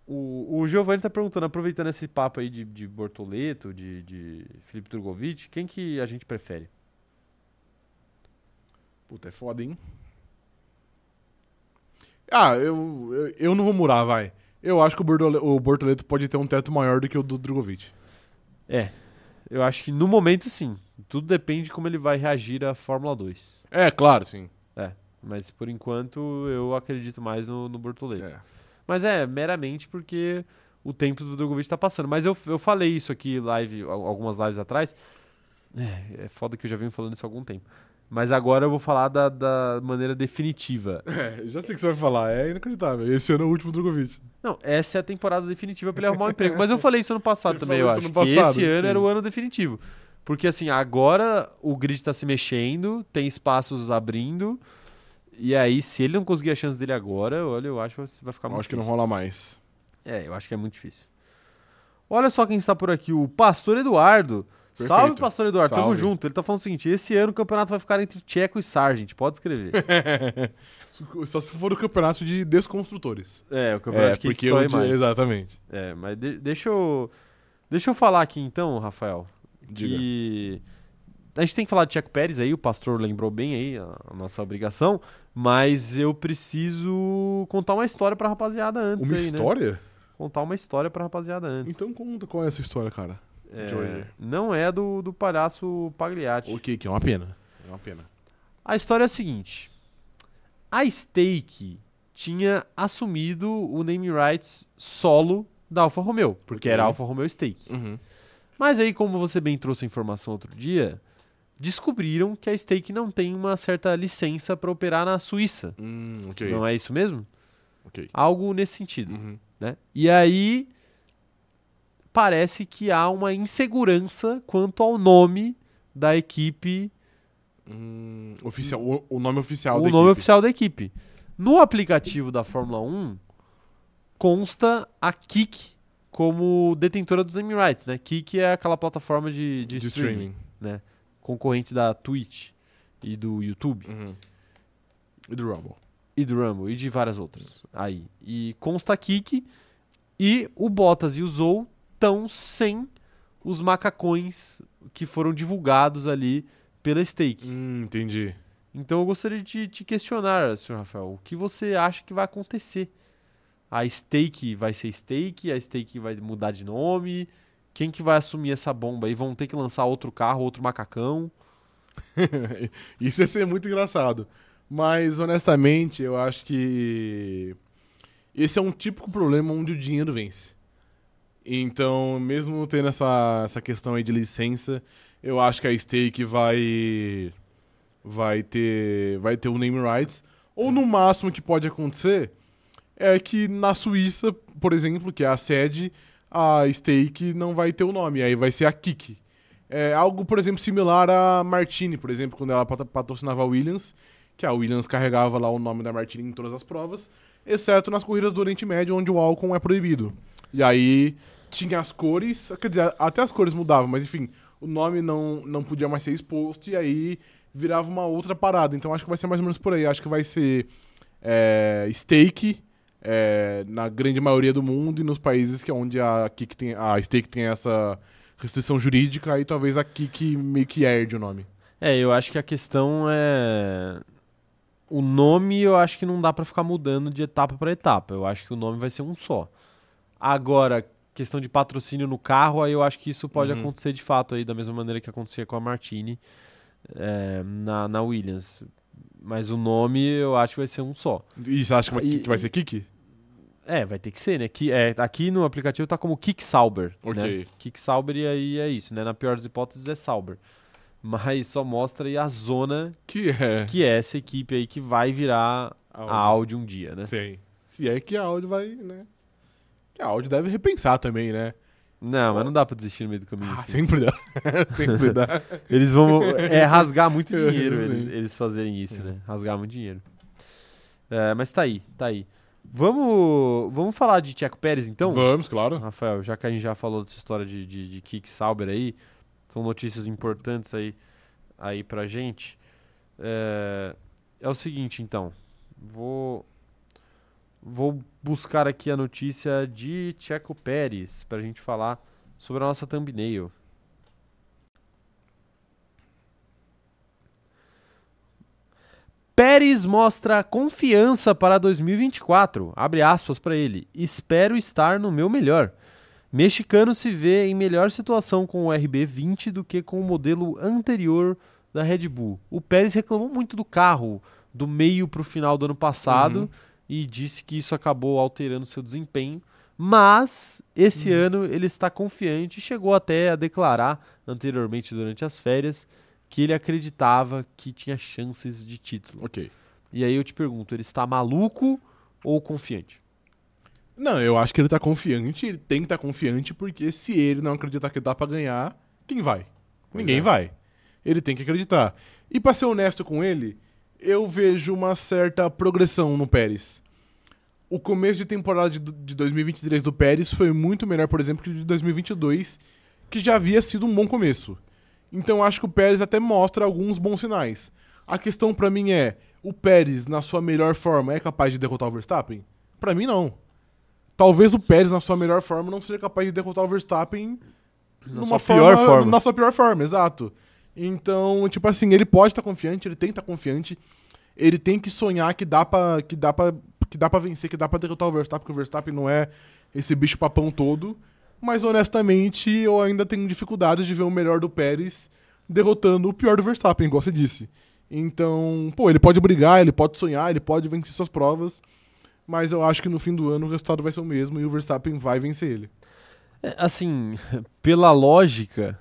[SPEAKER 1] O, o Giovanni tá perguntando, aproveitando esse papo aí de, de Bortoleto, de, de Felipe Drogovic, quem que a gente prefere?
[SPEAKER 2] Puta, é foda, hein? Ah, eu, eu, eu não vou murar, vai. Eu acho que o, Bordole- o Bortoleto pode ter um teto maior do que o do Drogovic.
[SPEAKER 1] Eu acho que no momento sim. Tudo depende de como ele vai reagir à Fórmula 2.
[SPEAKER 2] É, claro, sim.
[SPEAKER 1] Mas por enquanto eu acredito mais no, no Bortoleto.
[SPEAKER 2] É.
[SPEAKER 1] Mas é meramente porque o tempo do Drogovic tá passando. Mas eu, eu falei isso aqui live, al- algumas lives atrás. É, é foda que eu já venho falando isso há algum tempo. Mas agora eu vou falar da, da maneira definitiva.
[SPEAKER 2] É, já sei o que você vai falar, é inacreditável. Esse ano é o último Drogovic.
[SPEAKER 1] Não, essa é a temporada definitiva pra ele arrumar um emprego. Mas eu falei isso ano passado
[SPEAKER 2] Ele
[SPEAKER 1] também, eu
[SPEAKER 2] falou
[SPEAKER 1] acho.
[SPEAKER 2] isso
[SPEAKER 1] Que
[SPEAKER 2] ano passado,
[SPEAKER 1] esse ano
[SPEAKER 2] sim.
[SPEAKER 1] era o ano definitivo. Porque assim, agora o grid tá se mexendo, tem espaços abrindo. E aí, se ele não conseguir a chance dele agora, olha, eu acho que vai ficar
[SPEAKER 2] Eu
[SPEAKER 1] muito
[SPEAKER 2] acho que não
[SPEAKER 1] difícil.
[SPEAKER 2] rola mais.
[SPEAKER 1] É, eu acho que é muito difícil. Olha só quem está por aqui, o Pastor Eduardo. Salve,
[SPEAKER 2] Perfeito.
[SPEAKER 1] Pastor Eduardo, tamo
[SPEAKER 2] Salve.
[SPEAKER 1] junto. Ele tá falando o seguinte: esse ano o campeonato vai ficar entre Tcheco e Sargent, pode escrever.
[SPEAKER 2] Só se for o campeonato de desconstrutores.
[SPEAKER 1] é, o campeonato que
[SPEAKER 2] porque
[SPEAKER 1] destrói
[SPEAKER 2] eu-
[SPEAKER 1] mais.
[SPEAKER 2] Exatamente.
[SPEAKER 1] É, mas de- deixa eu. Deixa eu falar aqui então, Rafael.
[SPEAKER 2] Diga.
[SPEAKER 1] Que. A gente tem que falar de Tcheco Pérez aí, o pastor lembrou bem aí a, a nossa obrigação, mas eu preciso contar uma história pra rapaziada antes.
[SPEAKER 2] Uma
[SPEAKER 1] aí, né?
[SPEAKER 2] história?
[SPEAKER 1] Contar uma história pra rapaziada antes.
[SPEAKER 2] Então conta qual é essa história, cara.
[SPEAKER 1] É,
[SPEAKER 2] de hoje.
[SPEAKER 1] Não é do, do palhaço Pagliatti.
[SPEAKER 2] O que que é uma pena. É uma pena.
[SPEAKER 1] A história é a seguinte: a Stake tinha assumido o name rights solo da Alfa Romeo, porque
[SPEAKER 2] Ok.
[SPEAKER 1] era Alfa Romeo Stake.
[SPEAKER 2] Uhum.
[SPEAKER 1] Mas aí, como você bem trouxe a informação outro dia, descobriram que a Stake não tem uma certa licença para operar na Suíça.
[SPEAKER 2] Hum, ok.
[SPEAKER 1] Não é isso mesmo?
[SPEAKER 2] Ok.
[SPEAKER 1] Algo nesse sentido,
[SPEAKER 2] Uhum.
[SPEAKER 1] né? E aí parece que há uma insegurança quanto ao nome da equipe
[SPEAKER 2] Hum, oficial, o, o nome oficial
[SPEAKER 1] o
[SPEAKER 2] da
[SPEAKER 1] nome
[SPEAKER 2] equipe.
[SPEAKER 1] oficial da equipe. No aplicativo da Fórmula 1 consta a Kik como detentora dos name rights, né? Kik é aquela plataforma de, de,
[SPEAKER 2] de
[SPEAKER 1] streaming,
[SPEAKER 2] streaming.
[SPEAKER 1] concorrente da Twitch e do YouTube
[SPEAKER 2] Uhum. E do Rumble.
[SPEAKER 1] e do Rumble e de várias outras. Aí, e consta a Kik e o Bottas e o Zou estão sem os macacões que foram divulgados ali pela Stake.
[SPEAKER 2] Hum, entendi.
[SPEAKER 1] Então eu gostaria de te- te questionar, senhor Rafael, o que você acha que vai acontecer? A stake vai ser stake, a stake vai mudar de nome. Quem que vai assumir essa bomba aí? Vão ter que lançar outro carro, outro macacão.
[SPEAKER 2] Isso ia ser muito engraçado. Mas, honestamente, eu acho que esse é um típico problema onde o dinheiro vence. Então, mesmo tendo essa, essa questão aí de licença, eu acho que a Stake vai vai ter vai ter o name rights. Ou no máximo que pode acontecer é que na Suíça, por exemplo, que é a sede, a stake não vai ter o nome, aí vai ser a Kik. É algo, por exemplo, similar a Martini, por exemplo, quando ela pat- patrocinava a Williams, que a Williams carregava lá o nome da Martini em todas as provas, exceto nas corridas do Oriente Médio, onde o álcool é proibido. E aí tinha as cores, quer dizer, até as cores mudavam, mas enfim, o nome não, não podia mais ser exposto e aí virava uma outra parada. Então acho que vai ser mais ou menos por aí. Acho que vai ser é, stake é, na grande maioria do mundo e nos países que é onde a, Kik tem, a stake tem essa restrição jurídica, aí talvez a Kik meio que herde o nome.
[SPEAKER 1] É, eu acho que a questão é. O nome eu acho que não dá pra ficar mudando de etapa pra etapa. Eu acho que o nome vai ser um só. Agora, questão de patrocínio no carro, aí eu acho que isso pode
[SPEAKER 2] Uhum.
[SPEAKER 1] acontecer de fato aí, da mesma maneira que acontecia com a Martini é, na, na Williams. Mas o nome eu acho que vai ser um só.
[SPEAKER 2] E você acha que vai,
[SPEAKER 1] E-
[SPEAKER 2] que vai ser Kik?
[SPEAKER 1] É, vai ter que ser, né? Que, é, aqui no aplicativo tá como Kick Sauber. Né?
[SPEAKER 2] Ok.
[SPEAKER 1] Kick Sauber e aí é isso, né? Na pior das hipóteses é Sauber. Mas só mostra aí a zona
[SPEAKER 2] Que é.
[SPEAKER 1] que é essa equipe aí que vai virar a Audi um dia, né?
[SPEAKER 2] Sim. Se é que a Audi vai, né? Que a Audi deve repensar também, né?
[SPEAKER 1] Não, mas não dá pra desistir no meio do caminho.
[SPEAKER 2] Ah,
[SPEAKER 1] assim.
[SPEAKER 2] sempre dá. sempre dá.
[SPEAKER 1] Eles vão é, rasgar muito dinheiro
[SPEAKER 2] Sim.
[SPEAKER 1] eles, eles fazerem isso, né? Rasgar muito dinheiro. É, mas tá aí, tá aí. Vamos, vamos falar de Tcheco Pérez então?
[SPEAKER 2] Vamos, claro.
[SPEAKER 1] Rafael, já que a gente já falou dessa história de, de, de Kik Sauber aí, são notícias importantes aí, aí pra gente. É, é o seguinte, então. Vou, vou buscar aqui a notícia de Checo Pérez pra gente falar sobre a nossa thumbnail. Pérez mostra confiança para 2024. Abre aspas pra ele. Espero estar no meu melhor. Mexicano se vê em melhor situação com o RB20 do que com o modelo anterior da Red Bull. O Pérez reclamou muito do carro do meio pro final do ano passado
[SPEAKER 2] Uhum.
[SPEAKER 1] e disse que isso acabou alterando seu desempenho. Mas esse ano ele está confiante e chegou até a declarar anteriormente durante as férias que ele acreditava que tinha chances de título.
[SPEAKER 2] Ok.
[SPEAKER 1] E aí eu te pergunto, ele está maluco ou confiante?
[SPEAKER 2] Não, eu acho que ele tá confiante, ele tem que estar confiante, porque se ele não acreditar que dá pra ganhar, quem vai?
[SPEAKER 1] Pois
[SPEAKER 2] Ninguém
[SPEAKER 1] é.
[SPEAKER 2] vai. Ele tem que acreditar. E pra ser honesto com ele, eu vejo uma certa progressão no Pérez. O começo de temporada de, de 2023 do Pérez foi muito melhor, por exemplo, que o de 2022, que já havia sido um bom começo. Então eu acho que o Pérez até mostra alguns bons sinais. A questão pra mim é, o Pérez, na sua melhor forma, é capaz de derrotar o Verstappen? Pra mim, não. Talvez o Pérez, na sua melhor forma, não seja capaz de derrotar o Verstappen numa
[SPEAKER 1] sua pior forma.
[SPEAKER 2] Na sua pior forma, exato. Então, tipo assim, ele pode estar confiante, ele tem que estar confiante. Ele tem que sonhar que dá pra, que dá pra, que dá pra vencer, que dá pra derrotar o Verstappen, porque o Verstappen não é esse bicho papão todo. Mas honestamente, eu ainda tenho dificuldades de ver o melhor do Pérez derrotando o pior do Verstappen, igual você disse. Então, pô, ele pode brigar, ele pode sonhar, ele pode vencer suas provas. Mas eu acho que no fim do ano o resultado vai ser o mesmo e o Verstappen vai vencer ele.
[SPEAKER 1] assim, pela lógica,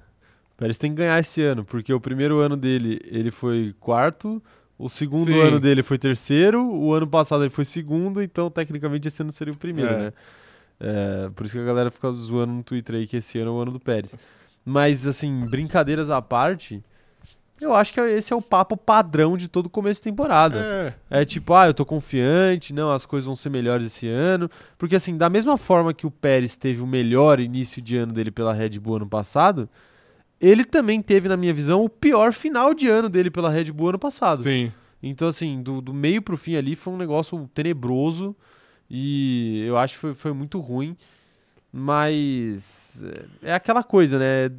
[SPEAKER 1] o Pérez tem que ganhar esse ano, porque o primeiro ano dele ele foi quarto, o segundo
[SPEAKER 2] Sim.
[SPEAKER 1] ano dele foi terceiro, o ano passado ele foi segundo, então tecnicamente esse ano seria o primeiro,
[SPEAKER 2] É.
[SPEAKER 1] né? É, por isso que a galera fica zoando no Twitter aí que esse ano é o ano do Pérez. Mas, assim, brincadeiras à parte, eu acho que esse é o papo padrão de todo começo de temporada.
[SPEAKER 2] É,
[SPEAKER 1] É tipo, ah, eu tô confiante, não, as coisas vão ser melhores esse ano. Porque, assim, da mesma forma que o Pérez teve o melhor início de ano dele pela Red Bull ano passado, ele também teve, na minha visão, o pior final de ano dele pela Red Bull ano passado.
[SPEAKER 2] sim.
[SPEAKER 1] Então, assim, do, do meio pro fim ali foi um negócio tenebroso e eu acho que foi, foi muito ruim. Mas é é aquela coisa, né?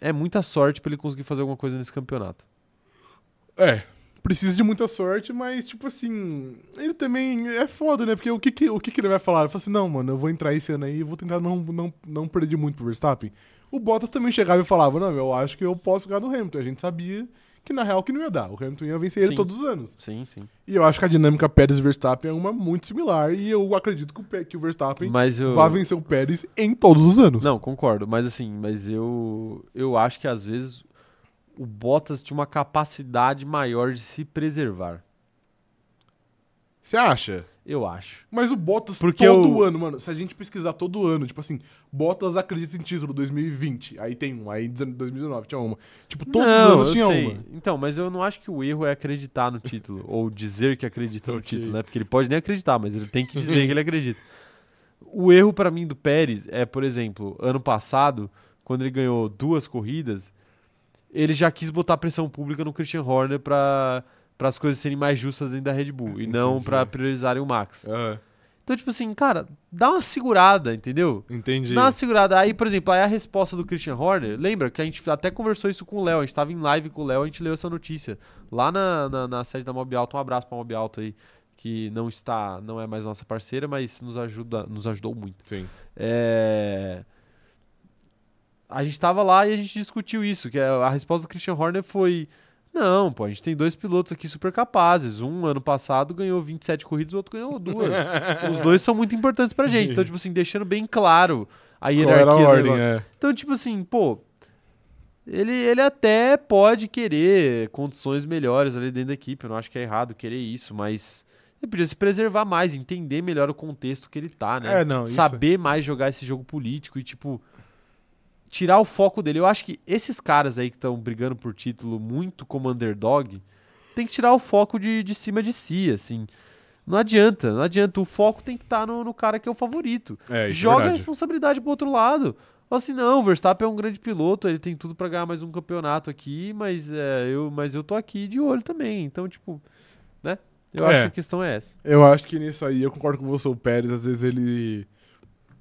[SPEAKER 1] É muita sorte pra ele conseguir fazer alguma coisa nesse campeonato.
[SPEAKER 2] É, precisa de muita sorte, mas, tipo assim, ele também é foda, né? Porque o que, que- o que, que ele vai falar? Ele fala assim, não, mano, eu vou entrar esse ano aí e vou tentar não, não, não perder muito pro Verstappen. O Bottas também chegava e falava, não, eu acho que eu posso ganhar do Hamilton. A gente sabia que, na real, que não ia dar. O Hamilton ia vencer
[SPEAKER 1] Sim.
[SPEAKER 2] ele todos os anos.
[SPEAKER 1] Sim, sim.
[SPEAKER 2] E eu acho que a dinâmica Pérez e Verstappen é uma muito similar e eu acredito que o, Pé- que o Verstappen
[SPEAKER 1] Mas eu...
[SPEAKER 2] vai vencer o Pérez em todos os anos.
[SPEAKER 1] Não, concordo, mas assim, mas eu eu acho que às vezes o Bottas tinha uma capacidade maior de se preservar.
[SPEAKER 2] Você acha?
[SPEAKER 1] Eu acho.
[SPEAKER 2] Mas o Bottas
[SPEAKER 1] Porque
[SPEAKER 2] todo
[SPEAKER 1] o-
[SPEAKER 2] ano, mano, se a gente pesquisar todo ano, tipo assim, Bottas acredita em título 2020, aí tem um, aí 2019 tinha uma. Tipo, todos os
[SPEAKER 1] Não,
[SPEAKER 2] anos
[SPEAKER 1] eu
[SPEAKER 2] tinha
[SPEAKER 1] sei.
[SPEAKER 2] uma.
[SPEAKER 1] Então, mas eu não acho que o erro é acreditar no título, ou dizer que acredita no
[SPEAKER 2] Ok.
[SPEAKER 1] título, né? Porque ele pode nem acreditar, mas ele tem que dizer que ele acredita. O erro pra mim do Pérez é, por exemplo, ano passado, quando ele ganhou duas corridas, ele já quis botar pressão pública no Christian Horner pra para as coisas serem mais justas dentro da Red Bull e não
[SPEAKER 2] Entendi.
[SPEAKER 1] pra priorizarem o Max.
[SPEAKER 2] Ah,
[SPEAKER 1] Então, tipo assim, cara, dá uma segurada, entendeu?
[SPEAKER 2] entendi.
[SPEAKER 1] Dá uma segurada. Aí, por exemplo, aí a resposta do Christian Horner, lembra que a gente até conversou isso com o Léo, a gente tava em live com o Léo, a gente leu essa notícia. Lá na, na, na sede da Mob Alto, um abraço pra Mob Alto aí, que não está, não é mais nossa parceira, mas nos ajuda, nos ajudou muito.
[SPEAKER 2] Sim.
[SPEAKER 1] É... A gente tava lá e a gente discutiu isso, que é, a a resposta do Christian Horner foi... Não, pô, a gente tem dois pilotos aqui super capazes. Um ano passado ganhou 27 corridas, o outro ganhou duas. Os dois são muito importantes pra
[SPEAKER 2] Sim.
[SPEAKER 1] gente. Então, tipo assim, deixando bem claro a
[SPEAKER 2] Qual era
[SPEAKER 1] hierarquia.
[SPEAKER 2] a
[SPEAKER 1] do
[SPEAKER 2] ordem,
[SPEAKER 1] negócio.
[SPEAKER 2] é.
[SPEAKER 1] Então, tipo assim, pô, ele, ele até pode querer condições melhores ali dentro da equipe. Eu não acho que é errado querer isso, mas ele podia se preservar mais, entender melhor o contexto que ele tá, né?
[SPEAKER 2] É, não, isso-
[SPEAKER 1] Saber mais jogar esse jogo político e, tipo, tirar o foco dele. Eu acho que esses caras aí que estão brigando por título muito como underdog, tem que tirar o foco de, de cima de si, assim. Não adianta, não adianta. O foco tem que estar no, no cara que é o favorito.
[SPEAKER 2] É, isso é
[SPEAKER 1] Joga a
[SPEAKER 2] verdade.
[SPEAKER 1] responsabilidade pro outro lado. Fala assim, não, o Verstappen é um grande piloto, ele tem tudo pra ganhar mais um campeonato aqui, mas, é, eu, mas eu tô aqui de olho também. Então, tipo, né? Eu acho
[SPEAKER 2] É.
[SPEAKER 1] que a questão é essa.
[SPEAKER 2] Eu acho que nisso aí eu concordo com você, o Pérez, às vezes ele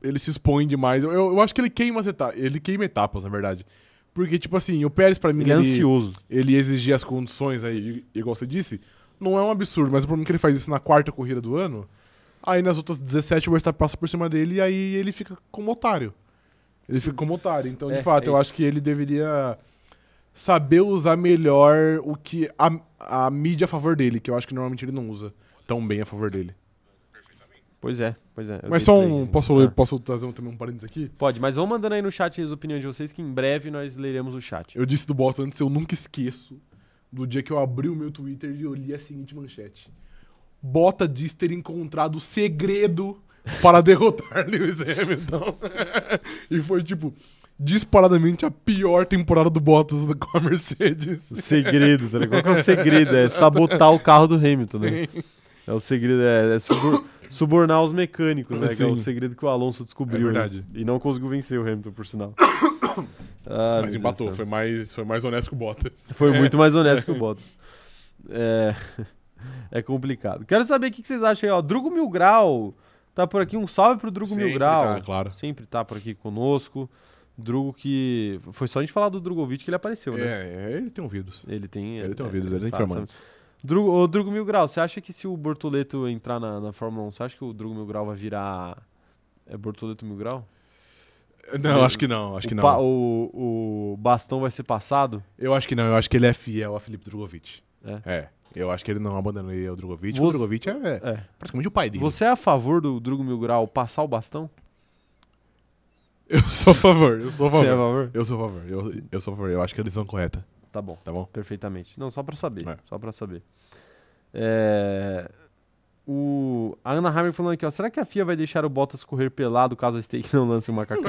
[SPEAKER 2] ele se expõe demais. Eu, eu, eu acho que ele queima as etapas, ele queima etapas, na verdade. Porque tipo assim, o Pérez pra mim
[SPEAKER 1] Ele é ansioso.
[SPEAKER 2] ele exigir as condições aí, i- igual você disse, não é um absurdo, mas o problema é que ele faz isso na quarta corrida do ano, aí nas outras 17 o Verstappen passa por cima dele e aí ele fica como otário. Ele fica como otário. Então,
[SPEAKER 1] É,
[SPEAKER 2] de fato,
[SPEAKER 1] é
[SPEAKER 2] eu
[SPEAKER 1] isso.
[SPEAKER 2] acho que ele deveria saber usar melhor o que a, a mídia a favor dele, que eu acho que normalmente ele não usa tão bem a favor dele.
[SPEAKER 1] Pois é, pois é. Eu
[SPEAKER 2] mas
[SPEAKER 1] dei
[SPEAKER 2] só
[SPEAKER 1] play
[SPEAKER 2] um.
[SPEAKER 1] aqui.
[SPEAKER 2] Posso,
[SPEAKER 1] Ah,
[SPEAKER 2] posso trazer um- também um parênteses aqui?
[SPEAKER 1] pode, mas vão mandando aí no chat as opiniões de vocês, que em breve nós leremos o chat.
[SPEAKER 2] Eu disse do Bottas antes, eu nunca esqueço do dia que eu abri o meu Twitter e eu li a seguinte manchete. Bota diz ter encontrado o segredo para derrotar Lewis Hamilton. e foi, tipo, disparadamente a pior temporada do Bottas com a Mercedes.
[SPEAKER 1] Segredo, tá ligado? Qual que é o segredo? É sabotar o carro do Hamilton, né? É o segredo, é, é subor- subornar os mecânicos, né? Que é o
[SPEAKER 2] Sim.
[SPEAKER 1] segredo que o Alonso descobriu.
[SPEAKER 2] É verdade.
[SPEAKER 1] né? E não conseguiu vencer o Hamilton, por sinal. Ah, meu Deus
[SPEAKER 2] Mas
[SPEAKER 1] do
[SPEAKER 2] embatou,
[SPEAKER 1] céu.
[SPEAKER 2] foi mais, foi mais honesto que o Bottas.
[SPEAKER 1] Foi muito mais honesto que o Bottas. É, é complicado. Quero saber o que que vocês acham aí, ó. Drugo Mil Grau tá por aqui. Um salve pro Drugo Mil
[SPEAKER 2] Sempre
[SPEAKER 1] Grau.
[SPEAKER 2] tá, claro.
[SPEAKER 1] Sempre tá por aqui conosco. Drugo que. Foi só a gente falar do Drogovic que ele apareceu, né?
[SPEAKER 2] É, é, ele tem ouvidos.
[SPEAKER 1] Ele tem.
[SPEAKER 2] Ele tem
[SPEAKER 1] é,
[SPEAKER 2] ouvidos, ele é
[SPEAKER 1] sabe- sabe-
[SPEAKER 2] informante.
[SPEAKER 1] Drugo, ô, Drugo Mil Grau, você acha que se o Bortoleto entrar na, na Fórmula 1, você acha que o Drugo Mil Grau vai virar. É Bortoleto Mil Grau?
[SPEAKER 2] Não, acho que não, acho
[SPEAKER 1] o
[SPEAKER 2] que
[SPEAKER 1] pa-
[SPEAKER 2] não.
[SPEAKER 1] o, o bastão vai ser passado?
[SPEAKER 2] Eu acho que não, eu acho que ele é fiel a Felipe Drogovic.
[SPEAKER 1] É.
[SPEAKER 2] É. Eu acho que ele não abandonaria o Drogovic.
[SPEAKER 1] Você-
[SPEAKER 2] O Drogovic é, é
[SPEAKER 1] É.
[SPEAKER 2] praticamente o pai dele.
[SPEAKER 1] Você é a favor do Drugo Mil Grau passar o bastão?
[SPEAKER 2] Eu sou a favor, eu sou a
[SPEAKER 1] Você é a
[SPEAKER 2] favor.
[SPEAKER 1] favor?
[SPEAKER 2] Eu sou a favor, eu, eu sou a favor. Eu acho que é a decisão correta,
[SPEAKER 1] Tá bom,
[SPEAKER 2] tá bom?
[SPEAKER 1] perfeitamente. Não, só pra saber.
[SPEAKER 2] É.
[SPEAKER 1] Só pra saber. É, O... A Ana Heimer falando aqui, ó. Será que a FIA vai deixar o Bottas correr pelado caso a Steak não lance o macacão?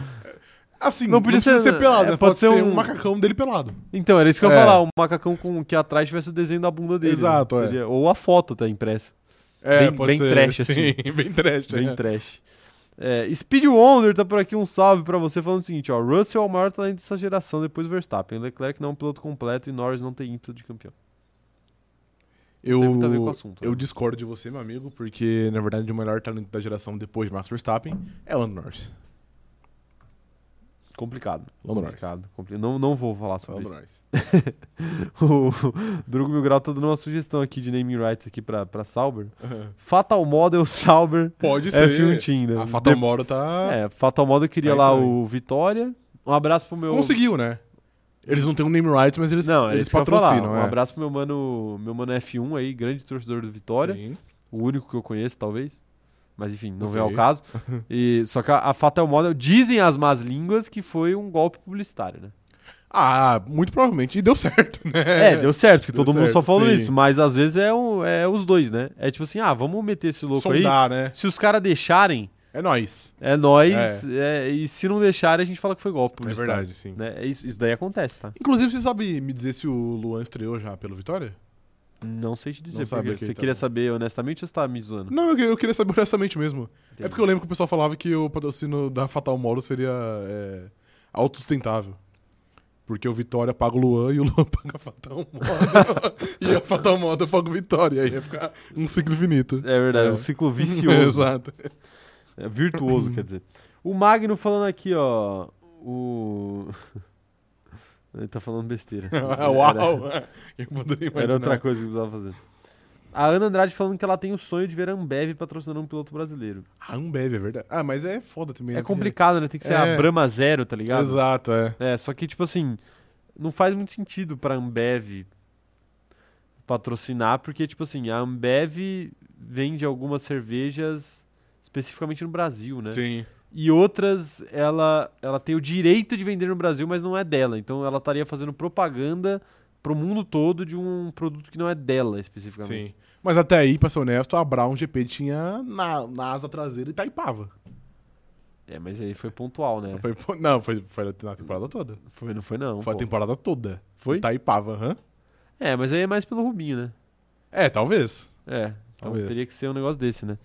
[SPEAKER 2] Assim,
[SPEAKER 1] Não podia
[SPEAKER 2] precisa
[SPEAKER 1] ser- é,
[SPEAKER 2] pelado, né?
[SPEAKER 1] pode
[SPEAKER 2] pode, ser,
[SPEAKER 1] ser
[SPEAKER 2] um...
[SPEAKER 1] um-
[SPEAKER 2] macacão dele pelado.
[SPEAKER 1] Então, era isso que eu ia
[SPEAKER 2] É.
[SPEAKER 1] falar. Um macacão com que atrás tivesse o desenho da bunda dele. né?
[SPEAKER 2] Exato, é.
[SPEAKER 1] Seria- Ou a foto tá impressa.
[SPEAKER 2] É,
[SPEAKER 1] Bem- bem trash, assim.
[SPEAKER 2] Sim, bem trash,
[SPEAKER 1] Bem
[SPEAKER 2] é.
[SPEAKER 1] trash. É, Speed Wonder tá por aqui, um salve pra você falando o seguinte, ó. Russell é o maior talento dessa geração, depois Verstappen. Leclerc não é um piloto completo e Norris não tem ímpeto de campeão.
[SPEAKER 2] Eu,
[SPEAKER 1] Tem muito a ver com o assunto,
[SPEAKER 2] eu
[SPEAKER 1] né?
[SPEAKER 2] discordo de você, meu amigo, porque, na verdade, o melhor talento da geração depois de Max Verstappen é Lando Norris.
[SPEAKER 1] Complicado.
[SPEAKER 2] Lando Norris.
[SPEAKER 1] complicado. compli- Não, não vou falar sobre isso.
[SPEAKER 2] Lando Norris.
[SPEAKER 1] O Drugo Mil Grau tá dando uma sugestão aqui de naming rights aqui pra, pra Sauber. Fatal Model Sauber
[SPEAKER 2] Pode ser.
[SPEAKER 1] F1 Team, né?
[SPEAKER 2] A Ah, Fatal
[SPEAKER 1] De-
[SPEAKER 2] Moro tá...
[SPEAKER 1] É, Fatal Model queria
[SPEAKER 2] Aí
[SPEAKER 1] lá
[SPEAKER 2] também.
[SPEAKER 1] o Vitória. Um abraço pro meu...
[SPEAKER 2] Conseguiu, né? Eles não têm um name rights, mas eles,
[SPEAKER 1] Não, é
[SPEAKER 2] eles
[SPEAKER 1] isso que eu ia falar.
[SPEAKER 2] patrocinam.
[SPEAKER 1] Um
[SPEAKER 2] é.
[SPEAKER 1] abraço pro meu mano, meu mano F1 aí, grande torcedor do Vitória.
[SPEAKER 2] Sim.
[SPEAKER 1] O único que eu conheço, talvez. Mas enfim, não vem ao
[SPEAKER 2] Ok.
[SPEAKER 1] caso. E, só que a, a Fatal Model, dizem as más línguas que foi um golpe publicitário, né?
[SPEAKER 2] Ah, muito provavelmente. E deu certo, né?
[SPEAKER 1] É, deu certo, porque
[SPEAKER 2] Deu
[SPEAKER 1] todo mundo só
[SPEAKER 2] certo,
[SPEAKER 1] falou
[SPEAKER 2] sim.
[SPEAKER 1] isso. Mas às vezes é, um, é os dois, né? É tipo assim, ah, vamos meter esse louco aí.
[SPEAKER 2] Sondar, né?
[SPEAKER 1] Se os caras deixarem,
[SPEAKER 2] É nóis.
[SPEAKER 1] é nós. é, e se não deixarem, a gente fala que foi golpe. pro
[SPEAKER 2] É
[SPEAKER 1] Estado,
[SPEAKER 2] verdade, sim.
[SPEAKER 1] Né? É Isso, isso daí acontece, tá?
[SPEAKER 2] Inclusive, você sabe me dizer se o Luan estreou já pelo Vitória?
[SPEAKER 1] Não sei te dizer,
[SPEAKER 2] sabe
[SPEAKER 1] porque
[SPEAKER 2] aqui,
[SPEAKER 1] você
[SPEAKER 2] tá
[SPEAKER 1] queria
[SPEAKER 2] bom.
[SPEAKER 1] saber honestamente ou você tá me zoando?
[SPEAKER 2] Não, eu, eu queria saber honestamente mesmo. É
[SPEAKER 1] Entendi.
[SPEAKER 2] porque eu lembro que o pessoal falava que o patrocínio da Fatal Moro seria é, autossustentável. Porque o Vitória paga o Luan e o Luan paga a Fatal Moro. e a Fatal Moro paga o Vitória. Aí ia ficar um ciclo infinito.
[SPEAKER 1] É verdade,
[SPEAKER 2] É.
[SPEAKER 1] um ciclo vicioso.
[SPEAKER 2] Exato.
[SPEAKER 1] É, virtuoso, quer dizer. O Magno falando aqui, ó. O. Ele tá falando besteira.
[SPEAKER 2] É Uau! Eu poderia
[SPEAKER 1] Era,
[SPEAKER 2] imaginar.
[SPEAKER 1] era outra coisa que precisava fazer. A Ana Andrade falando que ela tem o sonho de ver a Ambev patrocinando um piloto brasileiro.
[SPEAKER 2] Ah, Ambev, é verdade. Ah, mas é foda também.
[SPEAKER 1] É
[SPEAKER 2] né? Porque-
[SPEAKER 1] complicado, né? Tem que ser
[SPEAKER 2] É.
[SPEAKER 1] a Brahma Zero, tá ligado?
[SPEAKER 2] Exato, é.
[SPEAKER 1] É, só que, tipo assim, não faz muito sentido pra Ambev patrocinar, porque, tipo assim, a Ambev vende algumas cervejas especificamente no Brasil, né?
[SPEAKER 2] Sim.
[SPEAKER 1] E outras, ela, ela tem o direito de vender no Brasil, mas não é dela. Então ela estaria fazendo propaganda pro mundo todo de um produto que não é dela especificamente.
[SPEAKER 2] Sim. Mas até aí, pra ser honesto, a Brown GP tinha na, na asa traseira e taipava.
[SPEAKER 1] É, mas aí foi pontual, né?
[SPEAKER 2] Foi, foi- não, foi, foi na temporada toda.
[SPEAKER 1] Foi, não foi não.
[SPEAKER 2] foi a
[SPEAKER 1] pô.
[SPEAKER 2] temporada toda.
[SPEAKER 1] Foi?
[SPEAKER 2] Taipava, aham.
[SPEAKER 1] É, mas aí é mais pelo Rubinho, né?
[SPEAKER 2] É, talvez.
[SPEAKER 1] É, então
[SPEAKER 2] Talvez.
[SPEAKER 1] teria que ser um negócio desse, né?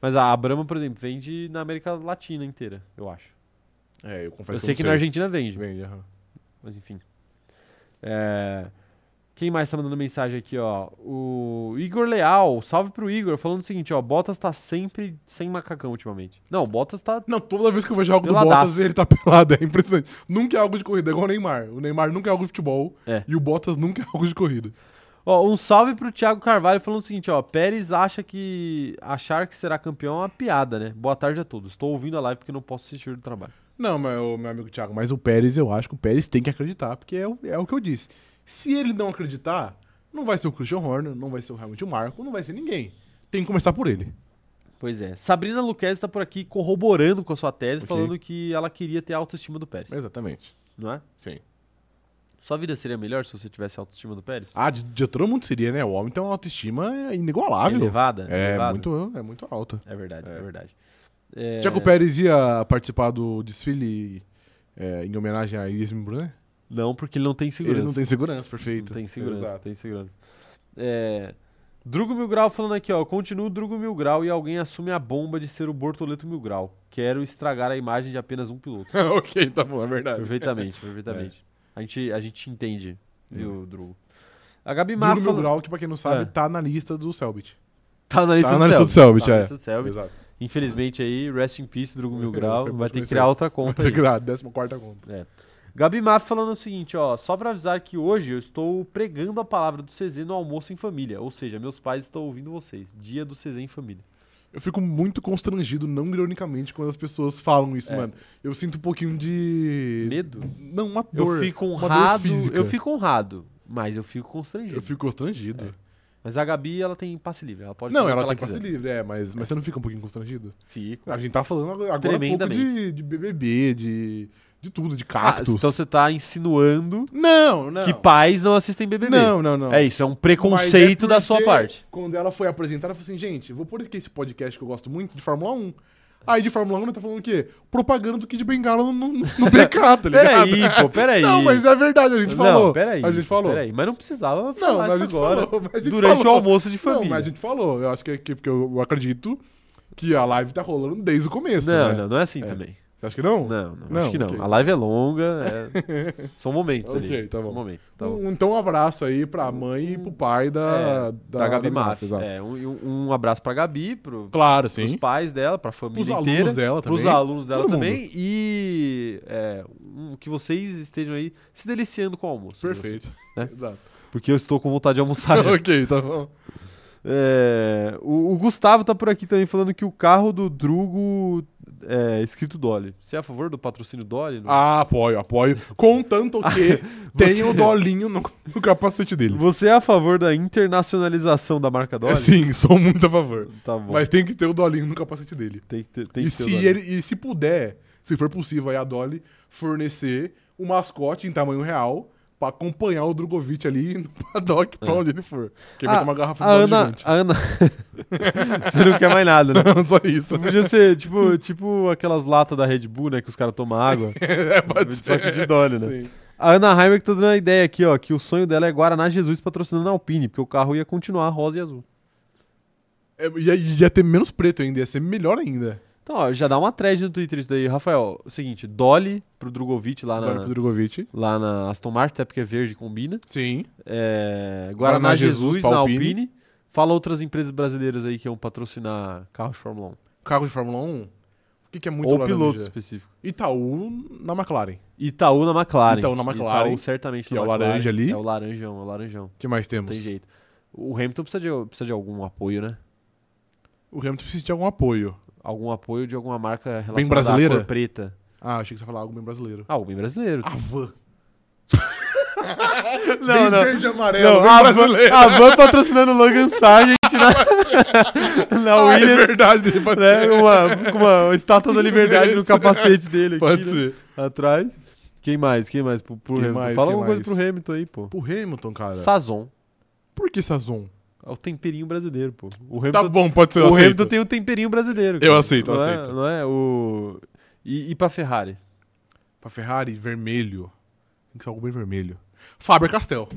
[SPEAKER 1] Mas a Brahma, por exemplo, vende na América Latina inteira, eu acho.
[SPEAKER 2] É, eu confesso
[SPEAKER 1] eu sei
[SPEAKER 2] não
[SPEAKER 1] que na Argentina vende,
[SPEAKER 2] Vende, aham.
[SPEAKER 1] mas enfim. É, Quem mais tá mandando mensagem aqui, ó? O Igor Leal, salve pro Igor, falando o seguinte, ó, Bottas tá sempre sem macacão ultimamente. Não, Bottas tá...
[SPEAKER 2] Não, toda vez que eu vejo algo do
[SPEAKER 1] Peladaço.
[SPEAKER 2] Bottas, ele tá pelado. É impressionante. Nunca é algo de corrida, é igual o Neymar. O Neymar nunca é algo de futebol.
[SPEAKER 1] É.
[SPEAKER 2] E o Bottas nunca é algo de corrida.
[SPEAKER 1] Ó, um salve pro Thiago Carvalho falando o seguinte, ó, Pérez acha que... Achar que será campeão é uma piada, né? Boa tarde a todos, estou ouvindo a live porque não posso assistir do trabalho.
[SPEAKER 2] Não, meu, meu amigo Thiago, mas o Pérez, eu acho que o Pérez tem que acreditar, porque é, o- é o que eu disse. Se ele não acreditar, não vai ser o Christian Horner, não vai ser o Hamilton Marco, não vai ser ninguém. Tem que começar por ele.
[SPEAKER 1] Pois é. Sabrina Luquez está por aqui corroborando com a sua tese,
[SPEAKER 2] Ok.
[SPEAKER 1] falando que ela queria ter a autoestima do Pérez.
[SPEAKER 2] Exatamente.
[SPEAKER 1] Não é?
[SPEAKER 2] Sim.
[SPEAKER 1] Sua vida seria melhor se você tivesse a autoestima do Pérez?
[SPEAKER 2] Ah, de, de todo mundo seria, né? O homem tem uma autoestima é inigualável.
[SPEAKER 1] elevada?
[SPEAKER 2] é,
[SPEAKER 1] elevada.
[SPEAKER 2] muito, é muito alta.
[SPEAKER 1] É verdade, é,
[SPEAKER 2] É.
[SPEAKER 1] verdade. É,
[SPEAKER 2] Já que o Pérez ia participar do desfile é, em homenagem a Yasmin Brunet?
[SPEAKER 1] Não, porque ele não tem segurança.
[SPEAKER 2] Ele não tem segurança,
[SPEAKER 1] Não
[SPEAKER 2] perfeito.
[SPEAKER 1] tem segurança,
[SPEAKER 2] Exato.
[SPEAKER 1] tem segurança. É, Drugo Mil Grau falando aqui, ó. Continua o Drugo Mil Grau e alguém assume a bomba de ser o Bortoleto Mil Grau. Quero estragar a imagem de apenas um piloto.
[SPEAKER 2] ok, tá bom, é verdade.
[SPEAKER 1] perfeitamente, perfeitamente. A, gente, a gente entende,
[SPEAKER 2] É.
[SPEAKER 1] viu, Drugo? A Gabi Má
[SPEAKER 2] Júlio
[SPEAKER 1] falando-
[SPEAKER 2] Milgrau, que pra quem não sabe,
[SPEAKER 1] É.
[SPEAKER 2] tá na lista do Selbit.
[SPEAKER 1] Tá na lista,
[SPEAKER 2] Tá
[SPEAKER 1] do,
[SPEAKER 2] na lista do
[SPEAKER 1] Selbit.
[SPEAKER 2] Selbit,
[SPEAKER 1] Tá na
[SPEAKER 2] é.
[SPEAKER 1] lista do Selbit.
[SPEAKER 2] Exato.
[SPEAKER 1] Infelizmente aí, rest in peace, Drugo Mil
[SPEAKER 2] Foi
[SPEAKER 1] Grau.
[SPEAKER 2] bom
[SPEAKER 1] Vai ter que
[SPEAKER 2] te conhecer.
[SPEAKER 1] criar outra conta aí.
[SPEAKER 2] Integrar, 14 conta.
[SPEAKER 1] Gabi Maff falando o seguinte, ó. Só pra avisar que hoje eu estou pregando a palavra do CZ no almoço em família. Ou seja, meus pais estão ouvindo vocês. Dia do CZ em família.
[SPEAKER 2] Eu fico muito constrangido, não ironicamente, quando as pessoas falam isso,
[SPEAKER 1] É.
[SPEAKER 2] mano. Eu sinto um pouquinho de.
[SPEAKER 1] Medo?
[SPEAKER 2] Não, uma
[SPEAKER 1] Eu
[SPEAKER 2] dor.
[SPEAKER 1] fico
[SPEAKER 2] uma dor
[SPEAKER 1] honrado.
[SPEAKER 2] física.
[SPEAKER 1] Eu fico honrado, mas eu fico constrangido.
[SPEAKER 2] Eu fico constrangido.
[SPEAKER 1] Mas a Gabi, ela tem passe livre. Ela É, pode
[SPEAKER 2] Não,
[SPEAKER 1] fazer o
[SPEAKER 2] ela,
[SPEAKER 1] que
[SPEAKER 2] tem passe
[SPEAKER 1] quiser.
[SPEAKER 2] livre, é, mas, mas você não fica um pouquinho constrangido?
[SPEAKER 1] Fico.
[SPEAKER 2] A gente tá falando agora agora há pouco
[SPEAKER 1] Tremendamente.
[SPEAKER 2] de, de BBB, de, de tudo, de
[SPEAKER 1] Ah,
[SPEAKER 2] cactos.
[SPEAKER 1] então você tá insinuando
[SPEAKER 2] Não, não.
[SPEAKER 1] que pais não assistem BBB.
[SPEAKER 2] Não, não, não.
[SPEAKER 1] É isso, é um
[SPEAKER 2] Mas é
[SPEAKER 1] preconceito da sua
[SPEAKER 2] porque
[SPEAKER 1] parte.
[SPEAKER 2] Quando ela foi apresentada, eu falei assim, gente, vou pôr aqui esse podcast que eu gosto muito, de Fórmula 1. Aí de Fórmula 1 ela tá falando o quê? Propaganda do Kid Bengala no, no, no BK, tá ligado?
[SPEAKER 1] Peraí, pô, peraí.
[SPEAKER 2] Não, mas é verdade, a gente falou.
[SPEAKER 1] Não, peraí.
[SPEAKER 2] A gente falou.
[SPEAKER 1] Peraí, mas não precisava
[SPEAKER 2] Não,
[SPEAKER 1] falar
[SPEAKER 2] mas
[SPEAKER 1] isso
[SPEAKER 2] a gente
[SPEAKER 1] agora.
[SPEAKER 2] falou. mas a gente
[SPEAKER 1] durante o
[SPEAKER 2] falou.
[SPEAKER 1] almoço de
[SPEAKER 2] Não,
[SPEAKER 1] família.
[SPEAKER 2] mas a gente falou. Eu acho que, que porque eu acredito que a live tá rolando desde o começo,
[SPEAKER 1] não,
[SPEAKER 2] né?
[SPEAKER 1] não, não é assim
[SPEAKER 2] É.
[SPEAKER 1] também.
[SPEAKER 2] Você acha que não?
[SPEAKER 1] Não, não,
[SPEAKER 2] Não,
[SPEAKER 1] acho que não.
[SPEAKER 2] ok.
[SPEAKER 1] A live é longa, é- são momentos
[SPEAKER 2] Ok,
[SPEAKER 1] ali.
[SPEAKER 2] tá
[SPEAKER 1] São
[SPEAKER 2] bom.
[SPEAKER 1] momentos. Tá bom.
[SPEAKER 2] Um- Então um abraço aí pra mãe e pro pai da...
[SPEAKER 1] Da, Gabi
[SPEAKER 2] Maff,
[SPEAKER 1] Maff. É, um, e um- um abraço pra Gabi, pro,
[SPEAKER 2] Claro,
[SPEAKER 1] pros
[SPEAKER 2] sim.
[SPEAKER 1] pais dela, pra família
[SPEAKER 2] Pros alunos
[SPEAKER 1] inteira.
[SPEAKER 2] dela
[SPEAKER 1] Pros
[SPEAKER 2] também.
[SPEAKER 1] alunos dela
[SPEAKER 2] Todo
[SPEAKER 1] também. E é, um- que vocês estejam aí se deliciando com o almoço. de
[SPEAKER 2] Perfeito.
[SPEAKER 1] né?
[SPEAKER 2] Exato.
[SPEAKER 1] vocês. Porque eu estou com vontade de almoçar já.
[SPEAKER 2] ok, tá bom.
[SPEAKER 1] É, o, o Gustavo tá por aqui também falando que o carro do Drugo é escrito Dolly. Você é a favor do patrocínio Dolly? Não?
[SPEAKER 2] Ah, apoio, apoio. Contanto que
[SPEAKER 1] Ah,
[SPEAKER 2] tenha o dolinho no, no capacete dele.
[SPEAKER 1] Você é a favor da internacionalização da marca Dolly?
[SPEAKER 2] Sim, sou muito a favor.
[SPEAKER 1] Tá bom.
[SPEAKER 2] Mas tem que ter o dolinho no capacete dele.
[SPEAKER 1] tem que ter, tem
[SPEAKER 2] e,
[SPEAKER 1] que ter o
[SPEAKER 2] se
[SPEAKER 1] Dolly.
[SPEAKER 2] ele, e se puder, se for possível aí a Dolly fornecer o mascote em tamanho real pra acompanhar o Drogovic ali no paddock pra onde ele for. Que ele
[SPEAKER 1] É.
[SPEAKER 2] vai
[SPEAKER 1] Ah,
[SPEAKER 2] ter uma garrafa
[SPEAKER 1] A
[SPEAKER 2] de
[SPEAKER 1] Ana,
[SPEAKER 2] gigante.
[SPEAKER 1] a Ana. Você não quer mais nada, né?
[SPEAKER 2] Não, só isso.
[SPEAKER 1] Podia ser tipo, tipo aquelas latas da Red Bull, né? Que os caras tomam água.
[SPEAKER 2] É, pode
[SPEAKER 1] só
[SPEAKER 2] ser.
[SPEAKER 1] que de dole, né?
[SPEAKER 2] Sim.
[SPEAKER 1] A Ana Heimer que tá dando uma ideia aqui, ó. Que o sonho dela é Guaraná Jesus patrocinando a Alpine, porque o carro ia continuar rosa e azul.
[SPEAKER 2] É, ia, ia ter menos preto ainda, ia ser melhor ainda.
[SPEAKER 1] Então, ó, já dá uma thread no Twitter isso daí. Rafael, o seguinte, dole pro Drogovic lá
[SPEAKER 2] Agora pro
[SPEAKER 1] na,
[SPEAKER 2] Drogovic.
[SPEAKER 1] lá na Aston Martin, até porque é verde combina.
[SPEAKER 2] Sim.
[SPEAKER 1] É,
[SPEAKER 2] Guaraná
[SPEAKER 1] Guaraná
[SPEAKER 2] Jesus
[SPEAKER 1] Jesus,
[SPEAKER 2] pra
[SPEAKER 1] na
[SPEAKER 2] Alpine.
[SPEAKER 1] Alpine. Fala outras empresas brasileiras aí que vão patrocinar carro de Fórmula 1.
[SPEAKER 2] Carro de Fórmula 1. O que, que é muito
[SPEAKER 1] Ou
[SPEAKER 2] laranja?
[SPEAKER 1] pilotos específico.
[SPEAKER 2] Itaú na McLaren. O
[SPEAKER 1] Itaú na McLaren.
[SPEAKER 2] Itaú na McLaren,
[SPEAKER 1] Itaú certamente
[SPEAKER 2] que
[SPEAKER 1] na
[SPEAKER 2] é o
[SPEAKER 1] McLaren.
[SPEAKER 2] laranja ali.
[SPEAKER 1] É o laranjão, é o laranjão.
[SPEAKER 2] que mais
[SPEAKER 1] Não
[SPEAKER 2] temos?
[SPEAKER 1] tem jeito. O Hamilton precisa de, precisa de algum apoio, né?
[SPEAKER 2] O Hamilton precisa de algum apoio.
[SPEAKER 1] Algum apoio de alguma marca relacionada
[SPEAKER 2] brasileira?
[SPEAKER 1] à cor preta.
[SPEAKER 2] Ah, achei que você ia falar algo bem brasileiro.
[SPEAKER 1] Ah, o bem brasileiro.
[SPEAKER 2] A van.
[SPEAKER 1] não, não.
[SPEAKER 2] verde e amarelo.
[SPEAKER 1] Não,
[SPEAKER 2] bem
[SPEAKER 1] a van,
[SPEAKER 2] brasileiro.
[SPEAKER 1] a van tá patrocinando o Logan Sargent na, na
[SPEAKER 2] Ah, é
[SPEAKER 1] Williams.
[SPEAKER 2] verdade. Pode
[SPEAKER 1] né?
[SPEAKER 2] ser.
[SPEAKER 1] Uma, com uma estátua da liberdade no
[SPEAKER 2] Isso. né?
[SPEAKER 1] capacete dele aqui,
[SPEAKER 2] Pode
[SPEAKER 1] né?
[SPEAKER 2] ser.
[SPEAKER 1] atrás. Quem mais? Quem mais? Pro, pro
[SPEAKER 2] Quem
[SPEAKER 1] Hamilton.
[SPEAKER 2] mais?
[SPEAKER 1] Fala
[SPEAKER 2] Quem
[SPEAKER 1] alguma coisa
[SPEAKER 2] mais?
[SPEAKER 1] pro Hamilton aí, pô.
[SPEAKER 2] Pro Hamilton, cara.
[SPEAKER 1] Sazon.
[SPEAKER 2] Por que Sazon?
[SPEAKER 1] É o temperinho brasileiro, pô. O Hamilton,
[SPEAKER 2] Tá bom, pode ser. Eu
[SPEAKER 1] o
[SPEAKER 2] aceito.
[SPEAKER 1] Hamilton tem o temperinho brasileiro.
[SPEAKER 2] Eu aceito, eu
[SPEAKER 1] não é-
[SPEAKER 2] aceito.
[SPEAKER 1] não é o... E, e pra Ferrari?
[SPEAKER 2] Pra Ferrari, vermelho. Tem que ser algo bem vermelho. Faber Castell.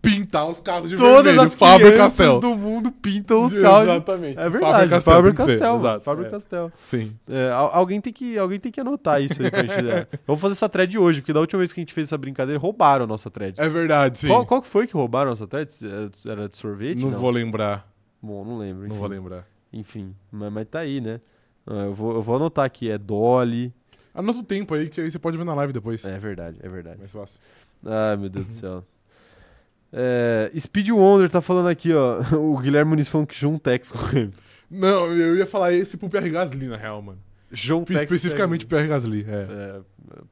[SPEAKER 2] Pintar os carros de
[SPEAKER 1] Todas
[SPEAKER 2] vermelho.
[SPEAKER 1] as
[SPEAKER 2] Faber
[SPEAKER 1] crianças
[SPEAKER 2] Castell.
[SPEAKER 1] do mundo pintam os carros.
[SPEAKER 2] Exatamente.
[SPEAKER 1] É verdade,
[SPEAKER 2] Faber-Castell
[SPEAKER 1] Faber
[SPEAKER 2] tem que ser,
[SPEAKER 1] Castell.
[SPEAKER 2] exato,
[SPEAKER 1] Faber
[SPEAKER 2] é.
[SPEAKER 1] Castell.
[SPEAKER 2] Sim.
[SPEAKER 1] É, al- alguém, tem que, alguém tem que anotar isso aí pra gente. né? Vamos fazer essa thread hoje, porque da última vez que a gente fez essa brincadeira, roubaram a nossa thread.
[SPEAKER 2] É verdade, sim.
[SPEAKER 1] Qual, qual que foi que roubaram a nossa thread? Era de- Era de sorvete?
[SPEAKER 2] não, vou lembrar.
[SPEAKER 1] Bom, não lembro.
[SPEAKER 2] Não
[SPEAKER 1] enfim.
[SPEAKER 2] vou lembrar.
[SPEAKER 1] Enfim, mas, mas tá aí, né? Ah, Eu vou, eu vou anotar aqui, é Dolly.
[SPEAKER 2] Anota o Ah, tempo aí, que aí você pode ver na live depois.
[SPEAKER 1] É verdade, é verdade.
[SPEAKER 2] Mais fácil.
[SPEAKER 1] Ai, meu Deus do céu. É, Speed Wonder tá falando aqui, ó. O Guilherme Muniz falando que Jontex com ele.
[SPEAKER 2] Não, eu ia falar esse pro Pierre Gasly, na real, mano.
[SPEAKER 1] Jontex.
[SPEAKER 2] Especificamente pro Pierre Gasly, é.
[SPEAKER 1] É,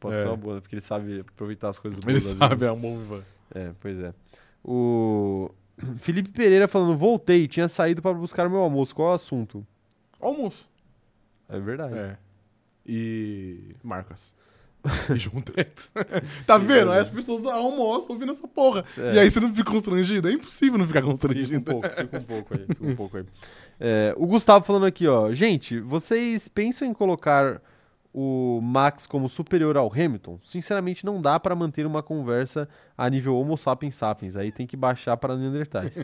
[SPEAKER 1] pode
[SPEAKER 2] É.
[SPEAKER 1] ser uma boa, né? porque ele sabe aproveitar as coisas boas.
[SPEAKER 2] Ele
[SPEAKER 1] da vida.
[SPEAKER 2] sabe, é um bom Ivan.
[SPEAKER 1] É, pois é. O Felipe Pereira falando: voltei, tinha saído pra buscar o meu almoço. Qual é o assunto?
[SPEAKER 2] Almoço.
[SPEAKER 1] É verdade.
[SPEAKER 2] É. E. Marcas. E Juntex. tá vendo? Aí as pessoas almoçam ouvindo essa porra.
[SPEAKER 1] É.
[SPEAKER 2] E aí você né? não fica constrangido? É impossível não ficar
[SPEAKER 1] Fica um
[SPEAKER 2] constrangido.
[SPEAKER 1] pouco, fica um pouco aí, fica um pouco aí. É, o Gustavo falando aqui, ó. Gente, vocês pensam em colocar o Max como superior ao Hamilton? Sinceramente, não dá pra manter uma conversa a nível Homo sapiens sapiens. Aí tem que baixar para Neandertais.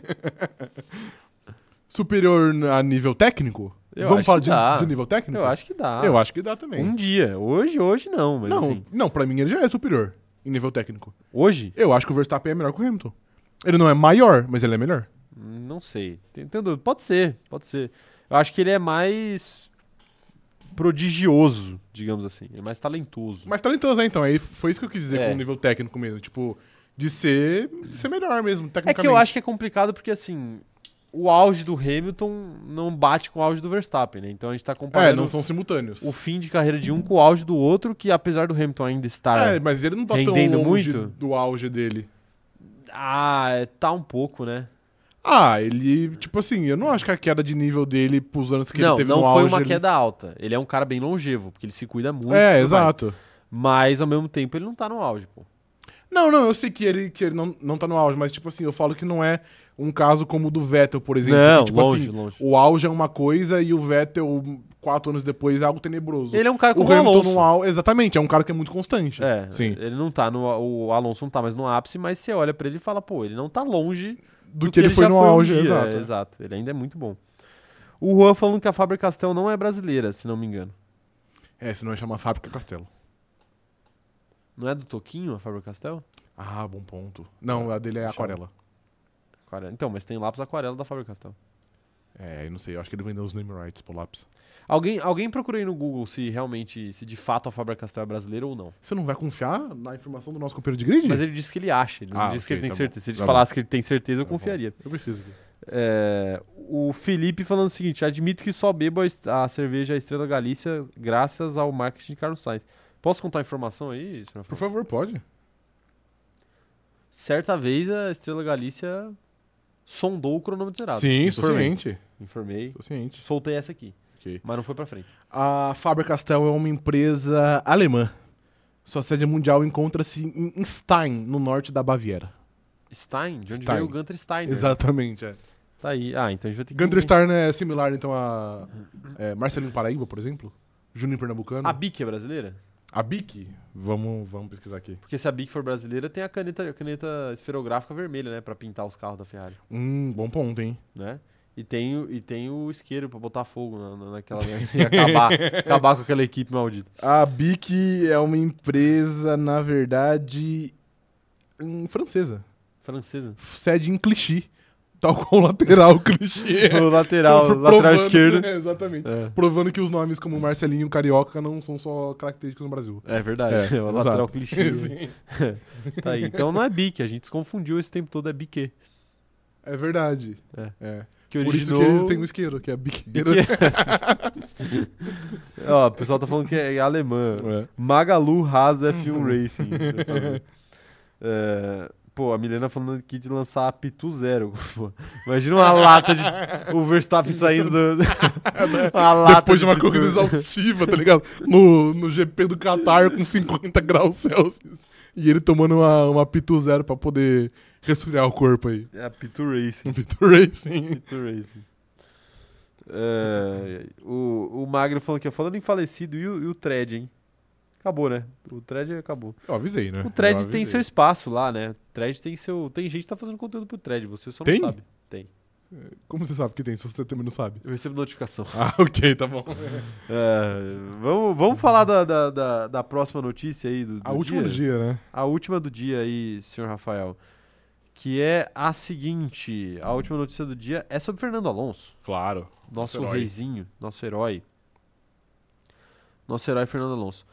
[SPEAKER 2] Superior a nível técnico?
[SPEAKER 1] Eu
[SPEAKER 2] Vamos
[SPEAKER 1] acho
[SPEAKER 2] falar
[SPEAKER 1] que
[SPEAKER 2] de,
[SPEAKER 1] dá.
[SPEAKER 2] de nível técnico?
[SPEAKER 1] Eu acho que dá.
[SPEAKER 2] Eu acho que dá também.
[SPEAKER 1] Um dia. Hoje, hoje não, mas
[SPEAKER 2] não,
[SPEAKER 1] assim.
[SPEAKER 2] não, pra mim ele já é superior em nível técnico.
[SPEAKER 1] Hoje?
[SPEAKER 2] Eu acho que o Verstappen é melhor que o Hamilton. Ele não é maior, mas ele é melhor.
[SPEAKER 1] Hum, Não sei. Tenho, tenho dúvida. Pode ser, pode ser. Eu acho que ele é mais prodigioso, digamos assim. É mais talentoso.
[SPEAKER 2] Mas talentoso, né, então? Aí foi isso que eu quis dizer
[SPEAKER 1] É.
[SPEAKER 2] com o nível técnico mesmo. Tipo, de ser, de ser melhor mesmo,
[SPEAKER 1] É
[SPEAKER 2] tecnicamente.
[SPEAKER 1] que eu acho que é complicado porque, assim, o auge do Hamilton não bate com o auge do Verstappen, né? Então a gente tá
[SPEAKER 2] É,
[SPEAKER 1] comparando
[SPEAKER 2] não são simultâneos.
[SPEAKER 1] o fim de carreira de um com o auge do outro, que apesar do Hamilton ainda estar...
[SPEAKER 2] É, mas ele não tá tão
[SPEAKER 1] Rendendo
[SPEAKER 2] longe
[SPEAKER 1] muito?
[SPEAKER 2] do auge dele.
[SPEAKER 1] Ah, é, tá um pouco, né?
[SPEAKER 2] Ah, ele, tipo assim, eu não acho que a queda de nível dele pros anos que
[SPEAKER 1] não,
[SPEAKER 2] ele teve
[SPEAKER 1] não
[SPEAKER 2] no
[SPEAKER 1] foi
[SPEAKER 2] auge...
[SPEAKER 1] uma
[SPEAKER 2] ele-
[SPEAKER 1] queda alta. Ele é um cara bem longevo, porque ele se cuida muito. e tudo
[SPEAKER 2] É,
[SPEAKER 1] mais.
[SPEAKER 2] exato.
[SPEAKER 1] Mas, ao mesmo tempo, ele não tá no auge, pô.
[SPEAKER 2] Não, não, eu sei que ele, que ele não, não tá no auge, mas, tipo assim, eu falo que não é um caso como o do Vettel, por exemplo.
[SPEAKER 1] Não,
[SPEAKER 2] que, tipo
[SPEAKER 1] longe,
[SPEAKER 2] assim,
[SPEAKER 1] longe.
[SPEAKER 2] o auge é uma coisa e o Vettel, quatro anos depois, é algo tenebroso.
[SPEAKER 1] Ele é um cara
[SPEAKER 2] o
[SPEAKER 1] como o
[SPEAKER 2] Hamilton
[SPEAKER 1] Alonso.
[SPEAKER 2] no auge. Exatamente, é um cara que é muito constante.
[SPEAKER 1] É,
[SPEAKER 2] Sim.
[SPEAKER 1] ele não tá no. O Alonso não tá mais no ápice, mas você olha pra ele e fala, pô, ele não tá longe
[SPEAKER 2] Do, que, ele foi
[SPEAKER 1] já
[SPEAKER 2] no
[SPEAKER 1] um
[SPEAKER 2] auge,
[SPEAKER 1] dia.
[SPEAKER 2] exato.
[SPEAKER 1] É, exato. Ele ainda é muito bom. O Juan falando que a Faber Castell não é brasileira, se não me engano.
[SPEAKER 2] É, se não é chamar Fábrica Castelo.
[SPEAKER 1] Não é do Toquinho a Faber Castell?
[SPEAKER 2] Ah, bom ponto. Não, a dele é
[SPEAKER 1] Chama.
[SPEAKER 2] aquarela.
[SPEAKER 1] Aquarela. Então, mas tem lápis aquarela da Faber Castell.
[SPEAKER 2] É, eu não sei, eu acho que ele vendeu os name rights pro lápis.
[SPEAKER 1] Alguém, alguém procura aí no Google se realmente, se de fato a Faber Castell é brasileira ou não.
[SPEAKER 2] Você não vai confiar na informação do nosso companheiro de grid?
[SPEAKER 1] Mas ele disse que ele acha, ele não
[SPEAKER 2] Ah,
[SPEAKER 1] disse
[SPEAKER 2] ok,
[SPEAKER 1] que ele tem
[SPEAKER 2] tá bom.
[SPEAKER 1] certeza. Se ele
[SPEAKER 2] Tá bom.
[SPEAKER 1] falasse que ele tem certeza, eu
[SPEAKER 2] Tá bom.
[SPEAKER 1] confiaria.
[SPEAKER 2] Eu preciso aqui.
[SPEAKER 1] É, o Felipe falando o seguinte: admito que só bebo a, est- a cerveja Estrela Galícia graças ao marketing de Carlos Sainz. Posso contar a informação aí? senhor
[SPEAKER 2] Por
[SPEAKER 1] Afonso?
[SPEAKER 2] favor, pode.
[SPEAKER 1] Certa vez a Estrela Galícia sondou o cronômetro zerado.
[SPEAKER 2] Sim, sou
[SPEAKER 1] Informei.
[SPEAKER 2] ciente.
[SPEAKER 1] Informei.
[SPEAKER 2] Tô ciente.
[SPEAKER 1] Soltei essa aqui,
[SPEAKER 2] Ok.
[SPEAKER 1] mas não foi pra frente.
[SPEAKER 2] A Faber Castell é uma empresa alemã. Sua sede mundial encontra-se em Stein, no norte da Baviera.
[SPEAKER 3] Stein, de onde
[SPEAKER 2] Stein.
[SPEAKER 3] veio o Gunter Steiner.
[SPEAKER 1] né?
[SPEAKER 2] Exatamente, é.
[SPEAKER 3] Tá aí. Ah, então a gente vai ter que.
[SPEAKER 1] um
[SPEAKER 2] Gunter Stein é similar, então, a é, Marcelinho Paraíba, por exemplo? Júnior Pernambucano?
[SPEAKER 3] A Bic é brasileira?
[SPEAKER 2] A Bic? Vamos, vamos pesquisar aqui.
[SPEAKER 3] Porque se a Bic for brasileira, tem a caneta, a caneta esferográfica vermelha, né? Pra pintar os carros da Ferrari,
[SPEAKER 2] Hum, bom ponto, hein?
[SPEAKER 3] né? E tem, o- e tem o isqueiro pra botar fogo na, na- naquela. e acabar, acabar com aquela equipe maldita.
[SPEAKER 2] A Bic é uma empresa, na verdade, hum, francesa.
[SPEAKER 3] Francesa.
[SPEAKER 2] Sede em Clichy. Tal qual o lateral Clichy.
[SPEAKER 1] O lateral,
[SPEAKER 2] Pro-
[SPEAKER 1] lateral
[SPEAKER 2] provando-
[SPEAKER 1] esquerdo.
[SPEAKER 2] é, exatamente.
[SPEAKER 1] É.
[SPEAKER 2] Provando que os nomes como Marcelinho Carioca não são só característicos no Brasil.
[SPEAKER 1] É verdade,
[SPEAKER 2] É,
[SPEAKER 1] é, o lateral
[SPEAKER 2] exato.
[SPEAKER 1] clichê. né?
[SPEAKER 2] Sim.
[SPEAKER 1] tá aí. Então não é bique, a gente se confundiu esse tempo todo, é bique.
[SPEAKER 2] É verdade.
[SPEAKER 1] É.
[SPEAKER 2] É.
[SPEAKER 1] Que
[SPEAKER 2] Por isso
[SPEAKER 1] originou...
[SPEAKER 2] que eles têm um isqueiro, que é biqueiro.
[SPEAKER 1] Ó, o pessoal tá falando que é alemã.
[SPEAKER 2] É.
[SPEAKER 1] Magalu Haas
[SPEAKER 2] Uhum.
[SPEAKER 1] F1 Racing. né, pra fazer. É, pô, a Milena falando aqui de lançar a Pitu Zero. Pô, Imagina uma lata de. O Verstappen saindo do. uma lata
[SPEAKER 2] Depois de uma
[SPEAKER 1] Pitu.
[SPEAKER 2] corrida exaustiva, tá ligado? No, no GP do Qatar com 50 graus Celsius. E ele tomando uma, uma Pitu Zero pra poder resfriar o corpo aí.
[SPEAKER 1] É a Pitu Racing.
[SPEAKER 2] Um Pitu Racing.
[SPEAKER 1] Pitu Racing. É, o, o Magno falando aqui, ó, falando em falecido e o, e o Thread, hein? Acabou, né? O Thread acabou.
[SPEAKER 2] Eu avisei, né?
[SPEAKER 1] O
[SPEAKER 2] Eu
[SPEAKER 1] Thread
[SPEAKER 2] avisei.
[SPEAKER 1] tem seu espaço lá, né? O Thread tem seu. Tem gente que tá fazendo conteúdo pro Thread, você só
[SPEAKER 2] Tem?
[SPEAKER 1] não sabe.
[SPEAKER 2] Como você sabe que tem, se você também não sabe?
[SPEAKER 1] Eu recebo notificação.
[SPEAKER 2] Ah, ok, tá bom.
[SPEAKER 1] É, vamos, vamos falar da, da, da, da próxima notícia aí do, do
[SPEAKER 2] A última do dia, né?
[SPEAKER 1] A última do dia aí, senhor Rafael. Que é a seguinte: a última notícia do dia é sobre Fernando Alonso,
[SPEAKER 2] Claro.
[SPEAKER 1] nosso
[SPEAKER 2] Herói.
[SPEAKER 1] reizinho, nosso herói. Nosso herói Fernando Alonso.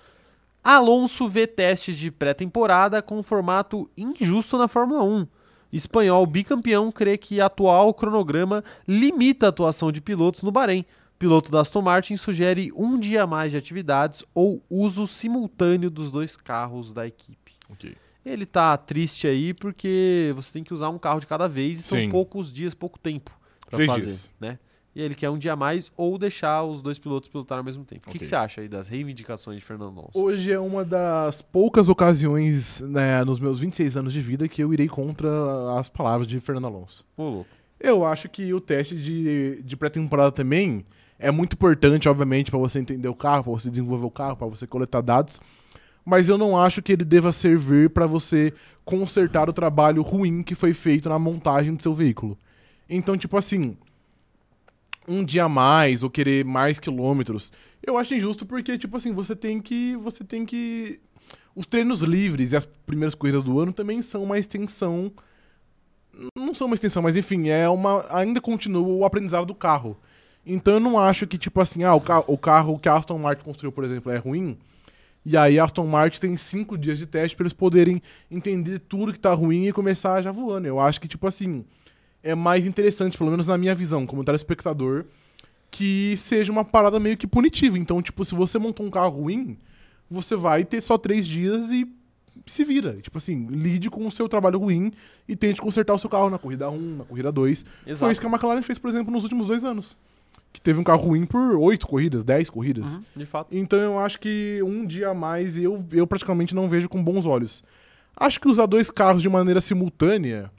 [SPEAKER 1] Alonso vê testes de pré-temporada com formato injusto na Fórmula 1. Espanhol bicampeão crê que atual cronograma limita a atuação de pilotos no Bahrein. Piloto da Aston Martin sugere um dia a mais de atividades ou uso simultâneo dos dois carros da equipe.
[SPEAKER 2] Ok.
[SPEAKER 1] Ele tá triste aí porque você tem que usar um carro de cada vez e
[SPEAKER 2] Sim.
[SPEAKER 1] são poucos dias, pouco tempo pra
[SPEAKER 2] Três
[SPEAKER 1] fazer,
[SPEAKER 2] dias.
[SPEAKER 1] né? E ele quer um dia a mais ou deixar os dois pilotos pilotar ao mesmo tempo. O que, que
[SPEAKER 2] Ok.
[SPEAKER 1] você acha aí das reivindicações de Fernando Alonso?
[SPEAKER 2] Hoje é uma das poucas ocasiões né, nos meus 26 anos de vida que eu irei contra as palavras de Fernando Alonso.
[SPEAKER 1] Ô, louco.
[SPEAKER 2] Eu acho que o teste de, de pré-temporada também é muito importante, obviamente, para você entender o carro, para você desenvolver o carro, para você coletar dados. Mas eu não acho que ele deva servir para você consertar o trabalho ruim que foi feito na montagem do seu veículo. Então, tipo assim, um dia a mais ou querer mais quilômetros, eu acho injusto porque tipo assim, você tem que você tem que os treinos livres e as primeiras corridas do ano também são uma extensão não são uma extensão, mas enfim, é uma. Ainda continua o aprendizado do carro. Então eu não acho que, tipo assim, ah, o, ca o carro que a Aston Martin construiu, por exemplo, é ruim. E aí a Aston Martin tem cinco dias de teste para eles poderem entender tudo que tá ruim e começar já voando. Eu acho que, tipo assim, é mais interessante, pelo menos na minha visão, como telespectador, que seja uma parada meio que punitiva. Então, tipo, se você montou um carro ruim, você vai ter só três dias e se vira. Tipo assim, lide com o seu trabalho ruim e tente consertar o seu carro na corrida 1, na corrida 2.
[SPEAKER 3] Exato.
[SPEAKER 2] Foi isso que a McLaren fez, por exemplo, nos últimos dois anos. Que teve um carro ruim por oito corridas, 10 corridas.
[SPEAKER 3] Uhum, de fato.
[SPEAKER 2] Então eu acho que um dia a mais eu, eu praticamente não vejo com bons olhos. Acho que usar dois carros de maneira simultânea,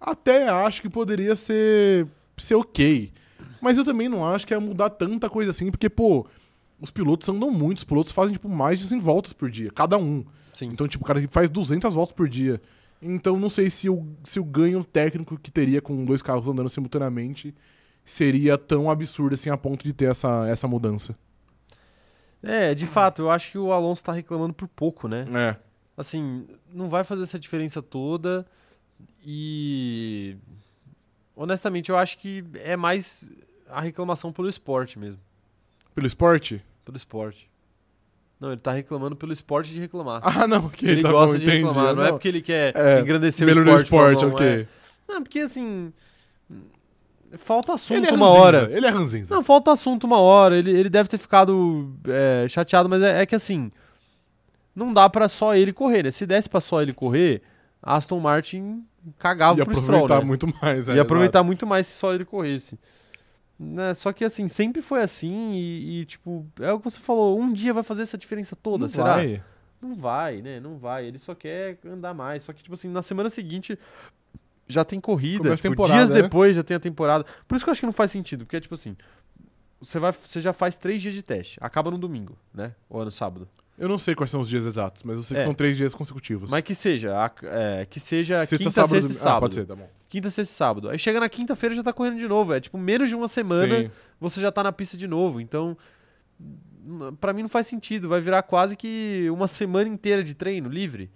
[SPEAKER 2] até acho que poderia ser, ser ok. Mas eu também não acho que é mudar tanta coisa assim, porque, pô, os pilotos andam muito, os pilotos fazem, tipo, mais de 100 voltas por dia, cada um.
[SPEAKER 3] Sim.
[SPEAKER 2] Então, tipo, o cara que faz 200 voltas por dia. Então, não sei se o, se o ganho técnico que teria com dois carros andando simultaneamente seria tão absurdo assim a ponto de ter essa, essa mudança.
[SPEAKER 3] É, de fato, eu acho que o Alonso tá reclamando por pouco, né?
[SPEAKER 2] É.
[SPEAKER 3] Assim, não vai fazer essa diferença toda e. Honestamente, eu acho que é mais a reclamação pelo esporte mesmo.
[SPEAKER 2] Pelo esporte?
[SPEAKER 3] Pelo esporte. Não, ele tá reclamando pelo esporte de reclamar.
[SPEAKER 2] Ah, não, ok.
[SPEAKER 3] ele
[SPEAKER 2] tá
[SPEAKER 3] gosta
[SPEAKER 2] bom,
[SPEAKER 3] de
[SPEAKER 2] entendi.
[SPEAKER 3] reclamar, não, é
[SPEAKER 2] Não,
[SPEAKER 3] porque ele quer
[SPEAKER 2] É,
[SPEAKER 3] engrandecer o
[SPEAKER 2] melhorou
[SPEAKER 3] esporte.
[SPEAKER 2] esporte,
[SPEAKER 3] Fórmula 1,
[SPEAKER 2] ok.
[SPEAKER 3] é. Não, porque assim. Falta assunto
[SPEAKER 2] Ele é
[SPEAKER 3] uma
[SPEAKER 2] ranzinza,
[SPEAKER 3] hora.
[SPEAKER 2] Ele é ranzinza.
[SPEAKER 3] Não, falta assunto uma hora. Ele, ele deve ter ficado é, chateado, mas é, é que assim. Não dá pra só ele correr, né? Se desse pra só ele correr, a Aston Martin cagava
[SPEAKER 2] e
[SPEAKER 3] pro Stroll,
[SPEAKER 2] aproveitar
[SPEAKER 3] né?
[SPEAKER 2] muito mais. é,
[SPEAKER 3] Ia aproveitar muito mais se só ele corresse. Né? Só que assim, sempre foi assim e, e, tipo, é o que você falou, um dia vai fazer essa diferença
[SPEAKER 2] exato.
[SPEAKER 3] toda,
[SPEAKER 2] Não
[SPEAKER 3] será?
[SPEAKER 2] vai.
[SPEAKER 1] Não vai, né? Não vai. Ele só quer andar mais. Só que, tipo assim, na semana seguinte já tem corrida.
[SPEAKER 2] Começa a
[SPEAKER 1] Tipo,
[SPEAKER 2] temporada,
[SPEAKER 1] dias
[SPEAKER 2] né?
[SPEAKER 1] depois já tem a temporada. Por isso que eu acho que não faz sentido, porque, tipo assim, você, vai, você já faz três dias de teste. Acaba no domingo, né? Ou no sábado.
[SPEAKER 2] Eu não sei quais são os dias exatos, mas eu sei
[SPEAKER 1] É.
[SPEAKER 2] que são três dias consecutivos.
[SPEAKER 1] Mas que seja, a- é, que seja quinta, sexta e
[SPEAKER 2] domingo.
[SPEAKER 1] sábado.
[SPEAKER 2] Ah, pode ser, tá bom.
[SPEAKER 1] Quinta, sexta e sábado. Aí chega na quinta-feira e já tá correndo de novo. É tipo menos de uma semana
[SPEAKER 2] Sim.
[SPEAKER 1] você já tá na pista de novo. Então, n- pra mim não faz sentido. Vai virar quase que uma semana inteira de treino livre.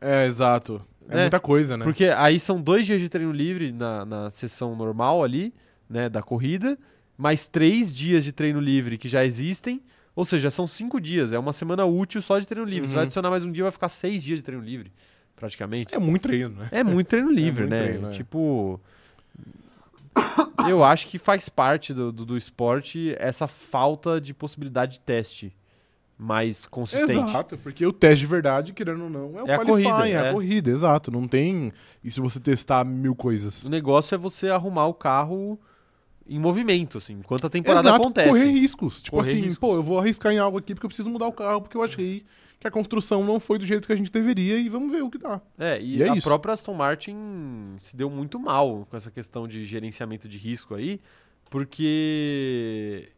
[SPEAKER 2] É, exato. É
[SPEAKER 1] Né?
[SPEAKER 2] muita coisa, né?
[SPEAKER 1] Porque aí são dois dias de treino livre na, na sessão normal ali, né, da corrida, mais três dias de treino livre que já existem. Ou seja, são cinco dias. É uma semana útil só de treino livre. Você
[SPEAKER 2] Uhum.
[SPEAKER 1] vai adicionar mais um dia, vai ficar seis dias de treino livre, praticamente.
[SPEAKER 2] É muito treino, né?
[SPEAKER 1] É muito treino livre,
[SPEAKER 2] muito
[SPEAKER 1] né?
[SPEAKER 2] treino, é.
[SPEAKER 1] Tipo. Eu acho que faz parte do, do, do esporte essa falta de possibilidade de teste mais consistente.
[SPEAKER 2] Exato, porque o teste de verdade, querendo ou não, é o
[SPEAKER 1] É a
[SPEAKER 2] qualifying,
[SPEAKER 1] corrida,
[SPEAKER 2] é
[SPEAKER 1] é.
[SPEAKER 2] a corrida, exato. Não tem isso você testar mil coisas.
[SPEAKER 1] O negócio é você arrumar o carro em movimento, assim, enquanto a temporada
[SPEAKER 2] exato,
[SPEAKER 1] acontece.
[SPEAKER 2] correr riscos. Tipo
[SPEAKER 1] Correr
[SPEAKER 2] assim,
[SPEAKER 1] riscos.
[SPEAKER 2] pô, eu vou arriscar em algo aqui porque eu preciso mudar o carro porque eu achei que a construção não foi do jeito que a gente deveria e vamos ver o que dá.
[SPEAKER 1] É, e,
[SPEAKER 2] E é
[SPEAKER 1] a
[SPEAKER 2] isso.
[SPEAKER 1] própria Aston Martin se deu muito mal com essa questão de gerenciamento de risco aí, porque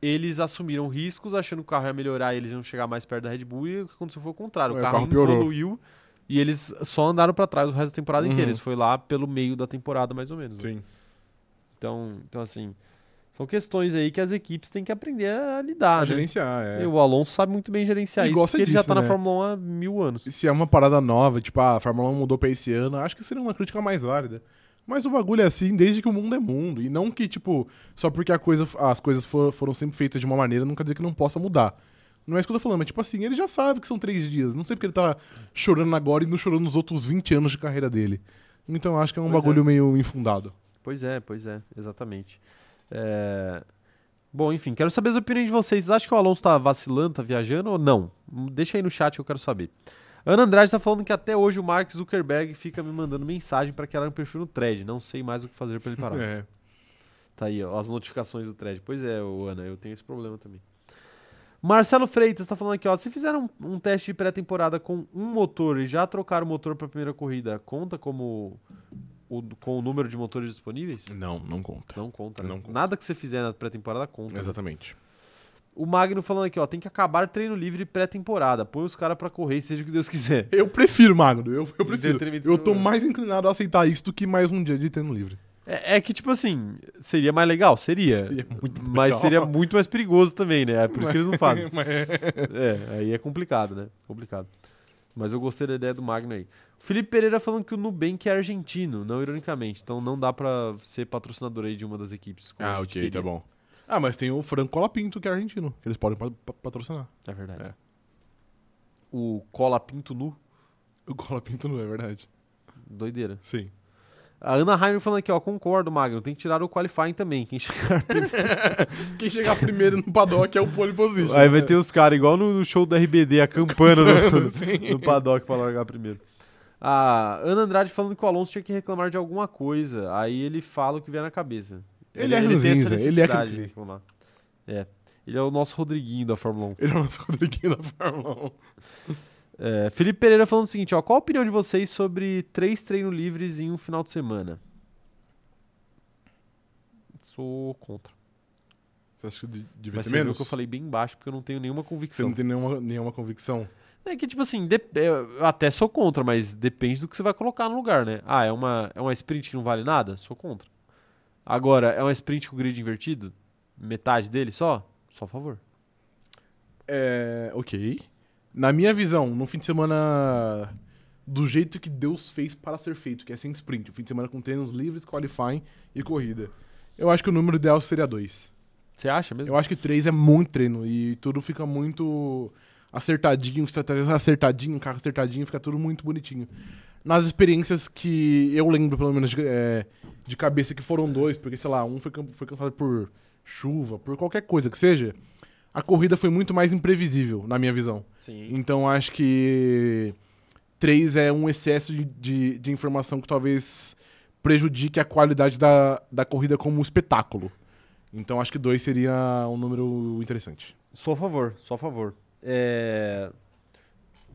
[SPEAKER 1] eles assumiram riscos achando que o carro ia melhorar e eles iam chegar mais perto da Red Bull e o que aconteceu foi o contrário. O,
[SPEAKER 2] É, o
[SPEAKER 1] carro,
[SPEAKER 2] carro piorou.
[SPEAKER 1] evoluiu e eles só andaram pra trás o resto da temporada
[SPEAKER 2] Uhum.
[SPEAKER 1] inteira. Eles foi lá pelo meio da temporada, mais ou menos. né?
[SPEAKER 2] Sim.
[SPEAKER 1] Então, então, assim, são questões aí que as equipes têm que aprender a lidar, né?
[SPEAKER 2] gerenciar, é.
[SPEAKER 1] E o Alonso sabe muito bem gerenciar
[SPEAKER 2] E
[SPEAKER 1] isso,
[SPEAKER 2] gosta
[SPEAKER 1] porque ele já
[SPEAKER 2] disso,
[SPEAKER 1] tá na
[SPEAKER 2] né?
[SPEAKER 1] Fórmula 1 há mil anos.
[SPEAKER 2] Se é uma parada nova, tipo, ah, a Fórmula 1 mudou pra esse ano, acho que seria uma crítica mais válida. Mas o bagulho é assim desde que o mundo é mundo. E não que, tipo, só porque a coisa, as coisas for- foram sempre feitas de uma maneira, não quer dizer que não possa mudar. Não é isso que eu tô falando, mas tipo assim, ele já sabe que são três dias. Não sei porque ele tá chorando agora e não chorando nos outros 20 anos de carreira dele. Então eu acho que é um
[SPEAKER 1] Pois
[SPEAKER 2] bagulho meio infundado.
[SPEAKER 1] Pois é, pois é, exatamente. É, Bom, enfim, quero saber as opiniões de vocês. Vocês acham que o Alonso tá vacilando, tá viajando ou não? Hum, Deixa aí no chat que eu quero saber. Ana Andrade tá falando que até hoje o Mark Zuckerberg fica me mandando mensagem para criar um perfil no thread. Não sei mais o que fazer para ele parar.
[SPEAKER 2] É.
[SPEAKER 1] Tá aí, ó, as notificações do thread. Pois é, ô, Ana, eu tenho esse problema também. Marcelo Freitas tá falando aqui, ó. Se fizeram um, um teste de pré-temporada com um motor e já trocaram o motor para primeira corrida, conta como o, com o número de motores disponíveis?
[SPEAKER 2] Não, não conta.
[SPEAKER 1] Não conta, né?
[SPEAKER 2] Não conta.
[SPEAKER 1] Nada que você fizer na pré-temporada conta. né?
[SPEAKER 2] Exatamente.
[SPEAKER 1] O Magno falando aqui, ó, tem que acabar treino livre pré-temporada. Põe os caras pra correr, seja o que Deus quiser.
[SPEAKER 2] Eu prefiro, Magno. Eu, eu prefiro.
[SPEAKER 1] detrimento
[SPEAKER 2] Eu tô
[SPEAKER 1] do-
[SPEAKER 2] mais inclinado a aceitar isso do que mais um dia de treino livre.
[SPEAKER 1] É, é que, tipo assim, seria mais legal? Seria.
[SPEAKER 2] Seria muito
[SPEAKER 1] mas
[SPEAKER 2] legal.
[SPEAKER 1] seria muito mais perigoso também, né? É por isso que eles não fazem. é, aí é complicado, né? Complicado. Mas eu gostei da ideia do Magno aí. Felipe Pereira falando que o Nubank é argentino, não ironicamente. Então não dá pra ser patrocinador aí de uma das equipes. como a gente queria.
[SPEAKER 2] bom. Ah, mas tem o Franco Colapinto, que é argentino. que Eles podem pa- pa- patrocinar.
[SPEAKER 1] É verdade.
[SPEAKER 2] É.
[SPEAKER 1] O Cola Pinto Nu,
[SPEAKER 2] O Colapinto não é verdade.
[SPEAKER 1] doideira.
[SPEAKER 2] Sim.
[SPEAKER 1] A Ana Heimer falando aqui, ó, concordo, Magno, tem que tirar o qualifying também. Quem chegar...
[SPEAKER 2] Quem chegar primeiro no paddock é o pole position.
[SPEAKER 1] Aí vai ter os caras, igual no no show do RBD, acampando no,
[SPEAKER 2] sim.
[SPEAKER 1] no paddock pra largar primeiro. A Ana Andrade falando que o Alonso tinha que reclamar de alguma coisa. Aí ele fala o que vier na cabeça.
[SPEAKER 2] Ele é
[SPEAKER 1] tem essa
[SPEAKER 2] ranzinza, ele é
[SPEAKER 1] necessidade
[SPEAKER 2] aquele-
[SPEAKER 1] de reclamar. É. Ele é o nosso Rodriguinho da Fórmula 1.
[SPEAKER 2] Ele é o nosso Rodriguinho da Fórmula 1.
[SPEAKER 1] É, Felipe Pereira falando o seguinte, ó, qual a opinião de vocês sobre três treinos livres em um final de semana? Sou contra.
[SPEAKER 2] Você acha que de- devia
[SPEAKER 1] Mas
[SPEAKER 2] ter
[SPEAKER 1] você viu
[SPEAKER 2] menos?
[SPEAKER 1] que eu falei bem baixo, porque eu não tenho nenhuma
[SPEAKER 2] Você
[SPEAKER 1] convicção.
[SPEAKER 2] não tem nenhuma, nenhuma convicção?
[SPEAKER 1] É que, tipo assim, dep- eu até sou contra, mas depende do que você vai colocar no lugar, né? Ah, é uma, é uma sprint que não vale nada? Sou contra. Agora, é uma sprint com grid invertido? Metade dele só? Só a favor.
[SPEAKER 2] É. Ok. Na minha visão, no fim de semana. Do jeito que Deus fez para ser feito, que é sem sprint. O fim de semana com treinos livres, qualifying e corrida. Eu acho que o número ideal seria dois.
[SPEAKER 1] Você acha mesmo?
[SPEAKER 2] Eu acho que três é muito treino e tudo fica muito acertadinho, estratégia acertadinho, um carro acertadinho, fica tudo muito bonitinho. Nas experiências que eu lembro, pelo menos, de, é, de cabeça, que foram dois, porque, sei lá, um foi, can- foi cansado por chuva, por qualquer coisa que seja, a corrida foi muito mais imprevisível, na minha visão.
[SPEAKER 1] Sim.
[SPEAKER 2] Então acho que 3 é um excesso de, de, de informação que talvez prejudique a qualidade da, da corrida como espetáculo. Então acho que 2 seria um número interessante.
[SPEAKER 1] Sou a favor, sou a favor. É,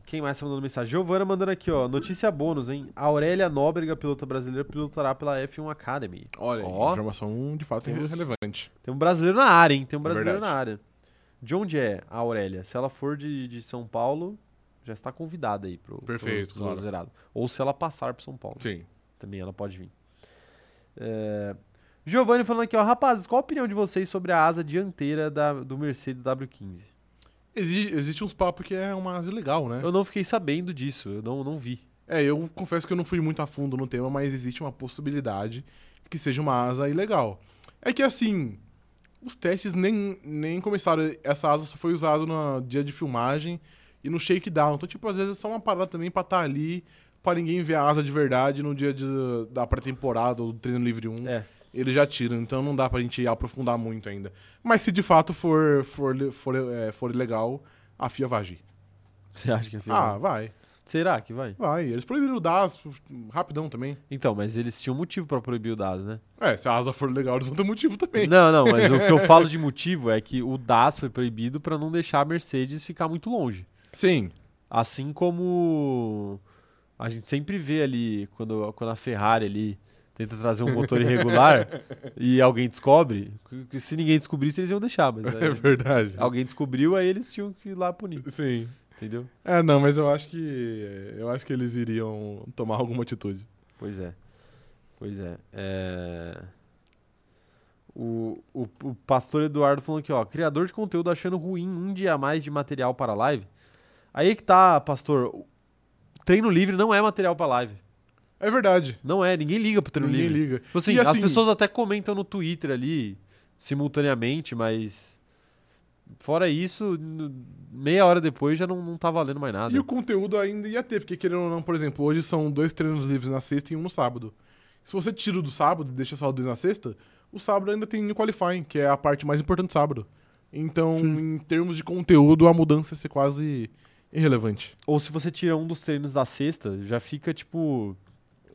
[SPEAKER 1] Quem mais tá mandando mensagem? Giovana mandando aqui, ó. Notícia bônus, hein? Aurélia Nóbrega, pilota brasileira, pilotará pela F1 Academy.
[SPEAKER 2] Olha, aí,
[SPEAKER 3] Ó.
[SPEAKER 2] informação de fato
[SPEAKER 1] Temos-
[SPEAKER 2] relevante.
[SPEAKER 1] Tem um brasileiro na área, hein? Tem um
[SPEAKER 2] É
[SPEAKER 1] brasileiro
[SPEAKER 2] verdade.
[SPEAKER 1] na área. De onde é a Aurélia? Se ela for de, de São Paulo, já está convidada aí pro,
[SPEAKER 2] Perfeito,
[SPEAKER 1] pro Zona
[SPEAKER 2] claro.
[SPEAKER 1] Zerado. Ou se ela passar pro São Paulo.
[SPEAKER 2] Sim.
[SPEAKER 1] Também ela pode vir. É... Giovanni falando aqui, ó. Rapazes, qual a opinião de vocês sobre a asa dianteira da- do Mercedes W15?
[SPEAKER 2] Exi- existe uns papos que é uma asa legal, né?
[SPEAKER 1] Eu não fiquei sabendo disso, eu não, não vi.
[SPEAKER 2] É, eu confesso que eu não fui muito a fundo no tema, mas existe uma possibilidade que seja uma asa ilegal. É que assim, os testes nem, nem começaram. Essa asa só foi usada no dia de filmagem e no shakedown. Então, tipo, às vezes é só uma parada também pra estar ali, pra ninguém ver a asa de verdade no dia de- da pré-temporada ou do treino livre 1.
[SPEAKER 1] É.
[SPEAKER 2] Eles já tiram, então não dá pra gente aprofundar muito ainda. Mas se de fato for, for, for, é, for ilegal, a FIA vai agir.
[SPEAKER 1] Você acha que é
[SPEAKER 2] Ah, vai.
[SPEAKER 1] Será que vai?
[SPEAKER 2] Vai. Eles proibiram o DAS rapidão também.
[SPEAKER 1] Então, mas eles tinham motivo pra proibir o DAS, né?
[SPEAKER 2] É, se a asa for legal, eles vão ter motivo também.
[SPEAKER 1] Não, não, mas o que eu falo de motivo é que o DAS foi proibido pra não deixar a Mercedes ficar muito longe.
[SPEAKER 2] Sim.
[SPEAKER 1] Assim como a gente sempre vê ali, quando, quando a Ferrari ali tenta trazer um motor irregular e alguém descobre, que se ninguém descobrisse eles iam deixar, mas
[SPEAKER 2] É
[SPEAKER 1] aí
[SPEAKER 2] verdade.
[SPEAKER 1] alguém descobriu, aí eles tinham que ir lá punir,
[SPEAKER 2] Sim.
[SPEAKER 1] entendeu?
[SPEAKER 2] É, não, mas eu acho que. Eu acho que eles iriam tomar alguma atitude.
[SPEAKER 1] Pois é. Pois é. É. O, o, o pastor Eduardo falando aqui, ó. Criador de conteúdo achando ruim um dia a mais de material para live. Aí é que tá, pastor. o Treino livre não é material para live.
[SPEAKER 2] É verdade.
[SPEAKER 1] Não é, ninguém liga pro treino
[SPEAKER 2] Ninguém
[SPEAKER 1] livre.
[SPEAKER 2] liga.
[SPEAKER 1] Tipo assim,
[SPEAKER 2] E
[SPEAKER 1] as
[SPEAKER 2] um assim-
[SPEAKER 1] pessoas até comentam no Twitter ali, simultaneamente, mas. Fora isso, n- meia hora depois já não, não tá valendo mais nada.
[SPEAKER 2] E o conteúdo ainda ia ter, porque querendo ou não, por exemplo, hoje são dois treinos livres na sexta e um no sábado. Se você tira o do sábado e deixa só dois na sexta, o sábado ainda tem o qualifying, que é a parte mais importante do sábado. Então, em termos de conteúdo, a mudança ia ser quase irrelevante.
[SPEAKER 1] Ou se você tira um dos treinos da sexta, já fica tipo.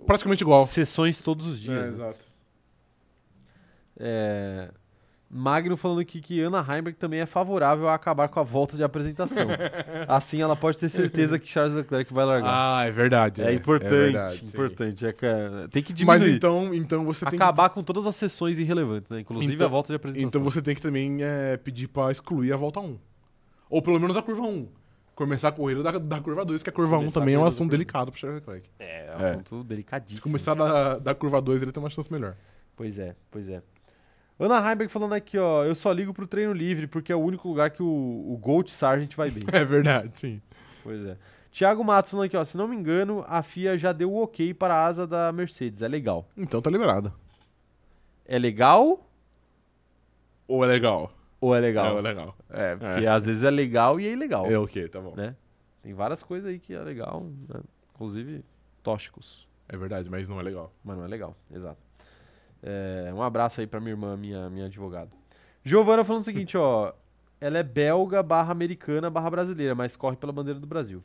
[SPEAKER 2] Praticamente igual.
[SPEAKER 1] sessões todos os
[SPEAKER 2] É,
[SPEAKER 1] dias. né?
[SPEAKER 2] exato.
[SPEAKER 1] É, Magno falando aqui que Ana Heimberg também é favorável a acabar com a volta de apresentação. assim ela pode ter certeza que Charles Leclerc vai largar.
[SPEAKER 2] Ah, é verdade.
[SPEAKER 1] é importante,
[SPEAKER 2] verdade, sim.
[SPEAKER 1] importante. É que, é, tem que diminuir.
[SPEAKER 2] Mas então, então você tem
[SPEAKER 1] acabar com todas as sessões irrelevantes, né? Inclusive
[SPEAKER 2] Então-
[SPEAKER 1] a volta de
[SPEAKER 2] que,
[SPEAKER 1] apresentação.
[SPEAKER 2] Então você tem que também é, pedir pra excluir a volta 1. Ou pelo menos a curva 1. Começar a corrida da, da curva 2, que a curva 1
[SPEAKER 1] Começar a
[SPEAKER 2] também é um
[SPEAKER 1] corrida da
[SPEAKER 2] assunto
[SPEAKER 1] curva.
[SPEAKER 2] delicado pro Charles Leclerc.
[SPEAKER 1] É, é um assunto
[SPEAKER 2] Se
[SPEAKER 1] delicadíssimo.
[SPEAKER 2] começar da, da curva 2, ele tem uma chance melhor.
[SPEAKER 1] Pois é, pois é. Ana Heimberg falando aqui, ó. Eu só ligo pro treino livre, porque é o único lugar que o, o Gold Sargent vai bem.
[SPEAKER 2] É verdade, sim.
[SPEAKER 1] Pois é. Tiago Matos falando aqui, ó. Se não me engano, a FIA já deu o ok para a asa da Mercedes. É legal.
[SPEAKER 2] Então tá liberado.
[SPEAKER 1] É legal
[SPEAKER 2] Ou é legal?
[SPEAKER 1] ou é
[SPEAKER 2] É, ou
[SPEAKER 1] legal?
[SPEAKER 2] é legal.
[SPEAKER 1] É, porque às vezes é legal e é ilegal.
[SPEAKER 2] É ok, tá bom.
[SPEAKER 1] Né? Tem várias coisas aí que é legal, né? inclusive tóxicos.
[SPEAKER 2] É verdade, mas não é legal.
[SPEAKER 1] Mas não é legal, exato. É, um abraço aí pra minha irmã, minha, minha advogada. Giovana falando o seguinte, ó. Ela é belga barra americana barra brasileira, mas corre pela bandeira do Brasil.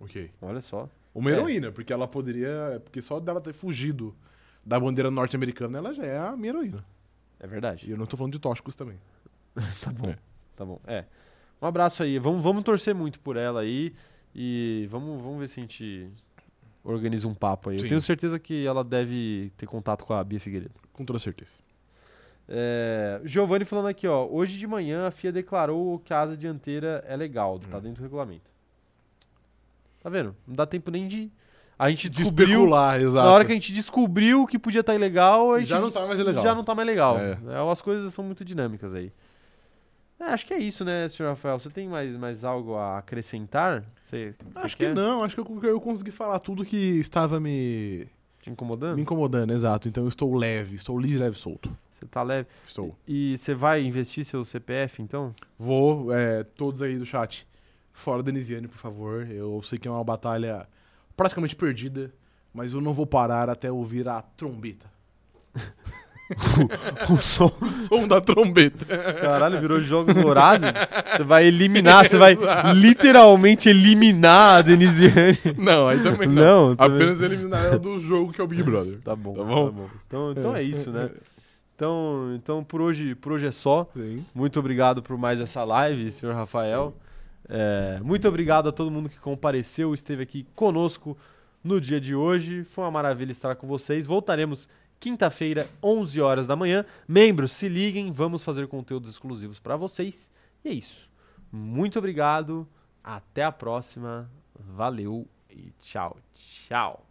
[SPEAKER 2] Ok.
[SPEAKER 1] Olha só.
[SPEAKER 2] Uma
[SPEAKER 1] É.
[SPEAKER 2] heroína, porque ela poderia. é, Porque só dela ter fugido da bandeira norte-americana, ela já é a minha heroína.
[SPEAKER 1] É
[SPEAKER 2] E
[SPEAKER 1] verdade.
[SPEAKER 2] eu não tô falando de tóxicos também.
[SPEAKER 1] Tá bom.
[SPEAKER 2] É.
[SPEAKER 1] Tá bom. É. Um abraço aí. Vamos, vamos torcer muito por ela aí. E vamos, vamos ver se a gente organiza um papo aí. Eu
[SPEAKER 2] Sim.
[SPEAKER 1] tenho certeza que ela deve ter contato com a Bia Figueiredo.
[SPEAKER 2] Com toda certeza.
[SPEAKER 1] É, Giovanni falando aqui, ó. Hoje de manhã a FIA declarou que a asa dianteira é legal, tá
[SPEAKER 2] Hum.
[SPEAKER 1] dentro do regulamento. Tá vendo? Não dá tempo nem de. A gente
[SPEAKER 2] de
[SPEAKER 1] descobriu.
[SPEAKER 2] especular, exato.
[SPEAKER 1] Na hora que a gente descobriu que podia estar ilegal, a gente
[SPEAKER 2] Já não tá mais ilegal.
[SPEAKER 1] Já não tá mais legal.
[SPEAKER 2] É.
[SPEAKER 1] É, as coisas são muito dinâmicas aí. É, acho que é isso, né, senhor Rafael? Você tem mais, mais algo a acrescentar? Você, você
[SPEAKER 2] Acho
[SPEAKER 1] quer?
[SPEAKER 2] que não, acho que eu, que eu consegui falar tudo que estava me,
[SPEAKER 1] Te incomodando?
[SPEAKER 2] me incomodando, exato. Então eu estou leve, estou livre, leve, solto.
[SPEAKER 1] Você tá leve.
[SPEAKER 2] Estou.
[SPEAKER 1] E você vai investir seu CPF, então?
[SPEAKER 2] Vou, é, todos aí do chat, fora Denisiane, por favor. Eu sei que é uma batalha praticamente perdida, mas eu não vou parar até ouvir a trombeta.
[SPEAKER 1] O som.
[SPEAKER 2] Som da trombeta.
[SPEAKER 1] Caralho, virou jogos vorazes? Você vai eliminar, você vai literalmente eliminar a Denisiane.
[SPEAKER 2] Não, aí também não.
[SPEAKER 1] Não, também-
[SPEAKER 2] Apenas eliminar ela do jogo que é o Big Brother.
[SPEAKER 1] Tá bom,
[SPEAKER 2] Tá bom?
[SPEAKER 1] Então, então é isso, né? Então, então por, hoje, por hoje é só.
[SPEAKER 2] Sim.
[SPEAKER 1] Muito obrigado por mais essa live, senhor Rafael. É, muito obrigado a todo mundo que compareceu, esteve aqui conosco no dia de hoje. Foi uma maravilha estar com vocês. Voltaremos quinta-feira, 11 horas da manhã. Membros, se liguem, vamos fazer conteúdos exclusivos para vocês. E é isso. Muito obrigado, até a próxima. Valeu e tchau, tchau.